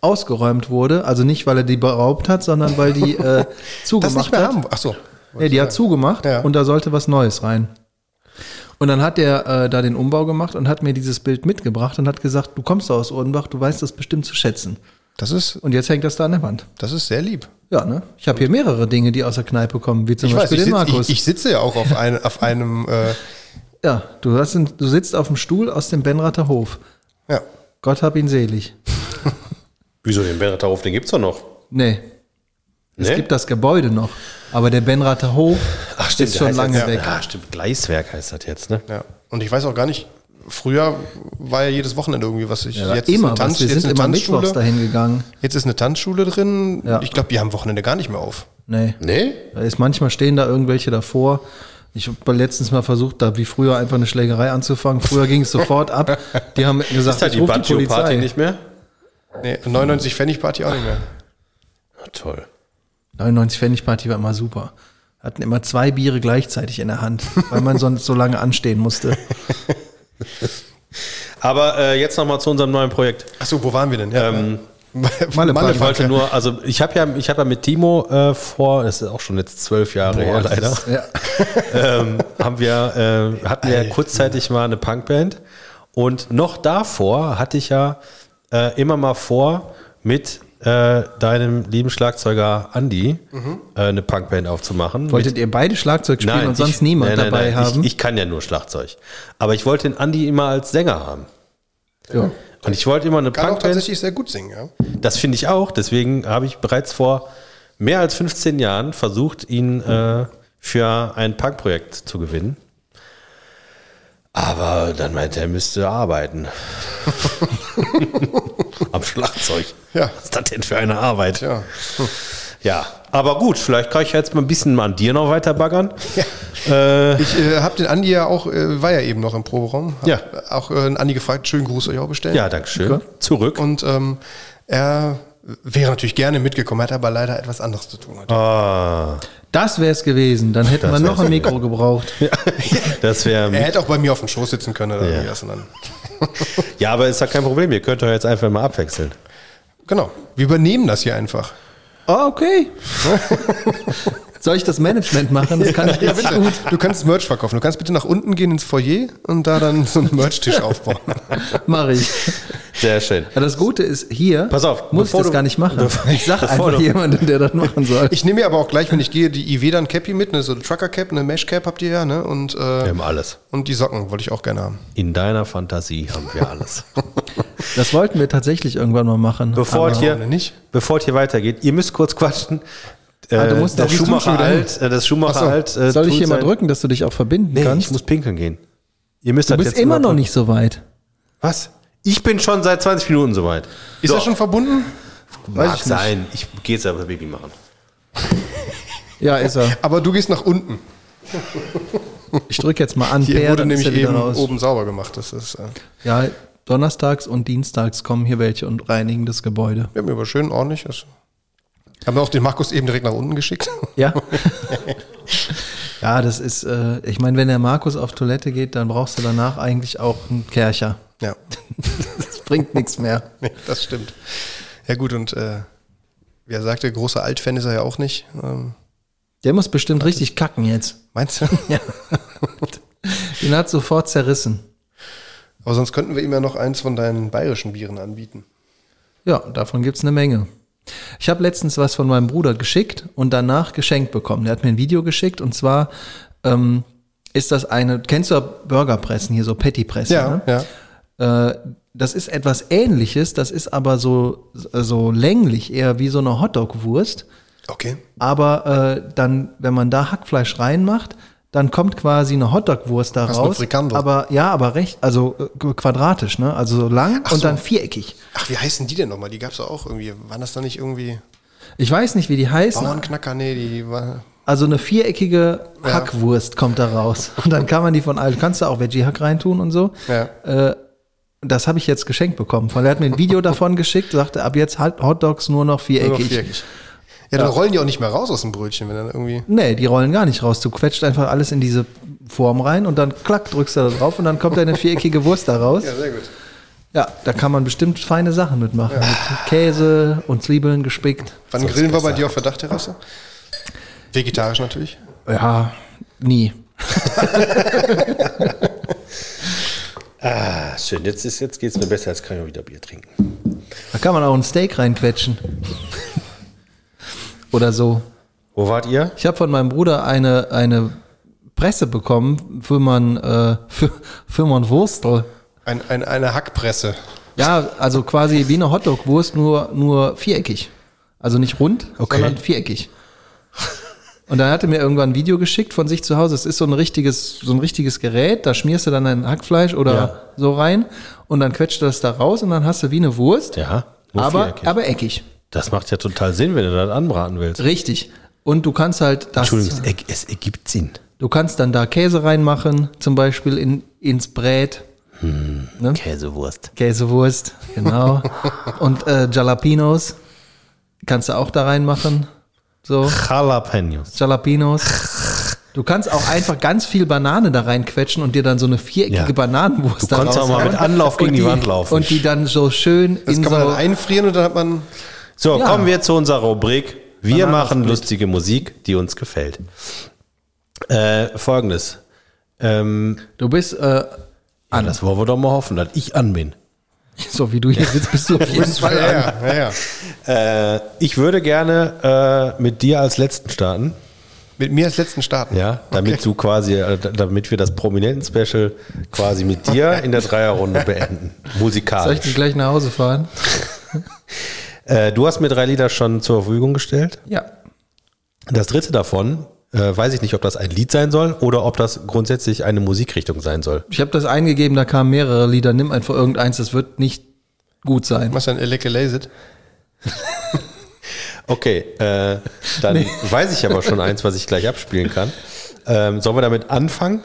Speaker 3: ausgeräumt wurde. Also nicht, weil er die beraubt hat, sondern weil die äh,
Speaker 1: Das nicht
Speaker 3: zugemacht
Speaker 1: mehr
Speaker 3: hat.
Speaker 1: haben. Ach so.
Speaker 3: Nee, die hat zugemacht
Speaker 1: Ja.
Speaker 3: und da sollte was Neues rein. Und dann hat der äh, da den Umbau gemacht und hat mir dieses Bild mitgebracht und hat gesagt, du kommst da aus Urdenbach, du weißt das bestimmt zu schätzen.
Speaker 1: Das ist,
Speaker 3: Und jetzt hängt das da an der Wand.
Speaker 1: das ist sehr lieb.
Speaker 3: Ja, ne? Ich habe hier mehrere Dinge, die aus der Kneipe kommen, wie zum
Speaker 1: Ich weiß,
Speaker 3: Beispiel
Speaker 1: ich,
Speaker 3: den
Speaker 1: sitz,
Speaker 3: Markus.
Speaker 1: ich, ich sitze ja auch auf, ein, auf einem, äh,
Speaker 3: Ja, du, hast ihn, du sitzt auf dem Stuhl aus dem Benrather Hof.
Speaker 1: ja,
Speaker 3: Gott hab ihn selig.
Speaker 2: Wieso den Berthahof, den gibt's doch noch.
Speaker 3: Nee, es
Speaker 2: Ne?
Speaker 3: gibt das Gebäude noch. Aber der Benrather Hof
Speaker 2: Ach, stimmt,
Speaker 3: ist
Speaker 2: der
Speaker 3: schon
Speaker 2: heißt
Speaker 3: lange
Speaker 2: jetzt,
Speaker 3: weg.
Speaker 2: Ja, Ah, stimmt. Gleiswerk heißt das jetzt, ne?
Speaker 1: ja. Und ich weiß auch gar nicht, früher war ja jedes Wochenende irgendwie was. Ich, jetzt ist
Speaker 3: Immer
Speaker 1: eine Tanz,
Speaker 3: was. Wir
Speaker 1: jetzt
Speaker 3: sind
Speaker 1: eine
Speaker 3: immer
Speaker 1: Tanzschule.
Speaker 3: mittwochs dahin gegangen.
Speaker 1: Jetzt ist eine Tanzschule drin.
Speaker 3: Ja.
Speaker 1: Ich glaube, die haben Wochenende gar nicht mehr auf.
Speaker 3: Nee.
Speaker 2: Nee?
Speaker 3: Da ist manchmal stehen da irgendwelche davor. Ich habe letztens mal versucht, da wie früher einfach eine Schlägerei anzufangen. Früher ging es sofort ab. Die haben gesagt,
Speaker 2: Ist halt
Speaker 3: ich
Speaker 2: die
Speaker 3: rufe die
Speaker 2: Baggio-Party
Speaker 3: Polizei.
Speaker 2: nicht mehr?
Speaker 1: Nee, 99 Pfennig Party auch nicht mehr.
Speaker 2: Na, Ah, toll.
Speaker 3: 99 Pfennig Party war immer super. Hatten immer zwei Biere gleichzeitig in der Hand, weil man sonst so lange anstehen musste.
Speaker 2: Aber äh, jetzt nochmal zu unserem neuen Projekt.
Speaker 1: Achso, wo waren wir denn? Ja,
Speaker 2: Ähm,
Speaker 1: Malle
Speaker 2: Ich wollte nur, also ich habe ja, ich habe ja mit Timo äh, vor, das ist auch schon jetzt zwölf Jahre her
Speaker 3: das
Speaker 2: leider,
Speaker 3: ist- Ja.
Speaker 2: ähm, haben wir, äh, hatten wir kurzzeitig mal eine Punkband. Und noch davor hatte ich ja äh, immer mal vor, mit äh, deinem lieben Schlagzeuger Andy äh, eine Punkband aufzumachen. mit,
Speaker 3: Wolltet Mhm. ihr beide Schlagzeug spielen und sonst
Speaker 2: ich-
Speaker 3: niemand
Speaker 2: nein, nein,
Speaker 3: dabei
Speaker 2: nein,
Speaker 3: haben?
Speaker 2: Ich, ich kann ja nur Schlagzeug. Aber ich wollte den Andy immer als Sänger haben.
Speaker 3: ja.
Speaker 2: Und ich wollte immer eine
Speaker 1: Kann auch
Speaker 2: Punkband.
Speaker 1: tatsächlich sehr gut singen, ja.
Speaker 2: Das finde ich auch. Deswegen habe ich bereits vor mehr als 15 Jahren versucht, ihn äh, für ein Punkprojekt zu gewinnen. Aber dann meinte er, er müsste arbeiten. Am Schlagzeug.
Speaker 1: Ja.
Speaker 2: Was ist das denn für eine Arbeit?
Speaker 1: Tja.
Speaker 2: Ja, aber gut, vielleicht kann ich jetzt mal ein bisschen mal an dir noch weiter baggern. Äh,
Speaker 1: Ich äh, habe den Andi ja auch, äh, war ja eben noch im Proberaum. Hab
Speaker 2: Ja.
Speaker 1: Auch äh, den Andi gefragt, schönen Gruß euch auch bestellen.
Speaker 2: ja, danke schön. Zurück.
Speaker 1: Und ähm, er wäre natürlich gerne mitgekommen, hat aber leider etwas anderes zu tun heute.
Speaker 2: Ah,
Speaker 3: Das wär's gewesen. Dann hätten wir noch ein Mikro gebraucht.
Speaker 2: das
Speaker 1: Er
Speaker 2: wäre.
Speaker 1: hätte auch bei mir auf dem Schoß sitzen können oder
Speaker 2: Ja.
Speaker 1: irgendwas und dann.
Speaker 2: Ja, aber ist ja kein Problem. Ihr könnt euch jetzt einfach mal abwechseln.
Speaker 1: Genau. Wir übernehmen das hier einfach.
Speaker 3: Ah, okay. Soll ich das Management machen? Das kann ich richtig gut.
Speaker 1: Du kannst Merch verkaufen. Du kannst bitte nach unten gehen ins Foyer und da dann so einen Merch-Tisch aufbauen.
Speaker 3: Mache ich.
Speaker 2: Sehr schön.
Speaker 3: Aber das Gute ist, hier
Speaker 2: Pass auf,
Speaker 3: muss ich
Speaker 2: bevor
Speaker 3: das
Speaker 2: du-
Speaker 3: gar nicht machen.
Speaker 2: bevor-
Speaker 3: ich sag
Speaker 2: bevor
Speaker 3: einfach
Speaker 2: du-
Speaker 3: jemanden, der das machen soll.
Speaker 1: Ich nehme mir aber auch gleich, wenn ich gehe, die IW dann Cappy mit, ne, so eine Trucker-Cap, eine Mesh-Cap habt ihr ja, ne? Und,
Speaker 2: Wir
Speaker 1: äh,
Speaker 2: haben alles.
Speaker 1: und die Socken wollte ich auch gerne haben.
Speaker 2: In deiner Fantasie haben wir alles.
Speaker 3: Das wollten wir tatsächlich irgendwann mal machen.
Speaker 2: Bevor
Speaker 3: Aber-
Speaker 2: es hier,
Speaker 1: warum denn nicht?
Speaker 2: bevor es hier weitergeht, ihr müsst kurz quatschen.
Speaker 3: Ah, du
Speaker 2: Äh,
Speaker 3: musst
Speaker 2: das
Speaker 3: doch-
Speaker 2: Schuhmacher
Speaker 3: Ach so.
Speaker 2: alt, äh, das Schuhmacher
Speaker 1: Ach so.
Speaker 2: alt. äh,
Speaker 3: soll ich
Speaker 2: tut
Speaker 3: hier mal
Speaker 2: sein-
Speaker 3: drücken, dass du dich auch verbinden
Speaker 2: Nee, ich
Speaker 3: kannst?
Speaker 2: muss pinkeln gehen. Ihr müsst
Speaker 3: du
Speaker 2: das
Speaker 3: bist
Speaker 2: jetzt
Speaker 3: immer noch
Speaker 2: überbrücken.
Speaker 3: nicht so weit.
Speaker 2: Was? Ich bin schon seit 20 Minuten soweit.
Speaker 1: Ist das schon verbunden?
Speaker 2: Mag
Speaker 1: ich nicht.
Speaker 2: sein. Ich gehe jetzt aber Baby machen.
Speaker 3: Ja, ist er.
Speaker 1: Aber du gehst nach unten.
Speaker 3: Ich drücke jetzt mal an.
Speaker 1: Hier
Speaker 3: Bär,
Speaker 1: wurde
Speaker 3: dann ist
Speaker 1: nämlich
Speaker 3: er wieder
Speaker 1: eben
Speaker 3: raus.
Speaker 1: oben sauber gemacht. Das ist, äh,
Speaker 3: Ja, donnerstags und dienstags kommen hier welche und reinigen das Gebäude.
Speaker 1: wir haben aber schön ordentlich. Das haben wir auch den Markus eben direkt nach unten geschickt.
Speaker 3: Ja. ja, das ist, äh, ich meine, wenn der Markus auf Toilette geht, dann brauchst du danach eigentlich auch einen Kercher.
Speaker 1: Ja,
Speaker 3: Das bringt nichts mehr.
Speaker 1: nee, das stimmt. Ja gut, und äh, wie er sagte, großer Altfan ist er ja auch nicht. Ähm,
Speaker 3: Der muss bestimmt richtig kacken jetzt.
Speaker 1: meinst du?
Speaker 3: Ja. Den hat sofort zerrissen.
Speaker 1: Aber sonst könnten wir ihm ja noch eins von deinen bayerischen Bieren anbieten.
Speaker 3: Ja, davon gibt's eine Menge. Ich habe letztens was von meinem Bruder geschickt und danach geschenkt bekommen. Der hat mir ein Video geschickt und zwar ähm, ist das eine, kennst du ja Burgerpressen hier, so Pattypressen? ne?
Speaker 1: ja.
Speaker 3: Äh, das ist etwas ähnliches, das ist aber so, so länglich, eher wie so eine Hotdog-Wurst.
Speaker 1: Okay.
Speaker 3: Aber äh, dann, wenn man da Hackfleisch reinmacht, dann kommt quasi eine Hotdogwurst da
Speaker 1: Fast eine
Speaker 3: raus.
Speaker 1: Frikandel.
Speaker 3: Aber ja, aber recht, also äh, quadratisch, ne? Also so lang
Speaker 1: Ach
Speaker 3: und
Speaker 1: so.
Speaker 3: dann viereckig.
Speaker 1: Ach, wie heißen die denn nochmal? Die gab es auch irgendwie. Waren das da nicht irgendwie
Speaker 3: Ich weiß nicht, wie die heißen.
Speaker 1: Bauernknacker? Nee, die war.
Speaker 3: Also eine viereckige Hackwurst kommt da raus. Und dann kann man die von allen, kannst du auch Veggie-Hack reintun und so. Äh,
Speaker 1: Ja.
Speaker 3: Das habe ich jetzt geschenkt bekommen, weil er hat mir ein Video davon geschickt, sagte, ab jetzt halt Hotdogs nur noch
Speaker 1: Nur
Speaker 3: viereckig.
Speaker 1: noch viereckig. Ja, dann rollen die auch nicht mehr raus aus dem Brötchen, wenn dann irgendwie.
Speaker 3: Nee, die rollen gar nicht raus. Du quetscht einfach alles in diese Form rein und dann klack, drückst du da drauf und dann kommt eine viereckige Wurst da raus. Ja.
Speaker 1: sehr gut.
Speaker 3: da kann man bestimmt feine Sachen mitmachen. Mit Käse und Zwiebeln gespickt.
Speaker 1: Wann grillen wir bei dir auf der Dachterrasse? Vegetarisch natürlich.
Speaker 3: Ja, nie.
Speaker 2: Ah, schön. Jetzt, ist- jetzt geht es mir besser. Jetzt kann ich auch wieder Bier trinken.
Speaker 3: Da kann man auch ein Steak reinquetschen. Oder so.
Speaker 2: Wo wart ihr?
Speaker 3: Ich habe von meinem Bruder eine, eine Presse bekommen für man, äh, für, für man Wurstel.
Speaker 1: Ein, ein, eine Hackpresse.
Speaker 3: Ja, also quasi wie eine Hotdog-Wurst, nur, nur viereckig. Also nicht rund,
Speaker 2: Okay.
Speaker 3: sondern viereckig. Und dann hat er mir irgendwann ein Video geschickt von sich zu Hause. Es ist so ein richtiges, so ein richtiges Gerät, da schmierst du dann dein Hackfleisch oder
Speaker 2: Ja.
Speaker 3: so rein und dann quetscht du das da raus und dann hast du wie eine Wurst,
Speaker 2: Ja. nur
Speaker 3: aber,
Speaker 2: viereckig.
Speaker 3: aber eckig.
Speaker 2: das macht ja total Sinn, wenn du das anbraten willst.
Speaker 3: Richtig. Und du kannst halt das
Speaker 2: Entschuldigung, es, es ergibt Sinn.
Speaker 3: Du kannst dann da Käse reinmachen, zum Beispiel in, ins Brät,
Speaker 2: Käsewurst.
Speaker 3: Käsewurst, genau. Und äh, Jalapenos kannst du auch da reinmachen. So,
Speaker 2: Jalapenos.
Speaker 3: Jalapenos. Du kannst auch einfach ganz viel Banane da reinquetschen und dir dann so eine viereckige
Speaker 2: Ja.
Speaker 3: Bananenwurst
Speaker 2: Du
Speaker 3: da
Speaker 2: kannst auch mal
Speaker 3: raushauen.
Speaker 2: mit Anlauf gegen
Speaker 3: Und
Speaker 2: die Wand laufen.
Speaker 3: Und die dann so schön
Speaker 1: Das
Speaker 3: in
Speaker 1: kann man dann
Speaker 3: so
Speaker 1: einfrieren und dann hat man.
Speaker 2: So,
Speaker 3: Ja.
Speaker 2: kommen wir zu unserer Rubrik. Wir
Speaker 3: Bananensplit.
Speaker 2: machen lustige Musik, die uns gefällt. Äh, Folgendes. Ähm,
Speaker 3: Du bist, äh,
Speaker 2: ja, Ah, das wollen wir doch mal hoffen, dass ich an bin.
Speaker 3: so wie du hier sitzt, bist du auf jeden Fall.
Speaker 1: Ja, ja, ja, ja.
Speaker 2: Äh, ich würde gerne äh, mit dir als letzten starten,
Speaker 1: Mit mir als letzten starten.
Speaker 2: ja, damit
Speaker 1: Okay.
Speaker 2: du quasi, äh, d- damit wir das Prominenten-Special quasi mit dir in der Dreierrunde beenden.
Speaker 3: Soll ich denn
Speaker 2: Musikalisch.
Speaker 3: gleich nach Hause fahren?
Speaker 2: Äh, du hast mir drei Lieder schon zur Verfügung gestellt.
Speaker 3: Ja.
Speaker 2: Das dritte davon, äh, weiß ich nicht, ob das ein Lied sein soll oder ob das grundsätzlich eine Musikrichtung sein soll.
Speaker 3: Ich habe das eingegeben, da kamen mehrere Lieder. Nimm einfach irgendeins, das wird nicht gut sein.
Speaker 1: Machst dann Elekelasit.
Speaker 2: Okay, äh, dann weiß ich aber schon eins, was ich gleich abspielen kann. Ähm, sollen wir damit anfangen?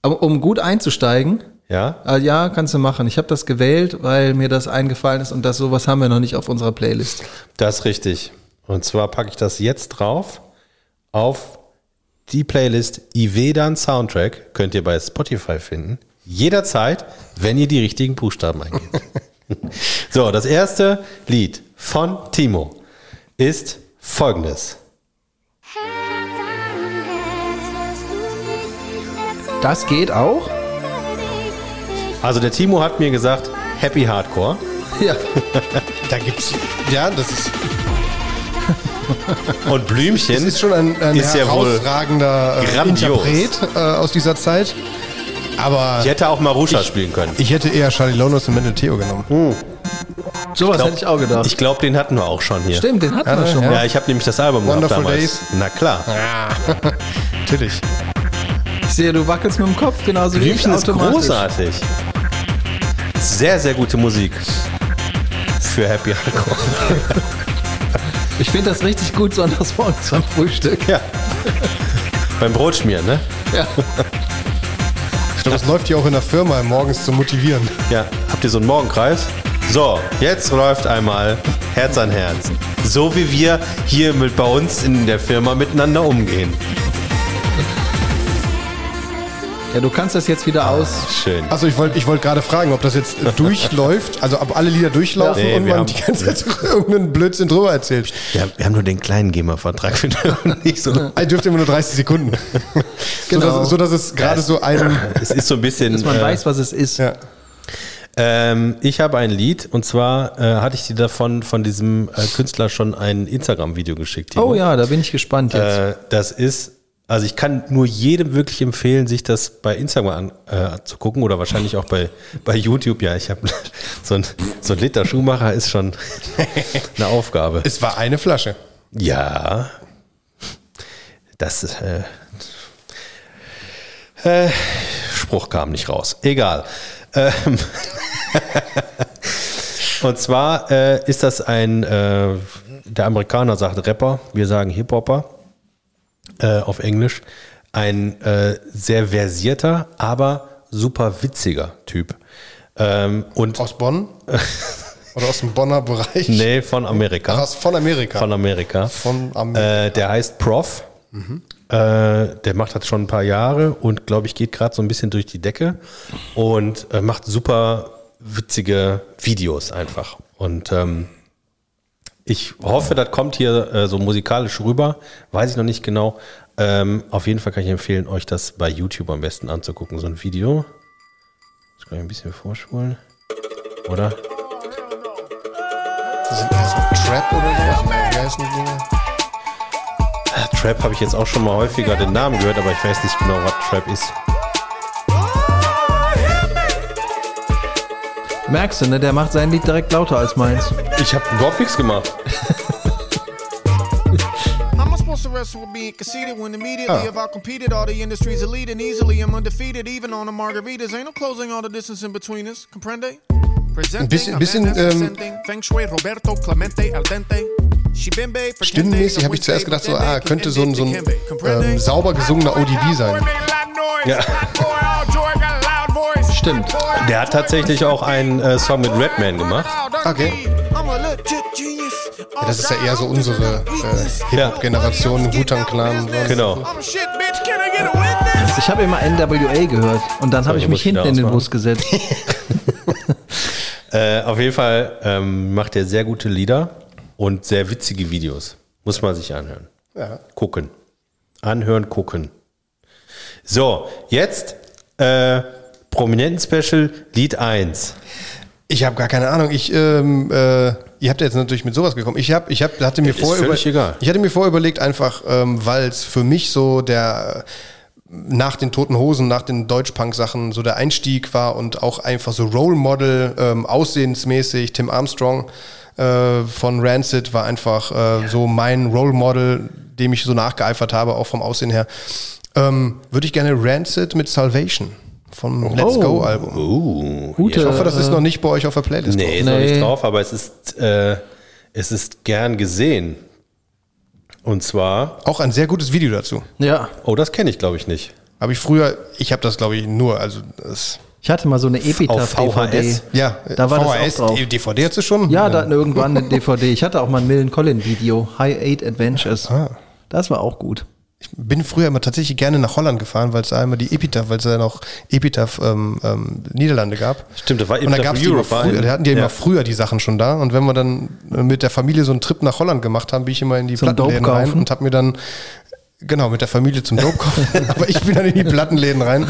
Speaker 3: Aber um gut einzusteigen,
Speaker 2: Ja.
Speaker 3: äh, ja, kannst du machen. Ich habe das gewählt, weil mir das eingefallen ist und das sowas haben wir noch nicht auf unserer Playlist.
Speaker 2: Das ist richtig. Und zwar packe ich das jetzt drauf auf die Playlist Ivedan Soundtrack. Könnt ihr bei Spotify finden. Jederzeit, wenn ihr die richtigen Buchstaben eingebt. so, das erste Lied von Timo ist folgendes.
Speaker 3: Das geht auch?
Speaker 2: Also der Timo hat mir gesagt, Happy Hardcore.
Speaker 3: Ja.
Speaker 1: Da gibt's. Ja, das ist,
Speaker 2: Und
Speaker 1: das
Speaker 2: Blümchen
Speaker 1: ist schon ein, ein
Speaker 2: Ist ja wohl
Speaker 1: herausragender äh,
Speaker 2: grandios.
Speaker 1: Interpret äh, aus dieser Zeit. Aber
Speaker 2: Ich hätte auch Marusha spielen können.
Speaker 1: ich hätte eher Charlie Lonos und Mendel Theo genommen.
Speaker 2: Oh,
Speaker 3: Sowas
Speaker 2: glaub-
Speaker 3: hätte ich auch gedacht.
Speaker 2: Ich glaube, den hatten wir auch schon hier.
Speaker 3: Stimmt, den hatten wir schon mal.
Speaker 2: Ja, ich habe nämlich das Album gehabt
Speaker 1: Wonderful
Speaker 2: damals.
Speaker 1: Days.
Speaker 2: Na klar.
Speaker 1: Natürlich.
Speaker 3: Ich sehe, du wackelst mit dem Kopf genauso wie ich
Speaker 2: Blümchen ist
Speaker 3: automatisch.
Speaker 2: großartig. Sehr, sehr gute Musik. Für Happy Hardcore.
Speaker 3: Ich finde das richtig gut, sonntagsmorgens beim Frühstück.
Speaker 2: Ja. Beim Brotschmieren, ne?
Speaker 3: Ja.
Speaker 1: Ich glaube, das läuft ja auch in der Firma, morgens zu motivieren.
Speaker 2: Ja. Habt ihr so einen Morgenkreis? So, jetzt läuft einmal Herz an Herz. So wie wir hier mit bei uns in der Firma miteinander umgehen.
Speaker 3: ja, du kannst das jetzt wieder aus.
Speaker 2: Schön.
Speaker 1: Also ich wollte ich wollt gerade fragen, ob das jetzt durchläuft, also ob alle Lieder durchlaufen
Speaker 2: Ja. Nee,
Speaker 1: und
Speaker 2: wir
Speaker 1: man
Speaker 2: haben-
Speaker 1: die ganze Zeit irgendeinen Blödsinn drüber erzählt.
Speaker 2: Ja, wir haben nur den kleinen GEMA-Vertrag. Wir dürfen nicht so
Speaker 1: Ihr dürft immer nur 30 Sekunden. so,
Speaker 3: Genau.
Speaker 1: dass, so dass es gerade so ein...
Speaker 2: Es ist so ein bisschen.
Speaker 3: Dass man
Speaker 2: äh,
Speaker 3: weiß, was es ist.
Speaker 1: Ja.
Speaker 2: ähm, ich habe ein Lied und zwar äh, hatte ich dir davon von diesem äh, Künstler schon ein Instagram-Video geschickt. Timo.
Speaker 3: Oh ja, da bin ich gespannt jetzt.
Speaker 2: Äh, das ist, also ich kann nur jedem wirklich empfehlen, sich das bei Instagram an, äh, zu gucken oder wahrscheinlich auch bei, bei YouTube. Ja, ich habe so ein, so ein Liter Schuhmacher ist schon eine Aufgabe.
Speaker 1: Es war eine Flasche.
Speaker 2: Ja. Das ist. Äh, äh, Spruch kam nicht raus. Egal. Ähm, Und zwar äh, ist das ein, äh, der Amerikaner sagt Rapper, wir sagen Hip-Hopper äh, auf Englisch. Ein äh, sehr versierter, aber super witziger Typ. Ähm, und
Speaker 1: Aus Bonn? Oder aus dem Bonner Bereich?
Speaker 2: nee, von Amerika.
Speaker 1: Aus, von Amerika.
Speaker 2: Von Amerika.
Speaker 1: Von Amerika. Mhm.
Speaker 2: Äh, der heißt Prof. Äh, der macht das schon ein paar Jahre und glaube ich geht gerade so ein bisschen durch die Decke und äh, macht super witzige Videos einfach. Und ähm, ich hoffe, das kommt hier äh, so musikalisch rüber. Weiß ich noch nicht genau. Ähm, auf jeden Fall kann ich empfehlen, euch das bei YouTube am besten anzugucken, so ein Video. Das kann ich ein bisschen vorspulen. Oder?
Speaker 1: Sind das so Trap oder sowas? Nein, wie heißen die Dinger?
Speaker 2: Äh, Trap habe ich jetzt auch schon mal häufiger den Namen gehört, aber ich weiß nicht genau, was Trap ist.
Speaker 3: Merkst du, ne? Der macht sein Lied direkt lauter als meins.
Speaker 2: Ich habe überhaupt nichts gemacht.
Speaker 5: How am I supposed to wrestle with being conceited when immediately
Speaker 1: Oh.
Speaker 5: if I competed all the industries elite and easily I'm undefeated even on the margaritas ain't no closing all the distance in between us comprende Presenting,
Speaker 1: bisschen- bisschen,
Speaker 5: amante,
Speaker 1: ähm,
Speaker 5: sexenting, Feng Shui Roberto Clemente al dente Shibembe,
Speaker 1: Stimmenmäßig habe ich zuerst gedacht, so, ah, könnte so ein, so ein ähm, sauber gesungener ODB sein.
Speaker 2: Ja.
Speaker 3: Stimmt.
Speaker 2: Der Äh, hat tatsächlich auch einen äh, Song mit Redman gemacht.
Speaker 1: Okay.
Speaker 5: I'm a legit genius.
Speaker 1: Ja, das ist ja eher so unsere äh, Hip-Hop-Generation, Wu-Tang-Clan.
Speaker 2: Genau.
Speaker 5: I'm shit, bitch. Can I get a witness?
Speaker 3: Ich habe immer NWA gehört und dann habe ich
Speaker 2: muss
Speaker 3: mich
Speaker 2: ich wieder
Speaker 3: hinten in den
Speaker 2: ausmachen.
Speaker 3: Bus gesetzt.
Speaker 2: Äh, auf jeden Fall ähm, macht er sehr gute Lieder und sehr witzige Videos. Muss man sich anhören.
Speaker 1: Ja.
Speaker 2: Gucken. Anhören, gucken. So, jetzt äh, Prominenten-Special, Lied 1.
Speaker 1: Ich habe gar keine Ahnung. Ich, ähm, äh, ihr habt jetzt natürlich mit sowas gekommen. Ich habe, ich hab, hatte mir
Speaker 2: Ist
Speaker 1: vorher
Speaker 2: völlig egal.
Speaker 1: ich hatte mir vorher überlegt einfach, ähm, weil es für mich so der äh, nach den Toten Hosen, nach den Deutschpunk-Sachen so der Einstieg war und auch einfach so Role Model ähm, aussehensmäßig Tim Armstrong äh, von Rancid war einfach äh, so mein Role Model, dem ich so nachgeeifert habe, auch vom Aussehen her. Ähm, Würde ich gerne Rancid mit Salvation vom Let's
Speaker 2: Oh.
Speaker 1: Go Album.
Speaker 2: Uh,
Speaker 3: Gute-
Speaker 1: Ich hoffe, das ist
Speaker 3: Äh,
Speaker 1: noch nicht bei euch auf der Playlist.
Speaker 2: Nee, ist noch
Speaker 3: Nee.
Speaker 2: nicht drauf, aber es ist, äh, es ist gern gesehen. Und zwar,
Speaker 1: Auch ein sehr gutes Video dazu.
Speaker 3: Ja.
Speaker 2: oh, das kenne ich glaube ich nicht.
Speaker 1: Habe ich früher, ich habe das glaube ich nur, also das,
Speaker 3: Ich hatte mal so eine
Speaker 2: Auf
Speaker 3: Epitaph-DVD.
Speaker 2: VHS.
Speaker 1: ja,
Speaker 3: Da war das auch drauf.
Speaker 1: die DVD hat sie schon.
Speaker 3: Ja, ne. dann irgendwann eine DVD. Ich hatte auch mal ein Millen Collin-Video. High Eight Adventures.
Speaker 1: Ah.
Speaker 3: Das war auch gut.
Speaker 1: Ich bin früher immer tatsächlich gerne nach Holland gefahren, weil es da immer die Epitaph, weil es da noch Epitaph ähm, ähm, Niederlande gab.
Speaker 2: Stimmt, das war
Speaker 1: Und da
Speaker 2: Epitaph
Speaker 1: gab's die immer
Speaker 2: Europe, war
Speaker 1: früher,
Speaker 2: in-
Speaker 1: da hatten die
Speaker 2: ja.
Speaker 1: immer früher die Sachen schon da. Und wenn wir dann äh, mit der Familie so einen Trip nach Holland gemacht haben, bin ich immer in die
Speaker 3: Zum
Speaker 1: Plattenläden
Speaker 3: Dope
Speaker 1: rein
Speaker 3: kaufen?
Speaker 1: und habe mir dann Genau, mit der Familie zum Dope kaufen. Aber ich bin dann in die Plattenläden rein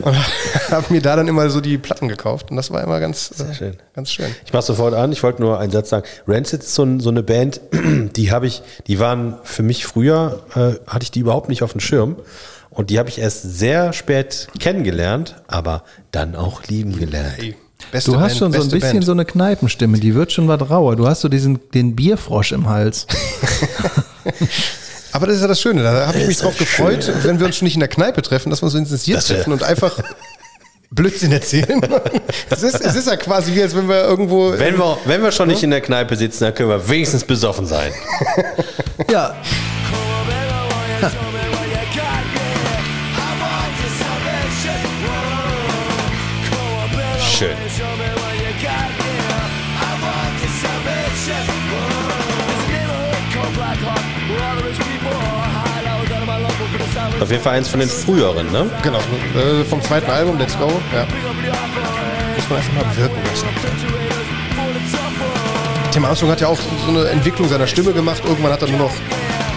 Speaker 1: und habe mir da dann immer so die Platten gekauft. Und das war immer ganz, äh,
Speaker 2: schön.
Speaker 1: ganz schön.
Speaker 2: Ich mach's sofort an, ich wollte nur einen Satz sagen. Rancid ist so, ein, so eine Band, die habe ich, die waren für mich früher, äh, hatte ich die überhaupt nicht auf dem Schirm. Und die habe ich erst sehr spät kennengelernt, aber dann auch lieben gelernt.
Speaker 1: Ey, beste
Speaker 3: Du hast
Speaker 1: Band,
Speaker 3: schon so ein
Speaker 1: beste
Speaker 3: bisschen
Speaker 1: Band.
Speaker 3: so eine Kneipenstimme. Die wird schon was rauer. Du hast so diesen, den Bierfrosch im Hals.
Speaker 1: Aber das ist ja das Schöne, da habe ich
Speaker 3: Äh,
Speaker 1: mich
Speaker 2: ist
Speaker 1: drauf
Speaker 2: das
Speaker 1: gefreut, wenn wir uns schon nicht in der Kneipe treffen, dass wir uns wenigstens hier
Speaker 2: Dass wir-
Speaker 1: treffen und einfach Blödsinn erzählen. es, ist, es ist ja quasi wie, als wenn wir irgendwo.
Speaker 2: Wenn wir, wenn wir schon nicht in der Kneipe sitzen, dann können wir wenigstens besoffen sein.
Speaker 3: ja.
Speaker 2: Schön. Auf jeden Fall eins von den früheren, ne?
Speaker 1: genau, äh, vom zweiten Album, Let's Go. Ja. Muss man einfach mal wirken lassen. Tim Armstrong hat ja auch so eine Entwicklung seiner Stimme gemacht. Irgendwann hat er nur noch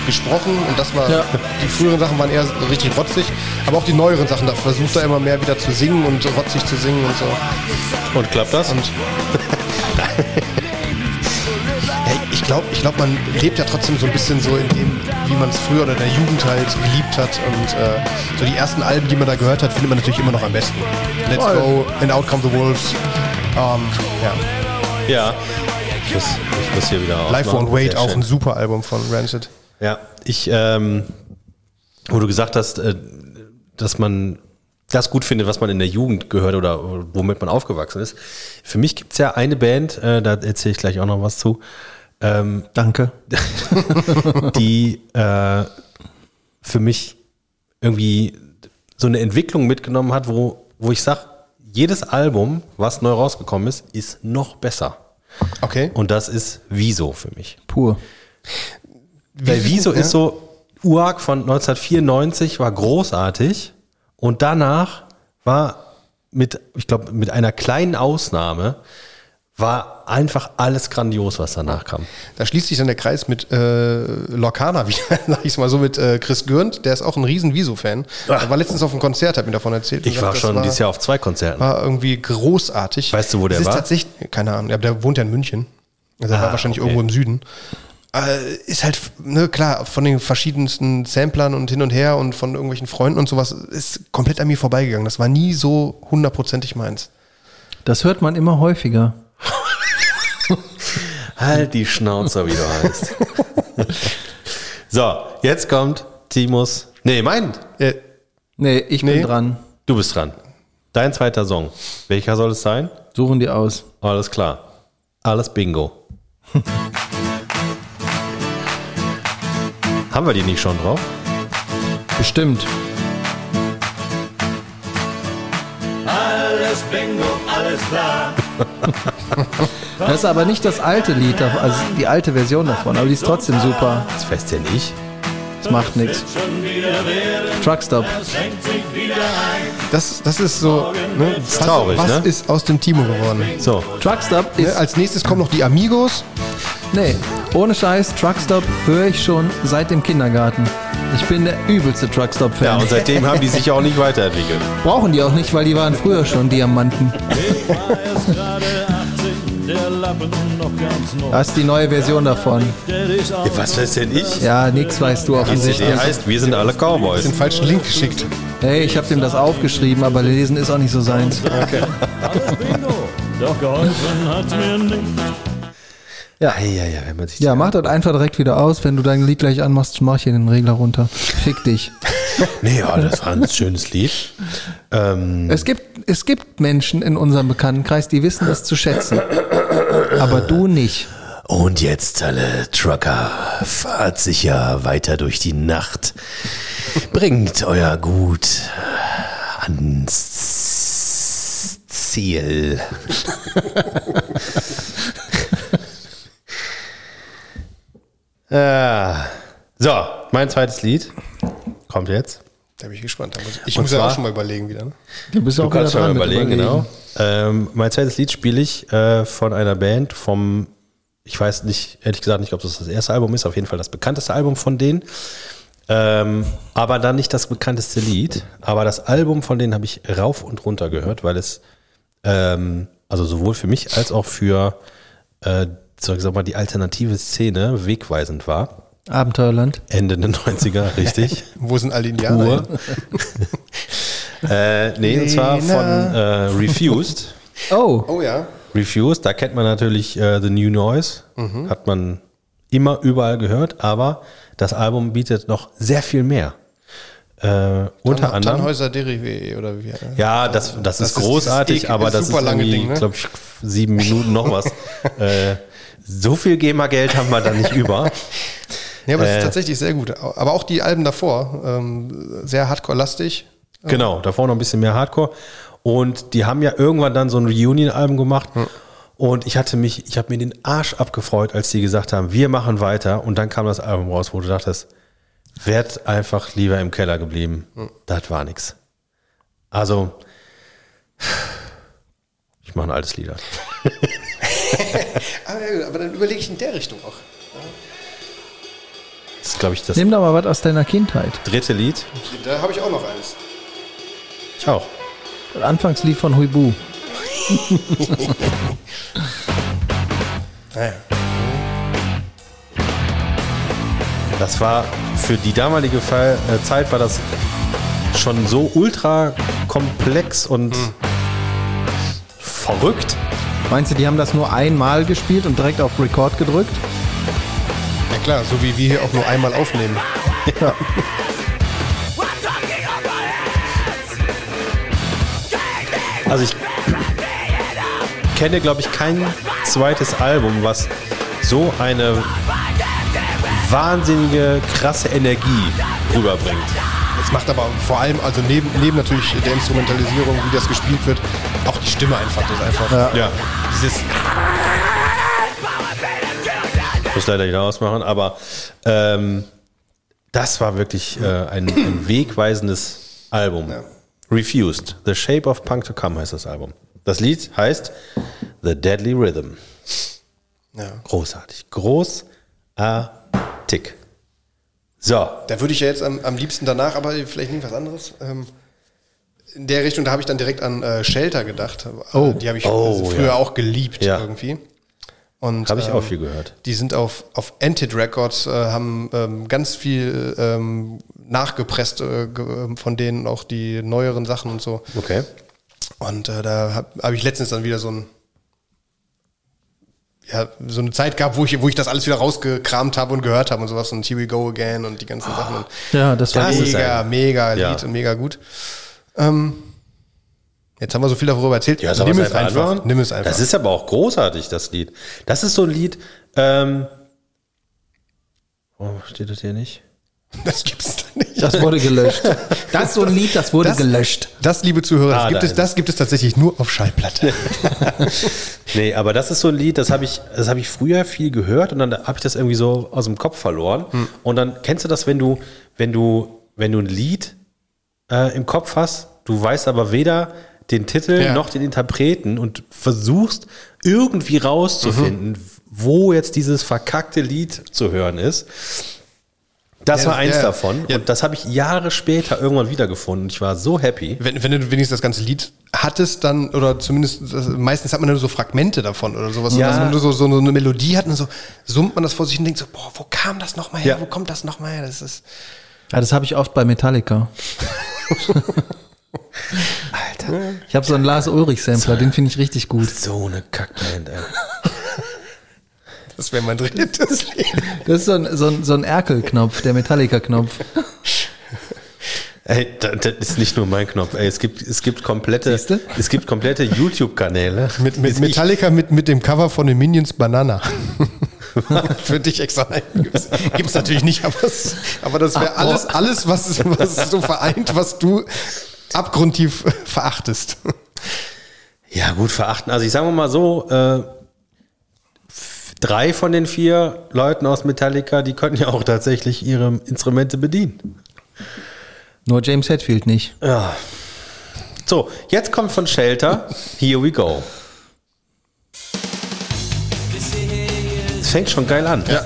Speaker 1: gesprochen und das war.
Speaker 3: Ja.
Speaker 1: Die früheren Sachen waren eher richtig rotzig, aber auch die neueren Sachen, da versucht er immer mehr wieder zu singen und rotzig zu singen und so.
Speaker 2: Und klappt das?
Speaker 1: Und hey, ich glaube, ich glaub, man lebt ja trotzdem so ein bisschen so in dem, wie man es früher oder in der Jugend halt geliebt hat. Und äh, so die ersten Alben, die man da gehört hat, findet man natürlich immer noch am besten. Let's
Speaker 3: Voll.
Speaker 1: Go and Out Come the Wolves. Ähm, ja.
Speaker 2: Ja. Ich muss, ich muss hier wieder
Speaker 1: Life
Speaker 2: aufmachen.
Speaker 1: Won't Wait,
Speaker 2: Sehr
Speaker 1: auch
Speaker 2: schön.
Speaker 1: ein super Album von Rancid.
Speaker 2: Ja, ich, ähm, wo du gesagt hast, äh, dass man das gut findet, was man in der Jugend gehört oder äh, womit man aufgewachsen ist. Für mich gibt's ja eine Band, äh, da erzähle ich gleich auch noch was zu, ähm,
Speaker 3: Danke.
Speaker 2: die äh, für mich irgendwie so eine Entwicklung mitgenommen hat, wo, wo ich sage, jedes Album, was neu rausgekommen ist, ist noch besser.
Speaker 1: Okay.
Speaker 2: Und das ist Wieso für mich.
Speaker 3: Pur.
Speaker 2: Weil Wieso ist so, Uag von 1994 war großartig und danach war mit, ich glaube, mit einer kleinen Ausnahme, war einfach alles grandios, was danach kam.
Speaker 1: Da schließt sich dann der Kreis mit äh, Lorcana wieder, sag ich's mal so, mit äh, Chris Gürnt, der ist auch ein riesen Wieso-Fan. Er war letztens auf einem Konzert, hat mir davon erzählt. und
Speaker 2: Ah. Ich war Ah.
Speaker 1: sagt, das
Speaker 2: schon dieses Jahr auf zwei Konzerten.
Speaker 1: war irgendwie großartig.
Speaker 2: Weißt du, wo der
Speaker 1: es ist
Speaker 2: war? Ah,
Speaker 1: Tatsächlich, keine Ahnung, ja, aber der wohnt ja in München. Also er war wahrscheinlich
Speaker 2: okay.
Speaker 1: irgendwo im Süden. Äh, ist halt, ne, klar, von den verschiedensten Samplern und hin und her und von irgendwelchen Freunden und sowas, ist komplett an mir vorbeigegangen. Das war nie so hundertprozentig meins.
Speaker 3: Das hört man immer häufiger.
Speaker 2: Halt die Schnauze, wie du heißt. so, jetzt kommt Timos. Nee, mein,
Speaker 1: Äh,
Speaker 3: Nee, ich
Speaker 1: Nee.
Speaker 3: bin dran.
Speaker 2: du bist dran. Dein zweiter Song. Welcher soll es sein?
Speaker 3: Suchen die aus.
Speaker 2: Alles klar. Alles Bingo. Haben wir die nicht schon drauf?
Speaker 3: Bestimmt.
Speaker 6: Alles Bingo, alles klar.
Speaker 3: Das ist aber nicht das alte Lied, dav- also die alte Version davon, aber die ist trotzdem super.
Speaker 2: Das weiß denn ich.
Speaker 3: Es macht nichts. Truckstop.
Speaker 1: Das, das ist so. Ne? Ist
Speaker 2: traurig,
Speaker 1: was, Was
Speaker 2: ne?
Speaker 1: ist aus dem Timo geworden?
Speaker 2: So,
Speaker 3: Truckstop
Speaker 1: Ne?
Speaker 3: ist.
Speaker 1: Als nächstes kommen noch die Amigos.
Speaker 3: Nee, ohne Scheiß, Truckstop höre ich schon seit dem Kindergarten. Ich bin der übelste
Speaker 2: ja,
Speaker 3: Truckstop-Fan.
Speaker 2: und seitdem haben die sich auch nicht weiterentwickelt.
Speaker 3: Brauchen die auch nicht, weil die waren früher schon Diamanten. Das ist die neue Version davon.
Speaker 2: Ja, also, was weiß denn ich?
Speaker 3: Ja, nix weißt du
Speaker 2: Die CD
Speaker 3: offensichtlich.
Speaker 2: heißt, wir sind alle Cowboys.
Speaker 1: Den falschen Link geschickt.
Speaker 3: Hey, ich hab dem das aufgeschrieben, aber lesen ist auch nicht so seins.
Speaker 6: Doch geholfen hat's mir nicht.
Speaker 2: Ja, ja, ja, wenn man sich
Speaker 3: Ja, mach das einfach direkt wieder aus. Wenn du dein Lied gleich anmachst, mach ich hier den Regler runter. Fick dich.
Speaker 2: Nee, ja, das war ein schönes Lied. Ähm,
Speaker 3: Es gibt, es gibt Menschen in unserem Bekanntenkreis, die wissen das zu schätzen. Aber du nicht.
Speaker 7: Und jetzt, alle Trucker, fahrt sicher weiter durch die Nacht. Bringt euer Gut ans Ziel.
Speaker 2: ah. so, mein zweites Lied kommt jetzt.
Speaker 1: Da bin ich gespannt. Da muss Ich ich
Speaker 2: Und
Speaker 1: muss ja
Speaker 2: zwar-
Speaker 1: auch schon mal überlegen wieder. Ne?
Speaker 3: Du bist
Speaker 2: Du
Speaker 3: wieder
Speaker 2: kannst schon mal
Speaker 3: mit
Speaker 2: überlegen, genau. Ähm, mein zweites Lied spiele ich äh, von einer Band vom, ich weiß nicht, ehrlich gesagt nicht, ob das das erste Album ist, auf jeden Fall das bekannteste Album von denen. Ähm, aber dann nicht das bekannteste Lied, aber das Album von denen habe ich rauf und runter gehört, weil es, ähm, also sowohl für mich als auch für, äh, sag ich mal, die alternative Szene wegweisend war.
Speaker 3: Abenteuerland.
Speaker 2: Ende der 90er, richtig.
Speaker 1: Wo sind alle Indianer?
Speaker 2: Uhr.
Speaker 1: hin?
Speaker 2: äh, nee, und zwar von äh, Refused.
Speaker 3: Oh,
Speaker 1: Oh ja.
Speaker 2: Refused, da kennt man natürlich äh, The New Noise,
Speaker 1: Mhm.
Speaker 2: hat man immer überall gehört, aber das Album bietet noch sehr viel mehr. Äh, unter
Speaker 1: Tan-
Speaker 2: anderem.
Speaker 1: Tannhäuser Derivé oder wie? ne?
Speaker 2: Ja, das, das, ist
Speaker 1: das
Speaker 2: großartig,
Speaker 1: ek-
Speaker 2: aber das ist
Speaker 1: super lange
Speaker 2: irgendwie,
Speaker 1: Ding, ne?
Speaker 2: glaube ich, sieben Minuten noch was. äh, so viel GEMA-Geld haben wir da nicht über.
Speaker 1: Ja, aber es
Speaker 2: Äh.
Speaker 1: ist tatsächlich sehr gut. Aber auch die Alben davor, ähm, sehr hardcore-lastig.
Speaker 2: Genau, davor noch ein bisschen mehr Hardcore. Und die haben ja irgendwann dann so ein Reunion-Album gemacht. Und ich hatte mich, ich habe mir den Arsch abgefreut, als die gesagt haben, wir machen weiter. Und dann kam das Album raus, wo du dachtest, werd einfach lieber im Keller geblieben. Das war nix. Also, ich mache ein altes Lieder.
Speaker 1: Ah, Aber, dann überlege ich in der Richtung auch.
Speaker 2: Das ist, glaube ich, das
Speaker 3: nimm doch mal was aus deiner Kindheit.
Speaker 2: dritte Lied.
Speaker 1: Da habe ich auch noch eins.
Speaker 2: Ich auch.
Speaker 3: Das Anfangslied von Huibu.
Speaker 2: Das war für die damalige Fall, äh, Zeit war das schon so ultra komplex und verrückt.
Speaker 3: Meinst du, die haben das nur einmal gespielt und direkt auf Record gedrückt?
Speaker 1: Ja klar, so wie wir hier auch nur einmal aufnehmen.
Speaker 2: Also ich kenne, glaube ich, kein zweites Album, was so eine wahnsinnige, krasse Energie rüberbringt.
Speaker 1: Es macht aber vor allem, also neben, neben natürlich der Instrumentalisierung, wie das gespielt wird, auch die Stimme einfach. Das ist einfach.
Speaker 2: Ja. Dieses muss leider wieder ausmachen, aber ähm, das war wirklich äh, ein, ein wegweisendes Album. Refused. The Shape of Punk to Come heißt das Album. Das Lied heißt The Deadly Rhythm.
Speaker 1: Ja.
Speaker 2: Großartig. Großartig. So,
Speaker 1: Da würde ich ja jetzt am, am liebsten danach, aber vielleicht irgendwas anderes. Ähm, in der Richtung, da habe ich dann direkt an äh, Shelter gedacht. Oh. Die habe ich
Speaker 2: Oh,
Speaker 1: früher
Speaker 2: ja.
Speaker 1: auch geliebt
Speaker 2: Ja.
Speaker 1: irgendwie. Und,
Speaker 2: habe ich auch viel gehört.
Speaker 1: Die sind auf, auf Antit Records, äh, haben ähm, ganz viel ähm, nachgepresst äh, ge- von denen, auch die neueren Sachen und so.
Speaker 2: Okay.
Speaker 1: Und äh, da habe hab ich letztens dann wieder so ein ja, so eine Zeit gab, wo ich, wo ich das alles wieder rausgekramt habe und gehört habe und sowas und Here We Go Again und die ganzen Sachen. Und
Speaker 3: Ah. Ja, das war
Speaker 2: Das ist
Speaker 1: mega,
Speaker 2: ein-
Speaker 1: mega
Speaker 2: Ja.
Speaker 1: Lied und mega gut. Ähm, jetzt haben wir so viel darüber erzählt.
Speaker 2: Ja, soll
Speaker 1: nimm
Speaker 2: man
Speaker 1: es einfach.
Speaker 2: anmachen?
Speaker 1: Nimm es einfach.
Speaker 2: Das ist aber auch großartig, das Lied. Das ist so ein Lied. Ähm, oh, steht das hier nicht?
Speaker 1: das gibt's nicht.
Speaker 3: Das wurde gelöscht. Das ist so ein Lied, das wurde gelöscht.
Speaker 1: Das, liebe Zuhörer,
Speaker 2: Ah,
Speaker 1: das, gibt
Speaker 2: da
Speaker 1: es,
Speaker 2: ist
Speaker 1: das gibt es tatsächlich nur auf Schallplatte.
Speaker 2: Nee, aber das ist so ein Lied, das habe ich, das habe ich früher viel gehört und dann habe ich das irgendwie so aus dem Kopf verloren.
Speaker 1: Hm.
Speaker 2: Und dann kennst du das, wenn du, wenn du, wenn du ein Lied äh, im Kopf hast, du weißt aber weder den Titel
Speaker 1: Ja.
Speaker 2: noch den Interpreten und versuchst irgendwie rauszufinden,
Speaker 1: Mhm.
Speaker 2: wo jetzt dieses verkackte Lied zu hören ist. Das
Speaker 1: Ja,
Speaker 2: war eins
Speaker 1: ja,
Speaker 2: davon
Speaker 1: ja.
Speaker 2: und das habe ich Jahre später irgendwann wiedergefunden. Ich war so happy.
Speaker 1: Wenn, wenn du wenigstens das ganze Lied hattest, dann, oder zumindest, das, meistens hat man dann so Fragmente davon oder sowas. Und
Speaker 2: Ja.
Speaker 1: dass man nur so, so eine Melodie hat und so summt man das vor sich und denkt so, boah, wo kam das nochmal her?
Speaker 2: Ja.
Speaker 1: Wo kommt das nochmal her? Das ist.
Speaker 3: Ja, das habe ich oft bei Metallica. Alter. Ich habe so einen Lars Ulrich-Sampler, den finde ich richtig gut.
Speaker 2: So eine Kackband, ey.
Speaker 1: Das wäre mein drittes Lied.
Speaker 3: Das ist so ein, so ein, so ein Erkel-Knopf, der Metallica-Knopf.
Speaker 2: Ey, da- das ist nicht nur mein Knopf. Ey, es gibt es gibt komplette
Speaker 3: Siehste?
Speaker 2: es gibt komplette YouTube Kanäle
Speaker 1: Mit, mit Metallica mit, mit dem Cover von den Minions Banana. Für dich extra gibt's, gibt's natürlich nicht, aber, es, aber das wäre alles, alles was, was so vereint, was du abgrundtief verachtest.
Speaker 2: Ja, gut verachten. Also ich sage mal so, äh, f- drei von den vier Leuten aus Metallica, die können ja auch tatsächlich ihre Instrumente bedienen.
Speaker 3: Nur James Hetfield nicht.
Speaker 2: Ja. So, jetzt kommt von Shelter Here We Go. Es fängt schon geil an.
Speaker 1: Ja.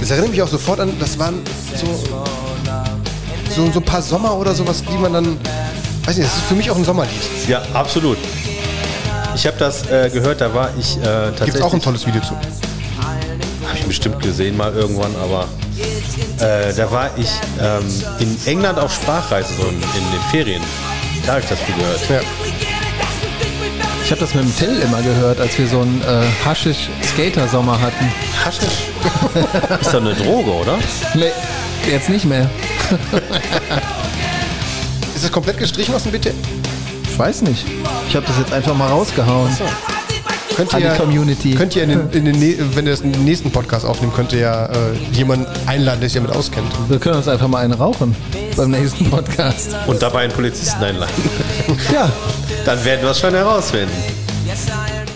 Speaker 1: Das erinnert mich auch sofort an, das waren so, so, so ein paar Sommer oder sowas, die man dann. Weiß nicht, das ist für mich auch ein Sommerlied.
Speaker 2: Ja, absolut. Ich habe das äh, gehört, da war ich äh, tatsächlich
Speaker 1: Gibt's auch ein tolles Video zu.
Speaker 2: Hab ich bestimmt gesehen mal irgendwann, aber äh, da war ich ähm, in England auf Sprachreise, so in, in den Ferien. Da habe ich das viel gehört.
Speaker 1: Ja.
Speaker 3: Ich habe das mit dem Till immer gehört, als wir so einen äh, Haschisch-Skater-Sommer hatten.
Speaker 2: Haschisch. Ist doch eine Droge, oder?
Speaker 3: Nee, jetzt nicht mehr.
Speaker 1: Ist das komplett gestrichen aus dem BT?
Speaker 3: Ich weiß nicht. Ich habe das jetzt einfach mal rausgehauen.
Speaker 1: Könnt
Speaker 3: An die Community.
Speaker 1: Könnt ihr in den, in den, nä- wenn ihr das in den nächsten Podcast aufnehmt, könnt ihr ja äh, jemanden einladen, der sich damit auskennt.
Speaker 3: Wir können uns einfach mal einen rauchen beim nächsten Podcast.
Speaker 2: Und dabei einen Polizisten einladen.
Speaker 3: Ja,
Speaker 2: Dann werden wir es schon herausfinden.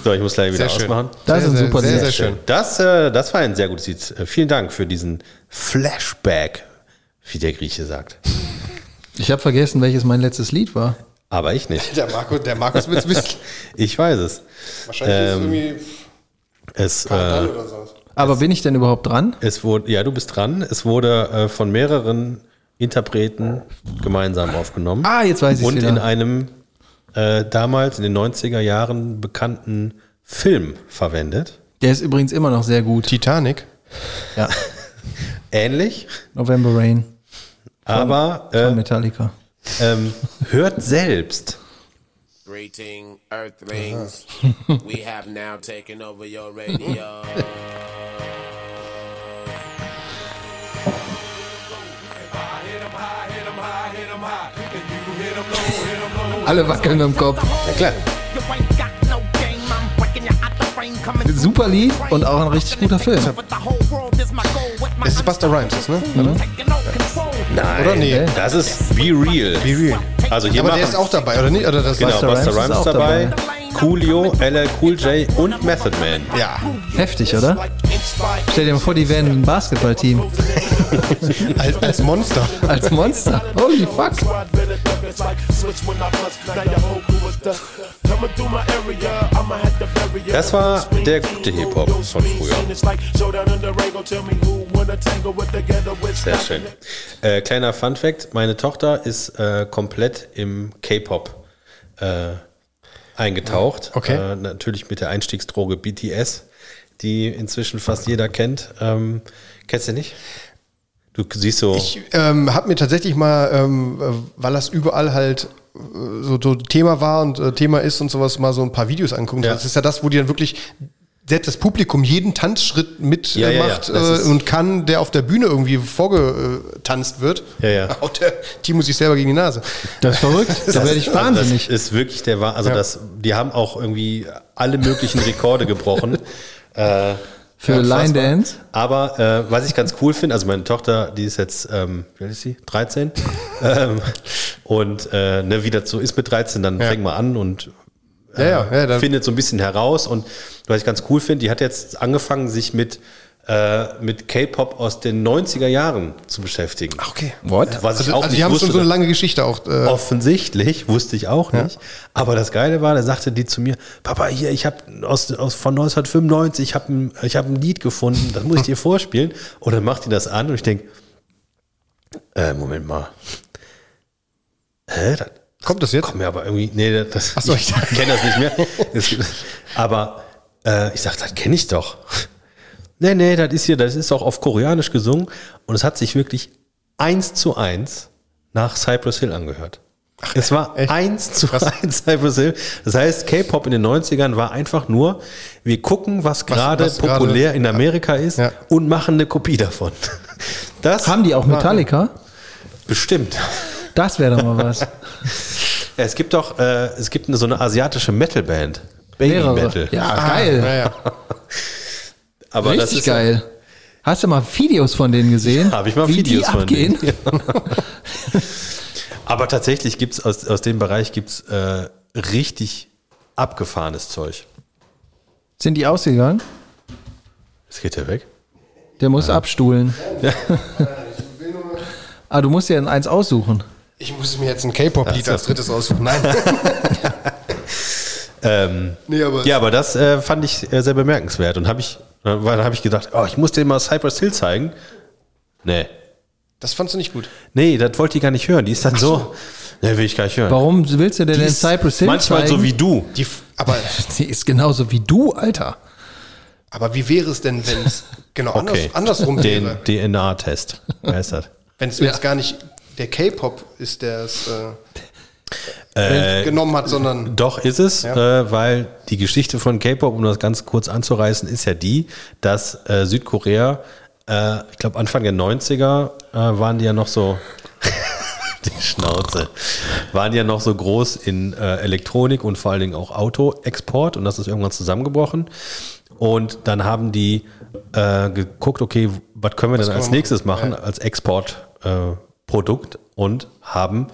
Speaker 2: So, ich muss gleich
Speaker 1: Sehr
Speaker 2: wieder
Speaker 1: schön.
Speaker 2: ausmachen.
Speaker 3: das
Speaker 1: Sehr,
Speaker 3: ist ein
Speaker 1: sehr,
Speaker 3: super
Speaker 1: sehr,
Speaker 3: Lied.
Speaker 1: sehr schön.
Speaker 2: Das, äh, das war ein sehr gutes Lied. Äh, Vielen Dank für diesen Flashback, wie der Grieche sagt.
Speaker 3: Ich habe vergessen, welches mein letztes Lied war.
Speaker 2: Aber ich nicht.
Speaker 1: Der Markus, der Markus wird es wissen.
Speaker 2: Ich weiß es.
Speaker 1: Wahrscheinlich ist
Speaker 2: Es
Speaker 1: es
Speaker 2: Ähm, äh,
Speaker 1: irgendwie oder so.
Speaker 3: Aber bin ich denn überhaupt dran?
Speaker 2: Es wurde, ja, du bist dran. Es wurde äh, von mehreren Interpreten gemeinsam aufgenommen.
Speaker 3: Ah, jetzt weiß ich
Speaker 2: Und in
Speaker 3: wieder.
Speaker 2: einem äh, damals in den 90er Jahren bekannten Film verwendet.
Speaker 3: Der ist übrigens immer noch sehr gut.
Speaker 1: Titanic.
Speaker 3: Ja.
Speaker 2: Ähnlich,
Speaker 3: November Rain
Speaker 2: aber
Speaker 3: von
Speaker 2: äh,
Speaker 3: Metallica.
Speaker 2: ähm, hört selbst.
Speaker 8: Greeting, Earthlings. we have now taken over your radio.
Speaker 3: Alle wackeln im Kopf.
Speaker 2: Ja, klar.
Speaker 3: Super Lied und auch ein richtig guter Film.
Speaker 1: Es ist Buster Rhymes, das, ne?
Speaker 3: Mhm.
Speaker 2: Nein,
Speaker 1: Oder nee.
Speaker 2: das ist Be Real.
Speaker 1: Be real.
Speaker 2: Also hier
Speaker 1: Aber der
Speaker 2: machen-
Speaker 1: ist auch dabei, oder nicht? Oder das
Speaker 2: genau,
Speaker 3: Busta
Speaker 2: Buster
Speaker 3: Rhymes ist
Speaker 2: Rhymes
Speaker 3: auch
Speaker 2: dabei, Coolio, LL Cool J und Method Man.
Speaker 1: Ja.
Speaker 3: Heftig, oder? Stell dir mal vor, die wären ein Basketballteam.
Speaker 1: Als, als Monster.
Speaker 3: Als Monster. Holy fuck.
Speaker 2: Das war der gute Hip-Hop von früher. Sehr schön. Äh, kleiner Fun-Fact: Meine Tochter ist äh, komplett im K-Pop äh, eingetaucht.
Speaker 1: Okay.
Speaker 2: Äh, natürlich mit der Einstiegsdroge BTS, die inzwischen fast jeder kennt. Ähm, kennst du nicht? Du siehst so.
Speaker 1: Ich ähm, habe mir tatsächlich mal, ähm, äh, weil das überall halt äh, so, so Thema war und äh, Thema ist und sowas, mal so ein paar Videos angucken.
Speaker 2: Ja.
Speaker 1: Das ist ja das, wo die dann wirklich selbst das Publikum jeden Tanzschritt
Speaker 2: Ja, ja, ja.
Speaker 1: mitmacht
Speaker 2: Das
Speaker 1: äh,
Speaker 2: ist-
Speaker 1: und kann, der auf der Bühne irgendwie vorgetanzt wird.
Speaker 2: Ja, ja.
Speaker 1: Haut der Timo sich selber gegen die Nase.
Speaker 3: Das ist verrückt. Da werde ich
Speaker 2: Also
Speaker 3: wahnsinnig.
Speaker 2: Das ist wirklich der Wahnsinn. Also
Speaker 1: Ja.
Speaker 2: das, die haben auch irgendwie alle möglichen Rekorde gebrochen. äh,
Speaker 3: Für
Speaker 2: unfassbar.
Speaker 3: Line Dance?
Speaker 2: Aber äh, was ich ganz cool finde, also meine Tochter, die ist jetzt, ähm, wie alt ist sie? 13. ähm, und äh, ne, wie das so ist mit 13, dann fängt man an und
Speaker 1: Ja,
Speaker 2: Äh,
Speaker 1: ja, ja. Dann,
Speaker 2: findet so ein bisschen heraus. Und was ich ganz cool finde, die hat jetzt angefangen, sich mit, äh, mit K-Pop aus den 90er Jahren zu beschäftigen.
Speaker 1: okay.
Speaker 2: What? Was ich
Speaker 1: Also,
Speaker 2: auch
Speaker 1: also
Speaker 2: nicht
Speaker 1: die haben
Speaker 2: wusste, Oh,
Speaker 1: schon so eine lange Geschichte auch. Äh,
Speaker 2: Offensichtlich, wusste ich auch nicht. Aber das Geile war, da sagte die zu mir, Papa, hier, ich habe aus, aus, von 1995, ich habe ein, ich hab ein Lied gefunden, das muss ich dir vorspielen. Und dann macht die das an und ich denke, äh, Moment mal. Hä? Das
Speaker 1: kommt das jetzt?
Speaker 2: kommt mir aber irgendwie, nee, das,
Speaker 1: so,
Speaker 2: ich
Speaker 1: ich-
Speaker 2: kenne das nicht mehr. Es gibt- aber äh, ich sag, das kenne ich doch. Nee, nee, das ist hier, das ist auch auf Koreanisch gesungen und es hat sich wirklich eins zu eins nach Cypress Hill angehört. es war eins zu eins Cypress Hill. Das heißt, K-Pop in den 90ern war einfach nur, wir gucken, was gerade
Speaker 1: was gerade-
Speaker 2: populär in Amerika ist
Speaker 1: Ja.
Speaker 2: und machen eine Kopie davon. Das
Speaker 3: Haben die auch Metallica?
Speaker 2: bestimmt.
Speaker 3: Das wäre doch mal was.
Speaker 2: Es gibt doch, äh, es gibt eine, so eine asiatische Metalband. Baby Metal. Ah.
Speaker 3: Ja, geil.
Speaker 1: Ah, Ja, ja.
Speaker 2: Aber das
Speaker 3: Richtig
Speaker 2: ist
Speaker 3: geil. Hast du mal Videos von denen gesehen?
Speaker 2: Habe ich mal
Speaker 3: Wie
Speaker 2: Videos
Speaker 3: die
Speaker 2: von
Speaker 3: abgehen?
Speaker 2: denen. Aber tatsächlich gibt's aus, aus dem Bereich gibt's äh, richtig abgefahrenes Zeug.
Speaker 3: Sind die ausgegangen?
Speaker 2: Es geht ja weg.
Speaker 3: Der muss abstuhlen. ah, du musst dir dann eins aussuchen.
Speaker 1: Ich muss mir jetzt ein K-Pop-Lied
Speaker 2: Ja,
Speaker 1: als drittes aussuchen. Nein.
Speaker 2: Ähm,
Speaker 1: nee, aber
Speaker 2: ja, aber das äh, fand ich äh, sehr bemerkenswert und habe ich, äh, weil habe ich gedacht, oh, ich muss dir mal Cypress Hill zeigen. Nee.
Speaker 1: das fandst du nicht gut.
Speaker 2: Nee, das wollte die gar nicht hören. Die ist dann so. Nee, will ich gar nicht hören.
Speaker 3: Warum willst du denn
Speaker 2: Die
Speaker 3: den
Speaker 2: ist
Speaker 3: Cypress Hill
Speaker 2: Manchmal
Speaker 3: zeigen?
Speaker 2: so wie du.
Speaker 1: Die, f- aber,
Speaker 3: Die ist genauso wie du, Alter.
Speaker 1: aber wie wäre es denn, wenn es genau
Speaker 2: Okay.
Speaker 1: anders, andersrum
Speaker 2: Den
Speaker 1: wäre?
Speaker 2: DNA-Test. Wer ist das?
Speaker 1: Wenn es jetzt gar nicht der K-Pop ist, der es äh, genommen hat, sondern
Speaker 2: Doch ist es, äh, weil die Geschichte von K-Pop, um das ganz kurz anzureißen, ist ja die, dass äh, Südkorea, äh, ich glaube Anfang der 90er äh, waren die ja noch so, die Schnauze, waren die ja noch so groß in äh, Elektronik und vor allen Dingen auch Autoexport und das ist irgendwann zusammengebrochen. Und dann haben die äh, geguckt, okay, was können wir denn als nächstes machen, als Exportprodukt äh, Produkt und haben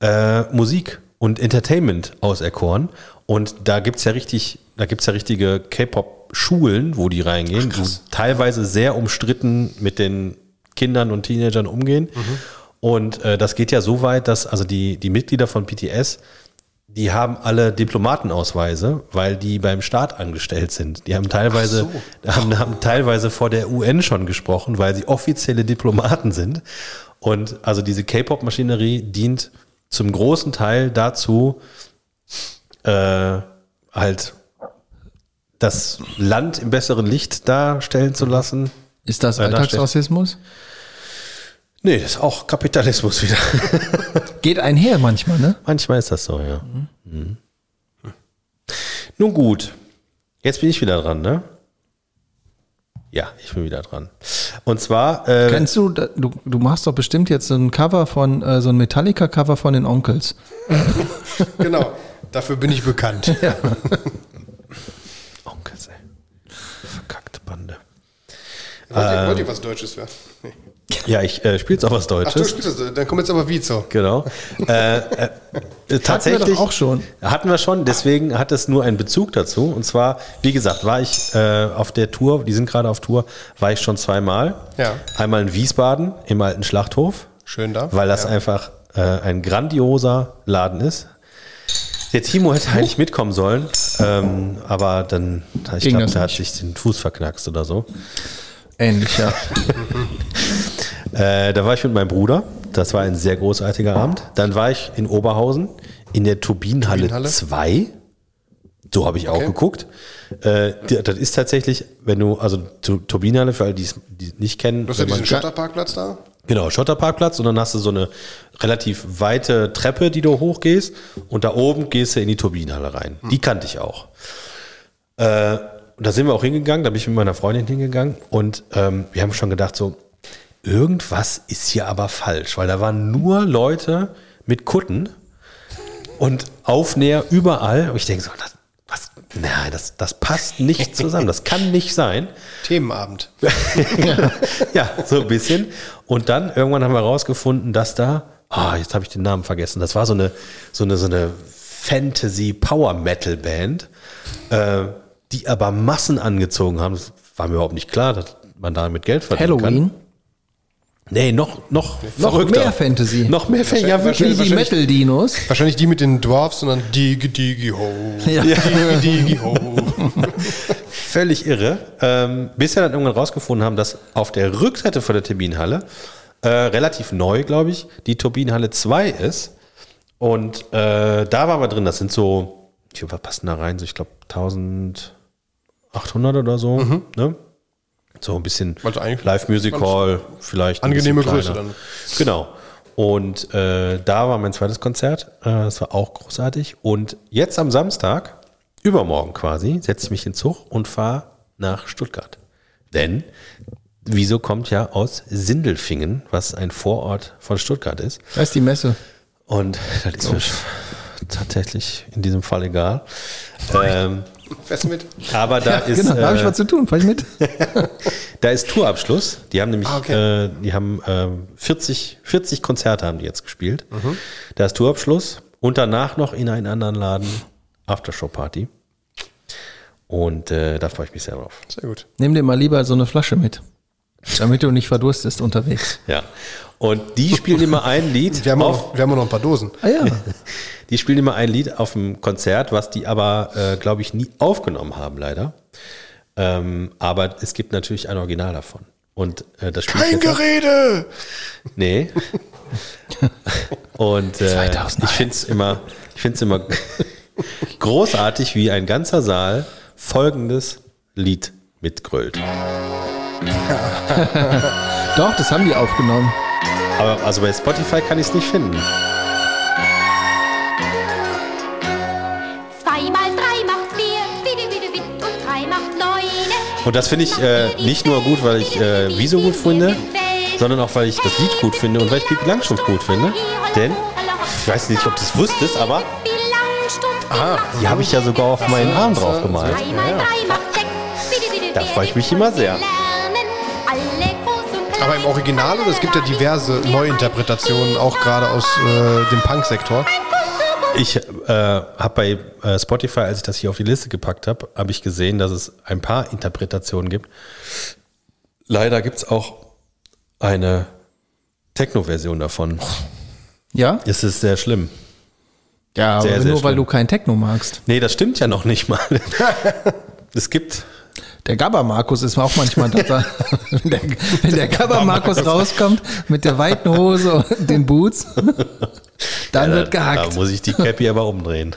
Speaker 2: äh, Musik und Entertainment auserkoren. Und da gibt's ja richtig, da gibt's ja richtige K-Pop-Schulen, wo die reingehen, wo teilweise sehr umstritten mit den Kindern und Teenagern umgehen. Und äh, das geht ja so weit, dass also die, die Mitglieder von BTS, die haben alle Diplomatenausweise, weil die beim Staat angestellt sind. Die haben teilweise, haben, haben teilweise vor der UN schon gesprochen, weil sie offizielle Diplomaten sind. Und also diese K-Pop-Maschinerie dient zum großen Teil dazu, äh, halt das Land im besseren Licht darstellen zu lassen.
Speaker 3: Ist das
Speaker 2: Ja, da steht-
Speaker 3: Alltagsrassismus?
Speaker 2: Nee, das ist auch Kapitalismus wieder.
Speaker 3: Geht einher manchmal, ne?
Speaker 2: Manchmal ist das so, ja. Mhm. Nun gut, jetzt bin ich wieder dran, ne? Ja, ich bin wieder dran. Und zwar, äh,
Speaker 3: Kennst du, da- du, du machst doch bestimmt jetzt so ein Cover von, äh, so ein Metallica-Cover von den Onkels.
Speaker 1: genau. Dafür bin ich bekannt.
Speaker 2: Onkel, ey. verkackte Bande.
Speaker 1: Wollt, ihr, wollt ihr was Deutsches hören? Nee.
Speaker 2: Ja, ich äh, spiele jetzt auch was
Speaker 1: Ach du
Speaker 2: Deutsches.
Speaker 1: spielst das, dann kommt jetzt aber Vizo.
Speaker 2: genau. äh, äh, äh, tatsächlich
Speaker 3: Hatten wir doch auch schon.
Speaker 2: Hatten wir schon, deswegen hat es nur einen Bezug dazu. Und zwar, wie gesagt, war ich äh, auf der Tour, die sind gerade auf Tour, war ich schon zweimal.
Speaker 1: Ja.
Speaker 2: Einmal in Wiesbaden im alten Schlachthof.
Speaker 1: Schön da.
Speaker 2: Weil das
Speaker 1: Ja.
Speaker 2: einfach äh, ein grandioser Laden ist. Der Timo hätte eigentlich mitkommen sollen, ähm, aber dann, ich
Speaker 3: Ging
Speaker 2: glaube,
Speaker 3: das
Speaker 2: der hat sich den Fuß verknackst oder so.
Speaker 3: Ähnlich, ja.
Speaker 2: Äh, da war ich mit meinem Bruder. Das war ein sehr großartiger Abend. Dann war ich in Oberhausen in der Turbinenhalle,
Speaker 1: Turbinenhalle?
Speaker 2: 2. So habe ich auch geguckt. Äh, die- das ist tatsächlich, wenn du, also Tu- Turbinenhalle, für alle, die es die es nicht kennen.
Speaker 1: Du hast ja
Speaker 2: wenn man-
Speaker 1: diesen Schotterparkplatz da.
Speaker 2: Genau, Schotterparkplatz und dann hast du so eine relativ weite Treppe, die du hochgehst und da oben gehst du in die Turbinenhalle rein. Die kannte ich auch. Äh, und da sind wir auch hingegangen, da bin ich mit meiner Freundin hingegangen und ähm, wir haben schon gedacht so, irgendwas ist hier aber falsch, weil da waren nur Leute mit Kutten und Aufnäher überall und ich denke so, das, Was? Nein, das, das passt nicht zusammen. Das kann nicht sein.
Speaker 1: Themenabend.
Speaker 2: ja, so ein bisschen. Und dann irgendwann haben wir herausgefunden, dass da, ah, jetzt habe ich den Namen vergessen, das war so eine, so eine, so eine Fantasy Power Metal Band, äh, die aber Massen angezogen haben. Das war mir überhaupt nicht klar, dass man damit Geld verdienen kann.
Speaker 3: Halloween.
Speaker 2: Nee, noch, noch, noch
Speaker 3: mehr Fantasy.
Speaker 2: Noch mehr Fantasy. Ja,
Speaker 1: Wahrscheinlich-
Speaker 2: wirklich.
Speaker 3: Wie die
Speaker 1: wahrscheinlich-
Speaker 3: Metal-Dinos.
Speaker 1: Wahrscheinlich die mit den Dwarfs, sondern Digi Digi Ho.
Speaker 3: Ja.
Speaker 1: Digi Digi Ho.
Speaker 2: Völlig irre. Ähm, bis wir dann irgendwann rausgefunden haben, dass auf der Rückseite von der Turbinenhalle, äh, relativ neu, glaube ich, die Turbinenhalle 2 ist. Und äh, da waren wir drin. Das sind so, ich was passen da rein? So, ich glaube, 1800 oder so. Ne? So ein bisschen
Speaker 1: Also eigentlich
Speaker 2: Live Music Hall, vielleicht. ein
Speaker 1: angenehme
Speaker 2: bisschen
Speaker 1: Größe
Speaker 2: kleiner.
Speaker 1: dann.
Speaker 2: Genau. Und äh, da war mein zweites Konzert. Äh, das war auch großartig. Und jetzt am Samstag, übermorgen quasi, setze ich mich in den Zug und fahre nach Stuttgart. Denn Wieso kommt ja aus Sindelfingen, was ein Vorort von Stuttgart ist.
Speaker 3: Da ist die Messe.
Speaker 2: Und das ist mir tatsächlich in diesem Fall egal. Ähm,
Speaker 1: Fest mit.
Speaker 2: aber da ist
Speaker 3: genau, da habe ich
Speaker 2: äh,
Speaker 3: was zu tun, fahr ich mit.
Speaker 2: da ist Tourabschluss. Die haben nämlich,
Speaker 1: Ah, okay.
Speaker 2: äh, die haben ähm, 40, 40 Konzerte haben die jetzt gespielt. Da ist Tourabschluss und danach noch in einen anderen Laden Aftershow-Party. Und äh, da freue ich mich sehr drauf.
Speaker 1: Sehr gut.
Speaker 3: Nimm dir mal lieber so eine Flasche mit, damit du nicht verdurstest unterwegs.
Speaker 2: Ja. Und die spielen immer ein Lied.
Speaker 1: Wir haben,
Speaker 2: auf-
Speaker 1: auch noch, wir haben auch noch ein paar Dosen.
Speaker 3: Ah ja,
Speaker 2: Die spielen immer ein Lied auf dem Konzert, was die aber, äh, glaube ich, nie aufgenommen haben, leider. Ähm, aber es gibt natürlich ein Original davon. Und äh, das spielt
Speaker 1: Kein Gerede!
Speaker 2: Nee. Und äh, ich finde es immer, ich find's immer großartig, wie ein ganzer Saal folgendes Lied mitgrölt.
Speaker 3: doch, das haben die aufgenommen.
Speaker 2: Aber also bei Spotify kann ich es nicht finden.
Speaker 9: Zwei mal drei macht vier, wieder, wieder, witt und drei macht neune.
Speaker 2: Und das finde ich äh, nicht nur gut, weil ich äh, Wieso gut finde, sondern auch, weil ich das Lied gut finde und weil ich Pipi Langstrumpf gut finde. Denn, ich weiß nicht, ob du es wusstest, aber
Speaker 9: Ah,
Speaker 2: die habe ich ja sogar auf meinen Arm drauf gemalt.
Speaker 9: Drei mal drei macht sechs, wieder, wieder,
Speaker 2: Da
Speaker 9: wieder,
Speaker 2: freu ich mich
Speaker 9: witt
Speaker 2: immer
Speaker 9: und
Speaker 2: sehr.
Speaker 9: lernen. Alle groß und klein.
Speaker 1: Aber im Original oder? Es gibt ja diverse Neuinterpretationen, auch gerade aus äh, dem Punk-Sektor.
Speaker 2: Ich äh, habe bei äh, Spotify, als ich das hier auf die Liste gepackt habe, habe ich gesehen, dass es ein paar Interpretationen gibt. Leider gibt es auch eine Techno-Version davon.
Speaker 3: Ja?
Speaker 2: Es ist sehr schlimm.
Speaker 3: Ja, aber
Speaker 2: Sehr,
Speaker 3: nur
Speaker 2: sehr
Speaker 3: weil
Speaker 2: schlimm.
Speaker 3: du kein Techno magst.
Speaker 2: Nee, das stimmt ja noch nicht mal. es gibt
Speaker 3: Der Gabber Markus ist auch manchmal da. wenn der, wenn der Gabber Markus rauskommt mit der weiten Hose und den Boots, dann
Speaker 2: Ja,
Speaker 3: wird
Speaker 2: da-
Speaker 3: gehackt.
Speaker 2: äh, Da muss ich die Cappy aber umdrehen.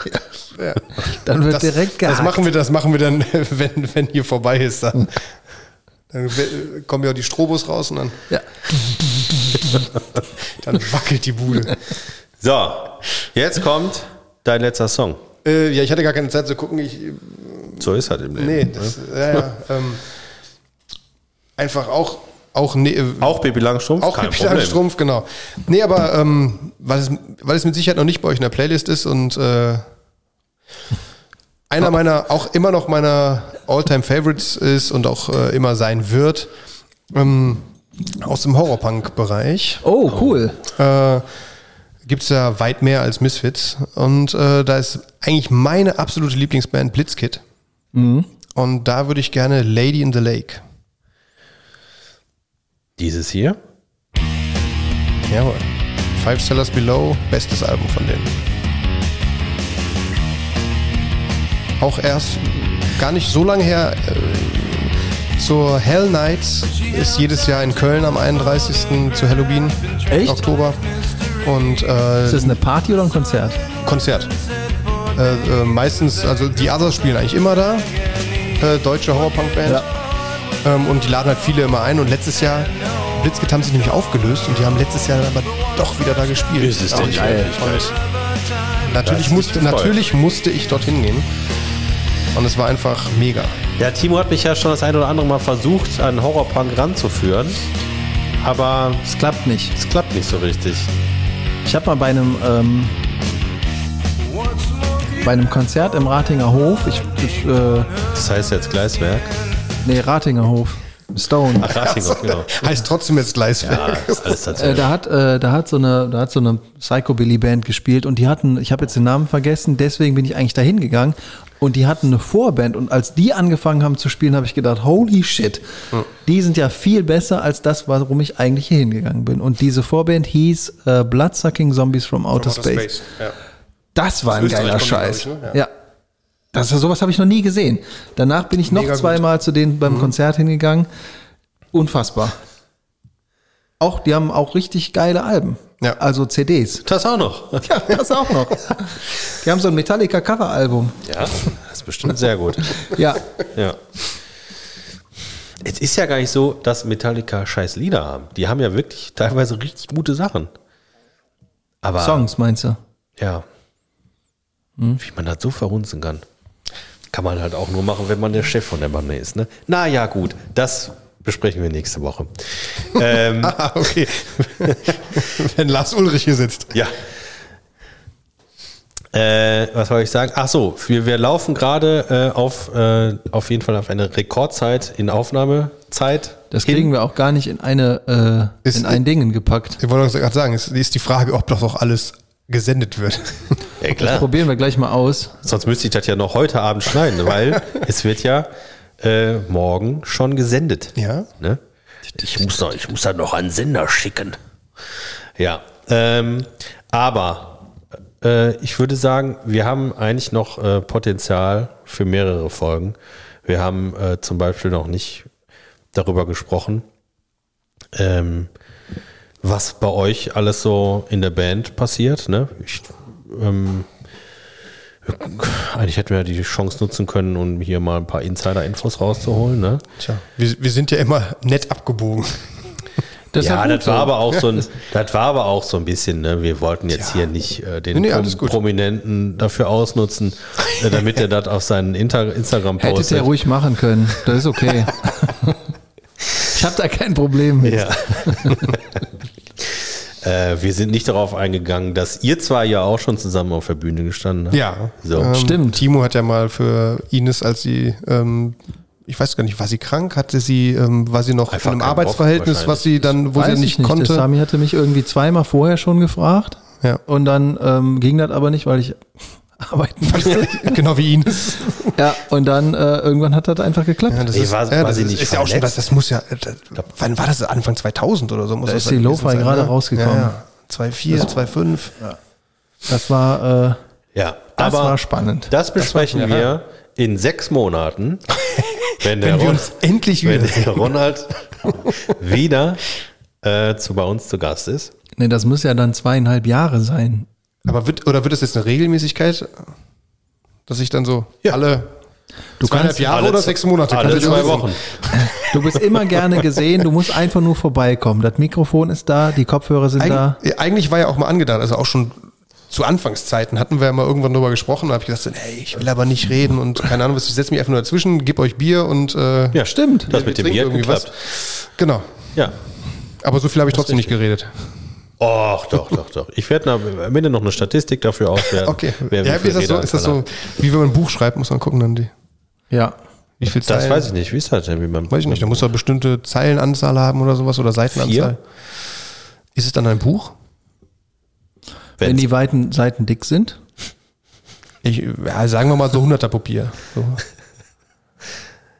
Speaker 3: dann wird
Speaker 1: Das,
Speaker 3: direkt gehackt.
Speaker 1: das, machen wir, das machen wir dann, wenn, wenn hier vorbei ist. Dann, dann we- kommen ja auch die Strobos raus und dann,
Speaker 3: Ja.
Speaker 1: dann wackelt die Bude.
Speaker 2: So, jetzt kommt dein letzter Song.
Speaker 1: äh, ja, ich hatte gar keine Zeit zu gucken. Ich,
Speaker 2: So ist halt im Leben.
Speaker 1: nee, das, ja, ja, ähm, einfach auch, auch ne, äh,
Speaker 2: Auch Baby Langstrumpf?
Speaker 1: Auch
Speaker 2: kein
Speaker 1: Pipi
Speaker 2: Problem.
Speaker 1: Langstrumpf, genau. Nee, aber ähm, weil, es, weil es mit Sicherheit noch nicht bei euch in der Playlist ist und äh, einer meiner, auch immer noch meiner All-Time-Favorites ist und auch äh, immer sein wird, ähm, aus dem Horrorpunk-Bereich
Speaker 3: Oh, cool.
Speaker 1: äh, gibt es ja weit mehr als Misfits. Und äh, da ist eigentlich meine absolute Lieblingsband Blitzkid. Und da würde ich gerne Lady in the Lake.
Speaker 2: Dieses hier?
Speaker 1: Jawohl. Five Sellers Below, bestes Album von denen. Auch erst gar nicht so lange her äh, zur Hell Nights ist jedes Jahr in Köln am 31. zu Halloween
Speaker 3: Echt?
Speaker 1: Oktober und äh,
Speaker 3: Ist das eine Party oder ein Konzert?
Speaker 1: Konzert. Äh, äh, meistens, also die Others spielen eigentlich immer da. Äh, deutsche Horrorpunk-Band. Ähm, und die laden halt viele immer ein. Und letztes Jahr, Blitzkit haben sich nämlich aufgelöst und die haben letztes Jahr aber doch wieder da gespielt.
Speaker 2: Ist es denn
Speaker 1: Und-
Speaker 2: die Möglichkeit?
Speaker 1: und
Speaker 2: Das
Speaker 1: Natürlich
Speaker 2: ist
Speaker 1: musste,
Speaker 2: voll.
Speaker 1: natürlich musste ich dorthin gehen. Und es war einfach mega.
Speaker 2: Ja, Timo hat mich ja schon das ein oder andere Mal versucht, an Horrorpunk ranzuführen. Aber
Speaker 3: Das klappt nicht.
Speaker 2: es klappt nicht so richtig.
Speaker 3: Ich habe mal bei einem ähm, bei einem Konzert im Ratinger Hof. Ich, ich äh,
Speaker 2: Das heißt jetzt Gleiswerk.
Speaker 3: nee, Ratinger Hof. Stone.
Speaker 2: Ach, Ratingen, genau. Ah,
Speaker 1: Heißt trotzdem jetzt Gleiswerk.
Speaker 2: Alles dazu.
Speaker 3: Äh, da hat äh, da hat so eine da hat so eine Psychobilly Band gespielt und die hatten ich habe jetzt den Namen vergessen deswegen bin ich eigentlich dahin gegangen und die hatten eine Vorband und als die angefangen haben zu spielen habe ich gedacht holy shit die sind ja viel besser als das warum ich eigentlich hier hingegangen bin und diese Vorband hieß äh, Bloodsucking Zombies from Outer, Space.
Speaker 1: Ja.
Speaker 3: das war ein
Speaker 1: Österreich
Speaker 3: geiler
Speaker 1: kommen die, glaub
Speaker 3: Scheiß
Speaker 1: ich, ne?
Speaker 3: ja, Das, sowas habe ich noch nie gesehen. Danach bin ich noch
Speaker 1: Mega gut.
Speaker 3: zweimal zu denen beim Konzert hingegangen. Unfassbar. Auch, die haben auch richtig geile Alben.
Speaker 1: Ja.
Speaker 3: Also CDs.
Speaker 2: Das auch noch.
Speaker 3: Ja, das auch noch. Die haben so ein Metallica-Cover-Album.
Speaker 2: Ja, das ist bestimmt sehr gut.
Speaker 3: Ja.
Speaker 2: Ja. Es ist ja gar nicht so, dass Metallica scheiß Lieder haben. Die haben ja wirklich teilweise richtig gute Sachen. Aber
Speaker 3: Songs, meinst du?
Speaker 2: ja,
Speaker 3: Hm?
Speaker 2: wie man das so verhunzen kann, kann man halt auch nur machen, wenn man der Chef von der Bande ist. Ne? Na ja, gut, das besprechen wir nächste Woche. ähm,
Speaker 1: Ah, okay. Wenn Lars Ulrich hier sitzt.
Speaker 2: ja. Äh, was soll ich sagen? Ach so, wir, wir laufen gerade äh, auf, äh, auf jeden Fall auf eine Rekordzeit in Aufnahmezeit.
Speaker 3: Das kriegen wir auch gar nicht in eine, äh,
Speaker 1: Ist-
Speaker 3: in ein Dingen gepackt.
Speaker 1: Ich wollte gerade sagen, es ist die Frage, ob das auch alles gesendet wird.
Speaker 2: Ja,
Speaker 3: Das
Speaker 2: klar.
Speaker 3: probieren wir gleich mal aus.
Speaker 2: Sonst müsste ich das ja noch heute Abend schneiden, weil es wird ja äh, morgen schon gesendet.
Speaker 1: Ja.
Speaker 2: Ne?
Speaker 7: Ich muss, noch, ich muss
Speaker 2: halt
Speaker 7: da noch einen Sender schicken.
Speaker 2: Ja. Ähm, aber äh, ich würde sagen, wir haben eigentlich noch äh, Potenzial für mehrere Folgen. Wir haben äh, zum Beispiel noch nicht darüber gesprochen, ähm, was bei euch alles so in der Band passiert. Ne? Ich, ähm, eigentlich hätten wir ja die Chance nutzen können, um hier mal ein paar Insider-Infos rauszuholen. Ne?
Speaker 1: Tja, wir, wir sind ja immer nett abgebogen.
Speaker 3: Das
Speaker 2: ja,
Speaker 3: war gut
Speaker 2: das war
Speaker 3: so.
Speaker 2: aber auch so ein, das war aber auch so ein bisschen, ne? Wir wollten jetzt hier nicht äh, den
Speaker 1: Nee, nee,
Speaker 2: Prom-
Speaker 1: alles gut.
Speaker 2: Prominenten dafür ausnutzen, äh, damit er das auf seinen Inter Instagram
Speaker 3: Hättest ja
Speaker 2: postet.
Speaker 3: ruhig machen können. Das ist okay. ich habe da kein Problem mit.
Speaker 2: Ja. äh, wir sind nicht darauf eingegangen, dass ihr zwei ja auch schon zusammen auf der Bühne gestanden habt.
Speaker 1: Ja.
Speaker 2: So.
Speaker 3: Stimmt.
Speaker 1: Ähm, Timo hat ja mal für Ines, als sie, ähm, ich weiß gar nicht, war sie krank? Hatte sie, ähm, war sie noch
Speaker 2: Einfach
Speaker 1: in einem
Speaker 2: keinen Bock
Speaker 1: Arbeitsverhältnis, was sie dann, wo
Speaker 3: Weiß
Speaker 1: sie
Speaker 3: ich
Speaker 1: nicht
Speaker 3: Der
Speaker 1: konnte?
Speaker 3: Sami hatte mich irgendwie zweimal vorher schon gefragt.
Speaker 1: Ja.
Speaker 3: Und dann ähm, ging das aber nicht, weil ich arbeiten musste.
Speaker 1: genau wie Ines.
Speaker 3: ja, und dann äh, irgendwann hat das einfach geklappt.
Speaker 1: das
Speaker 2: Ey, war- war
Speaker 1: das
Speaker 2: sie
Speaker 1: ist,
Speaker 2: nicht
Speaker 1: ist ja auch schon, das,
Speaker 2: verletzt?
Speaker 1: das muss ja, äh, das, wann war das? Anfang 2000 oder so? Muss
Speaker 3: Da
Speaker 1: das
Speaker 3: ist die
Speaker 1: gewesen
Speaker 3: Lo-Fi
Speaker 1: sein,
Speaker 3: gerade
Speaker 1: ne?
Speaker 3: rausgekommen.
Speaker 1: Ja, ja.
Speaker 2: Also
Speaker 1: 2,4, 2,5.
Speaker 3: Das war, äh,
Speaker 2: Ja,
Speaker 3: das
Speaker 2: aber
Speaker 3: war spannend.
Speaker 2: das besprechen wir in sechs Monaten, wenn der
Speaker 1: Wenn wir
Speaker 2: Ron-
Speaker 1: uns endlich
Speaker 2: wenn
Speaker 1: wieder
Speaker 2: der Ronald wieder äh, zu bei uns zu Gast ist.
Speaker 3: Nee, das muss ja dann zweieinhalb Jahre sein.
Speaker 1: Aber wird, oder wird das jetzt eine Regelmäßigkeit, dass ich dann so alle
Speaker 3: Du
Speaker 1: zweieinhalb
Speaker 3: kannst,
Speaker 1: Jahre
Speaker 2: alle
Speaker 1: oder
Speaker 2: zwei-
Speaker 1: sechs Monate?
Speaker 2: Alle
Speaker 1: Kann ich
Speaker 2: zwei
Speaker 1: auch
Speaker 2: Wochen.
Speaker 3: du bist immer gerne gesehen, du musst einfach nur vorbeikommen. Das Mikrofon ist da, die Kopfhörer sind
Speaker 1: Eig
Speaker 3: da.
Speaker 1: ja, Eigentlich war ja auch mal angedacht, also auch schon zu Anfangszeiten hatten wir ja mal irgendwann drüber gesprochen, da habe ich gesagt, hey, ich will aber nicht reden und keine Ahnung was, ich setze mich einfach nur dazwischen, gib euch Bier und äh,
Speaker 2: Ja, stimmt. Das
Speaker 1: wir
Speaker 2: mit dem
Speaker 1: trinken
Speaker 2: Bier hat
Speaker 1: irgendwie
Speaker 2: geklappt.
Speaker 1: Genau.
Speaker 2: Ja.
Speaker 1: Aber so viel habe ich trotzdem nicht geredet.
Speaker 2: Och, doch, doch, doch. Ich werde am Ende noch eine Statistik dafür auswerten.
Speaker 1: Okay.
Speaker 2: Wer wie
Speaker 1: ja,
Speaker 2: viel
Speaker 1: ist, das so,
Speaker 2: Räder
Speaker 1: ist das
Speaker 2: hat.
Speaker 1: so, wie wenn man ein Buch schreibt, muss man gucken dann die,
Speaker 3: Ja.
Speaker 1: wie viel Zeilen.
Speaker 2: Das weiß ich nicht. Wie ist das denn? Wie man,
Speaker 1: Weiß ich nicht, da muss er bestimmte Zeilenanzahl haben oder sowas oder Seitenanzahl. Ist es dann ein Buch?
Speaker 2: Wenn's-
Speaker 3: Wenn die weiten Seiten dick sind.
Speaker 1: Ich, ja, sagen wir mal so 100er Papier. So.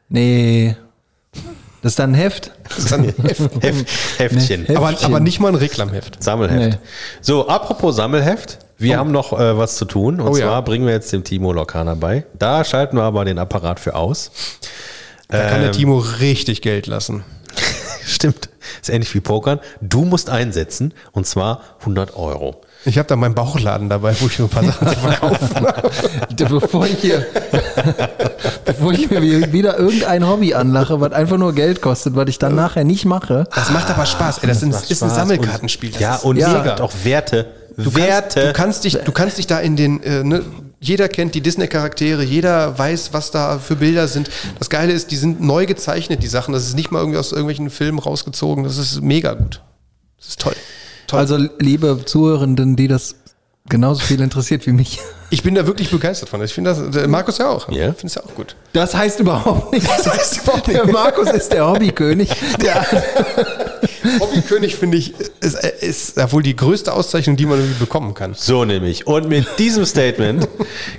Speaker 3: Nee. Das ist dann ein Heft.
Speaker 1: Das ist dann
Speaker 2: Heft, Heftchen.
Speaker 3: Nee, Heft.
Speaker 1: aber, aber nicht mal ein Reklamheft.
Speaker 2: Sammelheft.
Speaker 3: Nee.
Speaker 2: So, apropos Sammelheft. Wir haben noch äh, was zu tun. Und
Speaker 1: Oh ja.
Speaker 2: zwar bringen wir jetzt dem Timo Lokana bei. Da schalten wir aber den Apparat für aus.
Speaker 1: Da kann der Timo richtig Geld lassen.
Speaker 2: Stimmt. Ist ähnlich wie Pokern. Du musst einsetzen. Und zwar 100 Euro.
Speaker 1: Ich habe da meinen Bauchladen dabei, wo ich so ein paar Sachen zu verkaufen habe.
Speaker 3: Bevor ich hier, bevor ich mir wieder irgendein Hobby anlache, was einfach nur Geld kostet, was ich dann nachher nicht mache.
Speaker 1: Das macht aber Spaß. Ey, das, ist, ist ein Sammelkartenspiel. Das
Speaker 2: Ja,
Speaker 1: ist
Speaker 2: und
Speaker 3: Ja.
Speaker 2: ja. hat auch Werte. Werte.
Speaker 1: Du kannst dich, du kannst dich da in den, äh, ne, jeder kennt die Disney-Charaktere, jeder weiß, was da für Bilder sind. Das Geile ist, die sind neu gezeichnet, die Sachen. Das ist nicht mal irgendwie aus irgendwelchen Filmen rausgezogen. Das ist mega gut. Das ist toll.
Speaker 2: Also-
Speaker 3: Also, liebe Zuhörenden, die das genauso viel interessiert wie mich.
Speaker 1: Ich bin da wirklich begeistert von. Ich finde das, der Markus ja auch.
Speaker 2: Ja.
Speaker 1: Ich finde es ja auch gut.
Speaker 3: Das heißt überhaupt nichts.
Speaker 1: heißt überhaupt
Speaker 3: der
Speaker 1: nichts.
Speaker 3: Markus ist der Hobbykönig. Der,
Speaker 1: Hobbykönig finde ich, ist, ist ja wohl die größte Auszeichnung, die man irgendwie bekommen kann.
Speaker 2: So nämlich. Und mit diesem Statement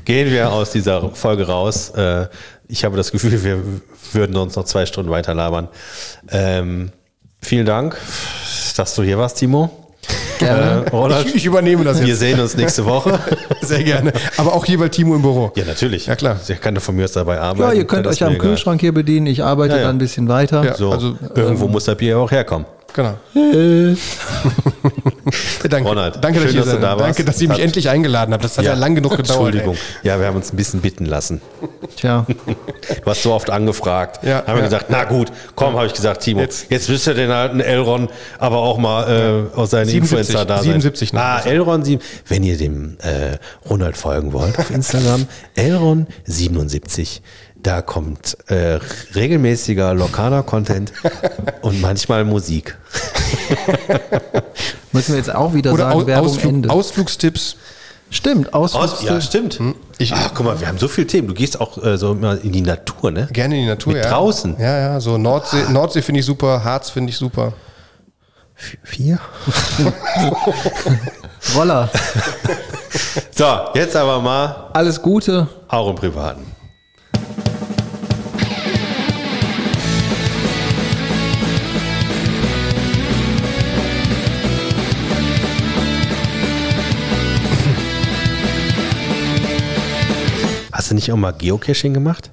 Speaker 2: gehen wir aus dieser Folge raus. Äh, Ich habe das Gefühl, wir würden uns noch zwei Stunden weiter labern. Ähm, vielen Dank, dass du hier warst, Timo. Äh, Roland,
Speaker 1: Ich, ich übernehme das
Speaker 2: wir
Speaker 1: jetzt
Speaker 2: sehen uns nächste Woche.
Speaker 1: sehr gerne. Aber auch jeweils Timo im Büro.
Speaker 2: Ja, natürlich.
Speaker 1: Ja, klar.
Speaker 2: Ich kann von mir aus dabei arbeiten.
Speaker 3: ja, ihr könnt
Speaker 2: Das
Speaker 3: euch
Speaker 2: ist mir
Speaker 3: am
Speaker 2: egal.
Speaker 3: Kühlschrank hier bedienen. Ich arbeite
Speaker 2: Ja, ja.
Speaker 3: dann ein bisschen weiter.
Speaker 1: Ja.
Speaker 2: So,
Speaker 1: Also,
Speaker 2: also, irgendwo muss das Bier auch herkommen.
Speaker 1: Genau. Ja, Äh, danke,
Speaker 2: Ronald,
Speaker 1: danke, dass,
Speaker 2: schön,
Speaker 1: ihr
Speaker 2: dass du da warst.
Speaker 1: Danke, dass ihr mich
Speaker 2: Hat-
Speaker 1: endlich eingeladen habt. Das hat ja, lang genug gedauert. ey.
Speaker 2: Entschuldigung. Ja, wir haben uns ein bisschen bitten lassen.
Speaker 3: Tja.
Speaker 2: Du hast so oft angefragt.
Speaker 1: Ja,
Speaker 2: haben wir
Speaker 1: ja.
Speaker 2: gesagt, na gut, komm, habe ich gesagt, Timo.
Speaker 1: Jetzt.
Speaker 2: Jetzt, müsste den alten Elron aber auch mal äh, aus seinen
Speaker 1: 77,
Speaker 2: Influencer da sein.
Speaker 1: 77 noch.
Speaker 2: Ah, Elron 7. Wenn ihr dem äh, Ronald folgen wollt auf Instagram, Elron 77. Da kommt äh, regelmäßiger lokaler Content und manchmal Musik.
Speaker 3: Müssen wir jetzt auch wieder
Speaker 1: Oder
Speaker 3: sagen,
Speaker 1: Au-
Speaker 3: Werbung
Speaker 1: Ausflug,
Speaker 3: Ende.
Speaker 1: Ausflugstipps.
Speaker 3: Stimmt, Ausflug.
Speaker 2: Aus, ja, stimmt.
Speaker 1: Ich-
Speaker 2: Ach, guck mal, wir haben so viele Themen. Du gehst auch äh, so immer in die Natur, ne?
Speaker 1: Gerne in die Natur.
Speaker 2: Mit
Speaker 1: ja.
Speaker 2: draußen.
Speaker 1: Ja, ja. So Nordsee, Nordsee finde ich super, Harz finde ich super.
Speaker 2: Vier.
Speaker 3: Roller.
Speaker 2: So, jetzt aber mal
Speaker 3: Alles Gute.
Speaker 2: auch im Privaten. Hast du nicht auch mal Geocaching gemacht?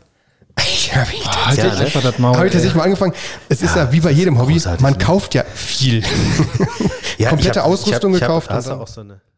Speaker 1: Ich habe ich
Speaker 3: Halt
Speaker 2: Ja,
Speaker 3: dich
Speaker 2: ne?
Speaker 3: einfach das Maul.
Speaker 1: Habe ich
Speaker 3: ey.
Speaker 1: tatsächlich mal angefangen. Es ist ja, wie bei jedem Hobby,
Speaker 2: großartig,
Speaker 1: man
Speaker 2: ne?
Speaker 1: kauft ja viel.
Speaker 2: Ja,
Speaker 1: Komplette
Speaker 2: ich hab-
Speaker 1: Ausrüstung
Speaker 2: ich hab,
Speaker 1: gekauft. und
Speaker 2: Ich hab, hast du
Speaker 1: dann-
Speaker 2: auch so eine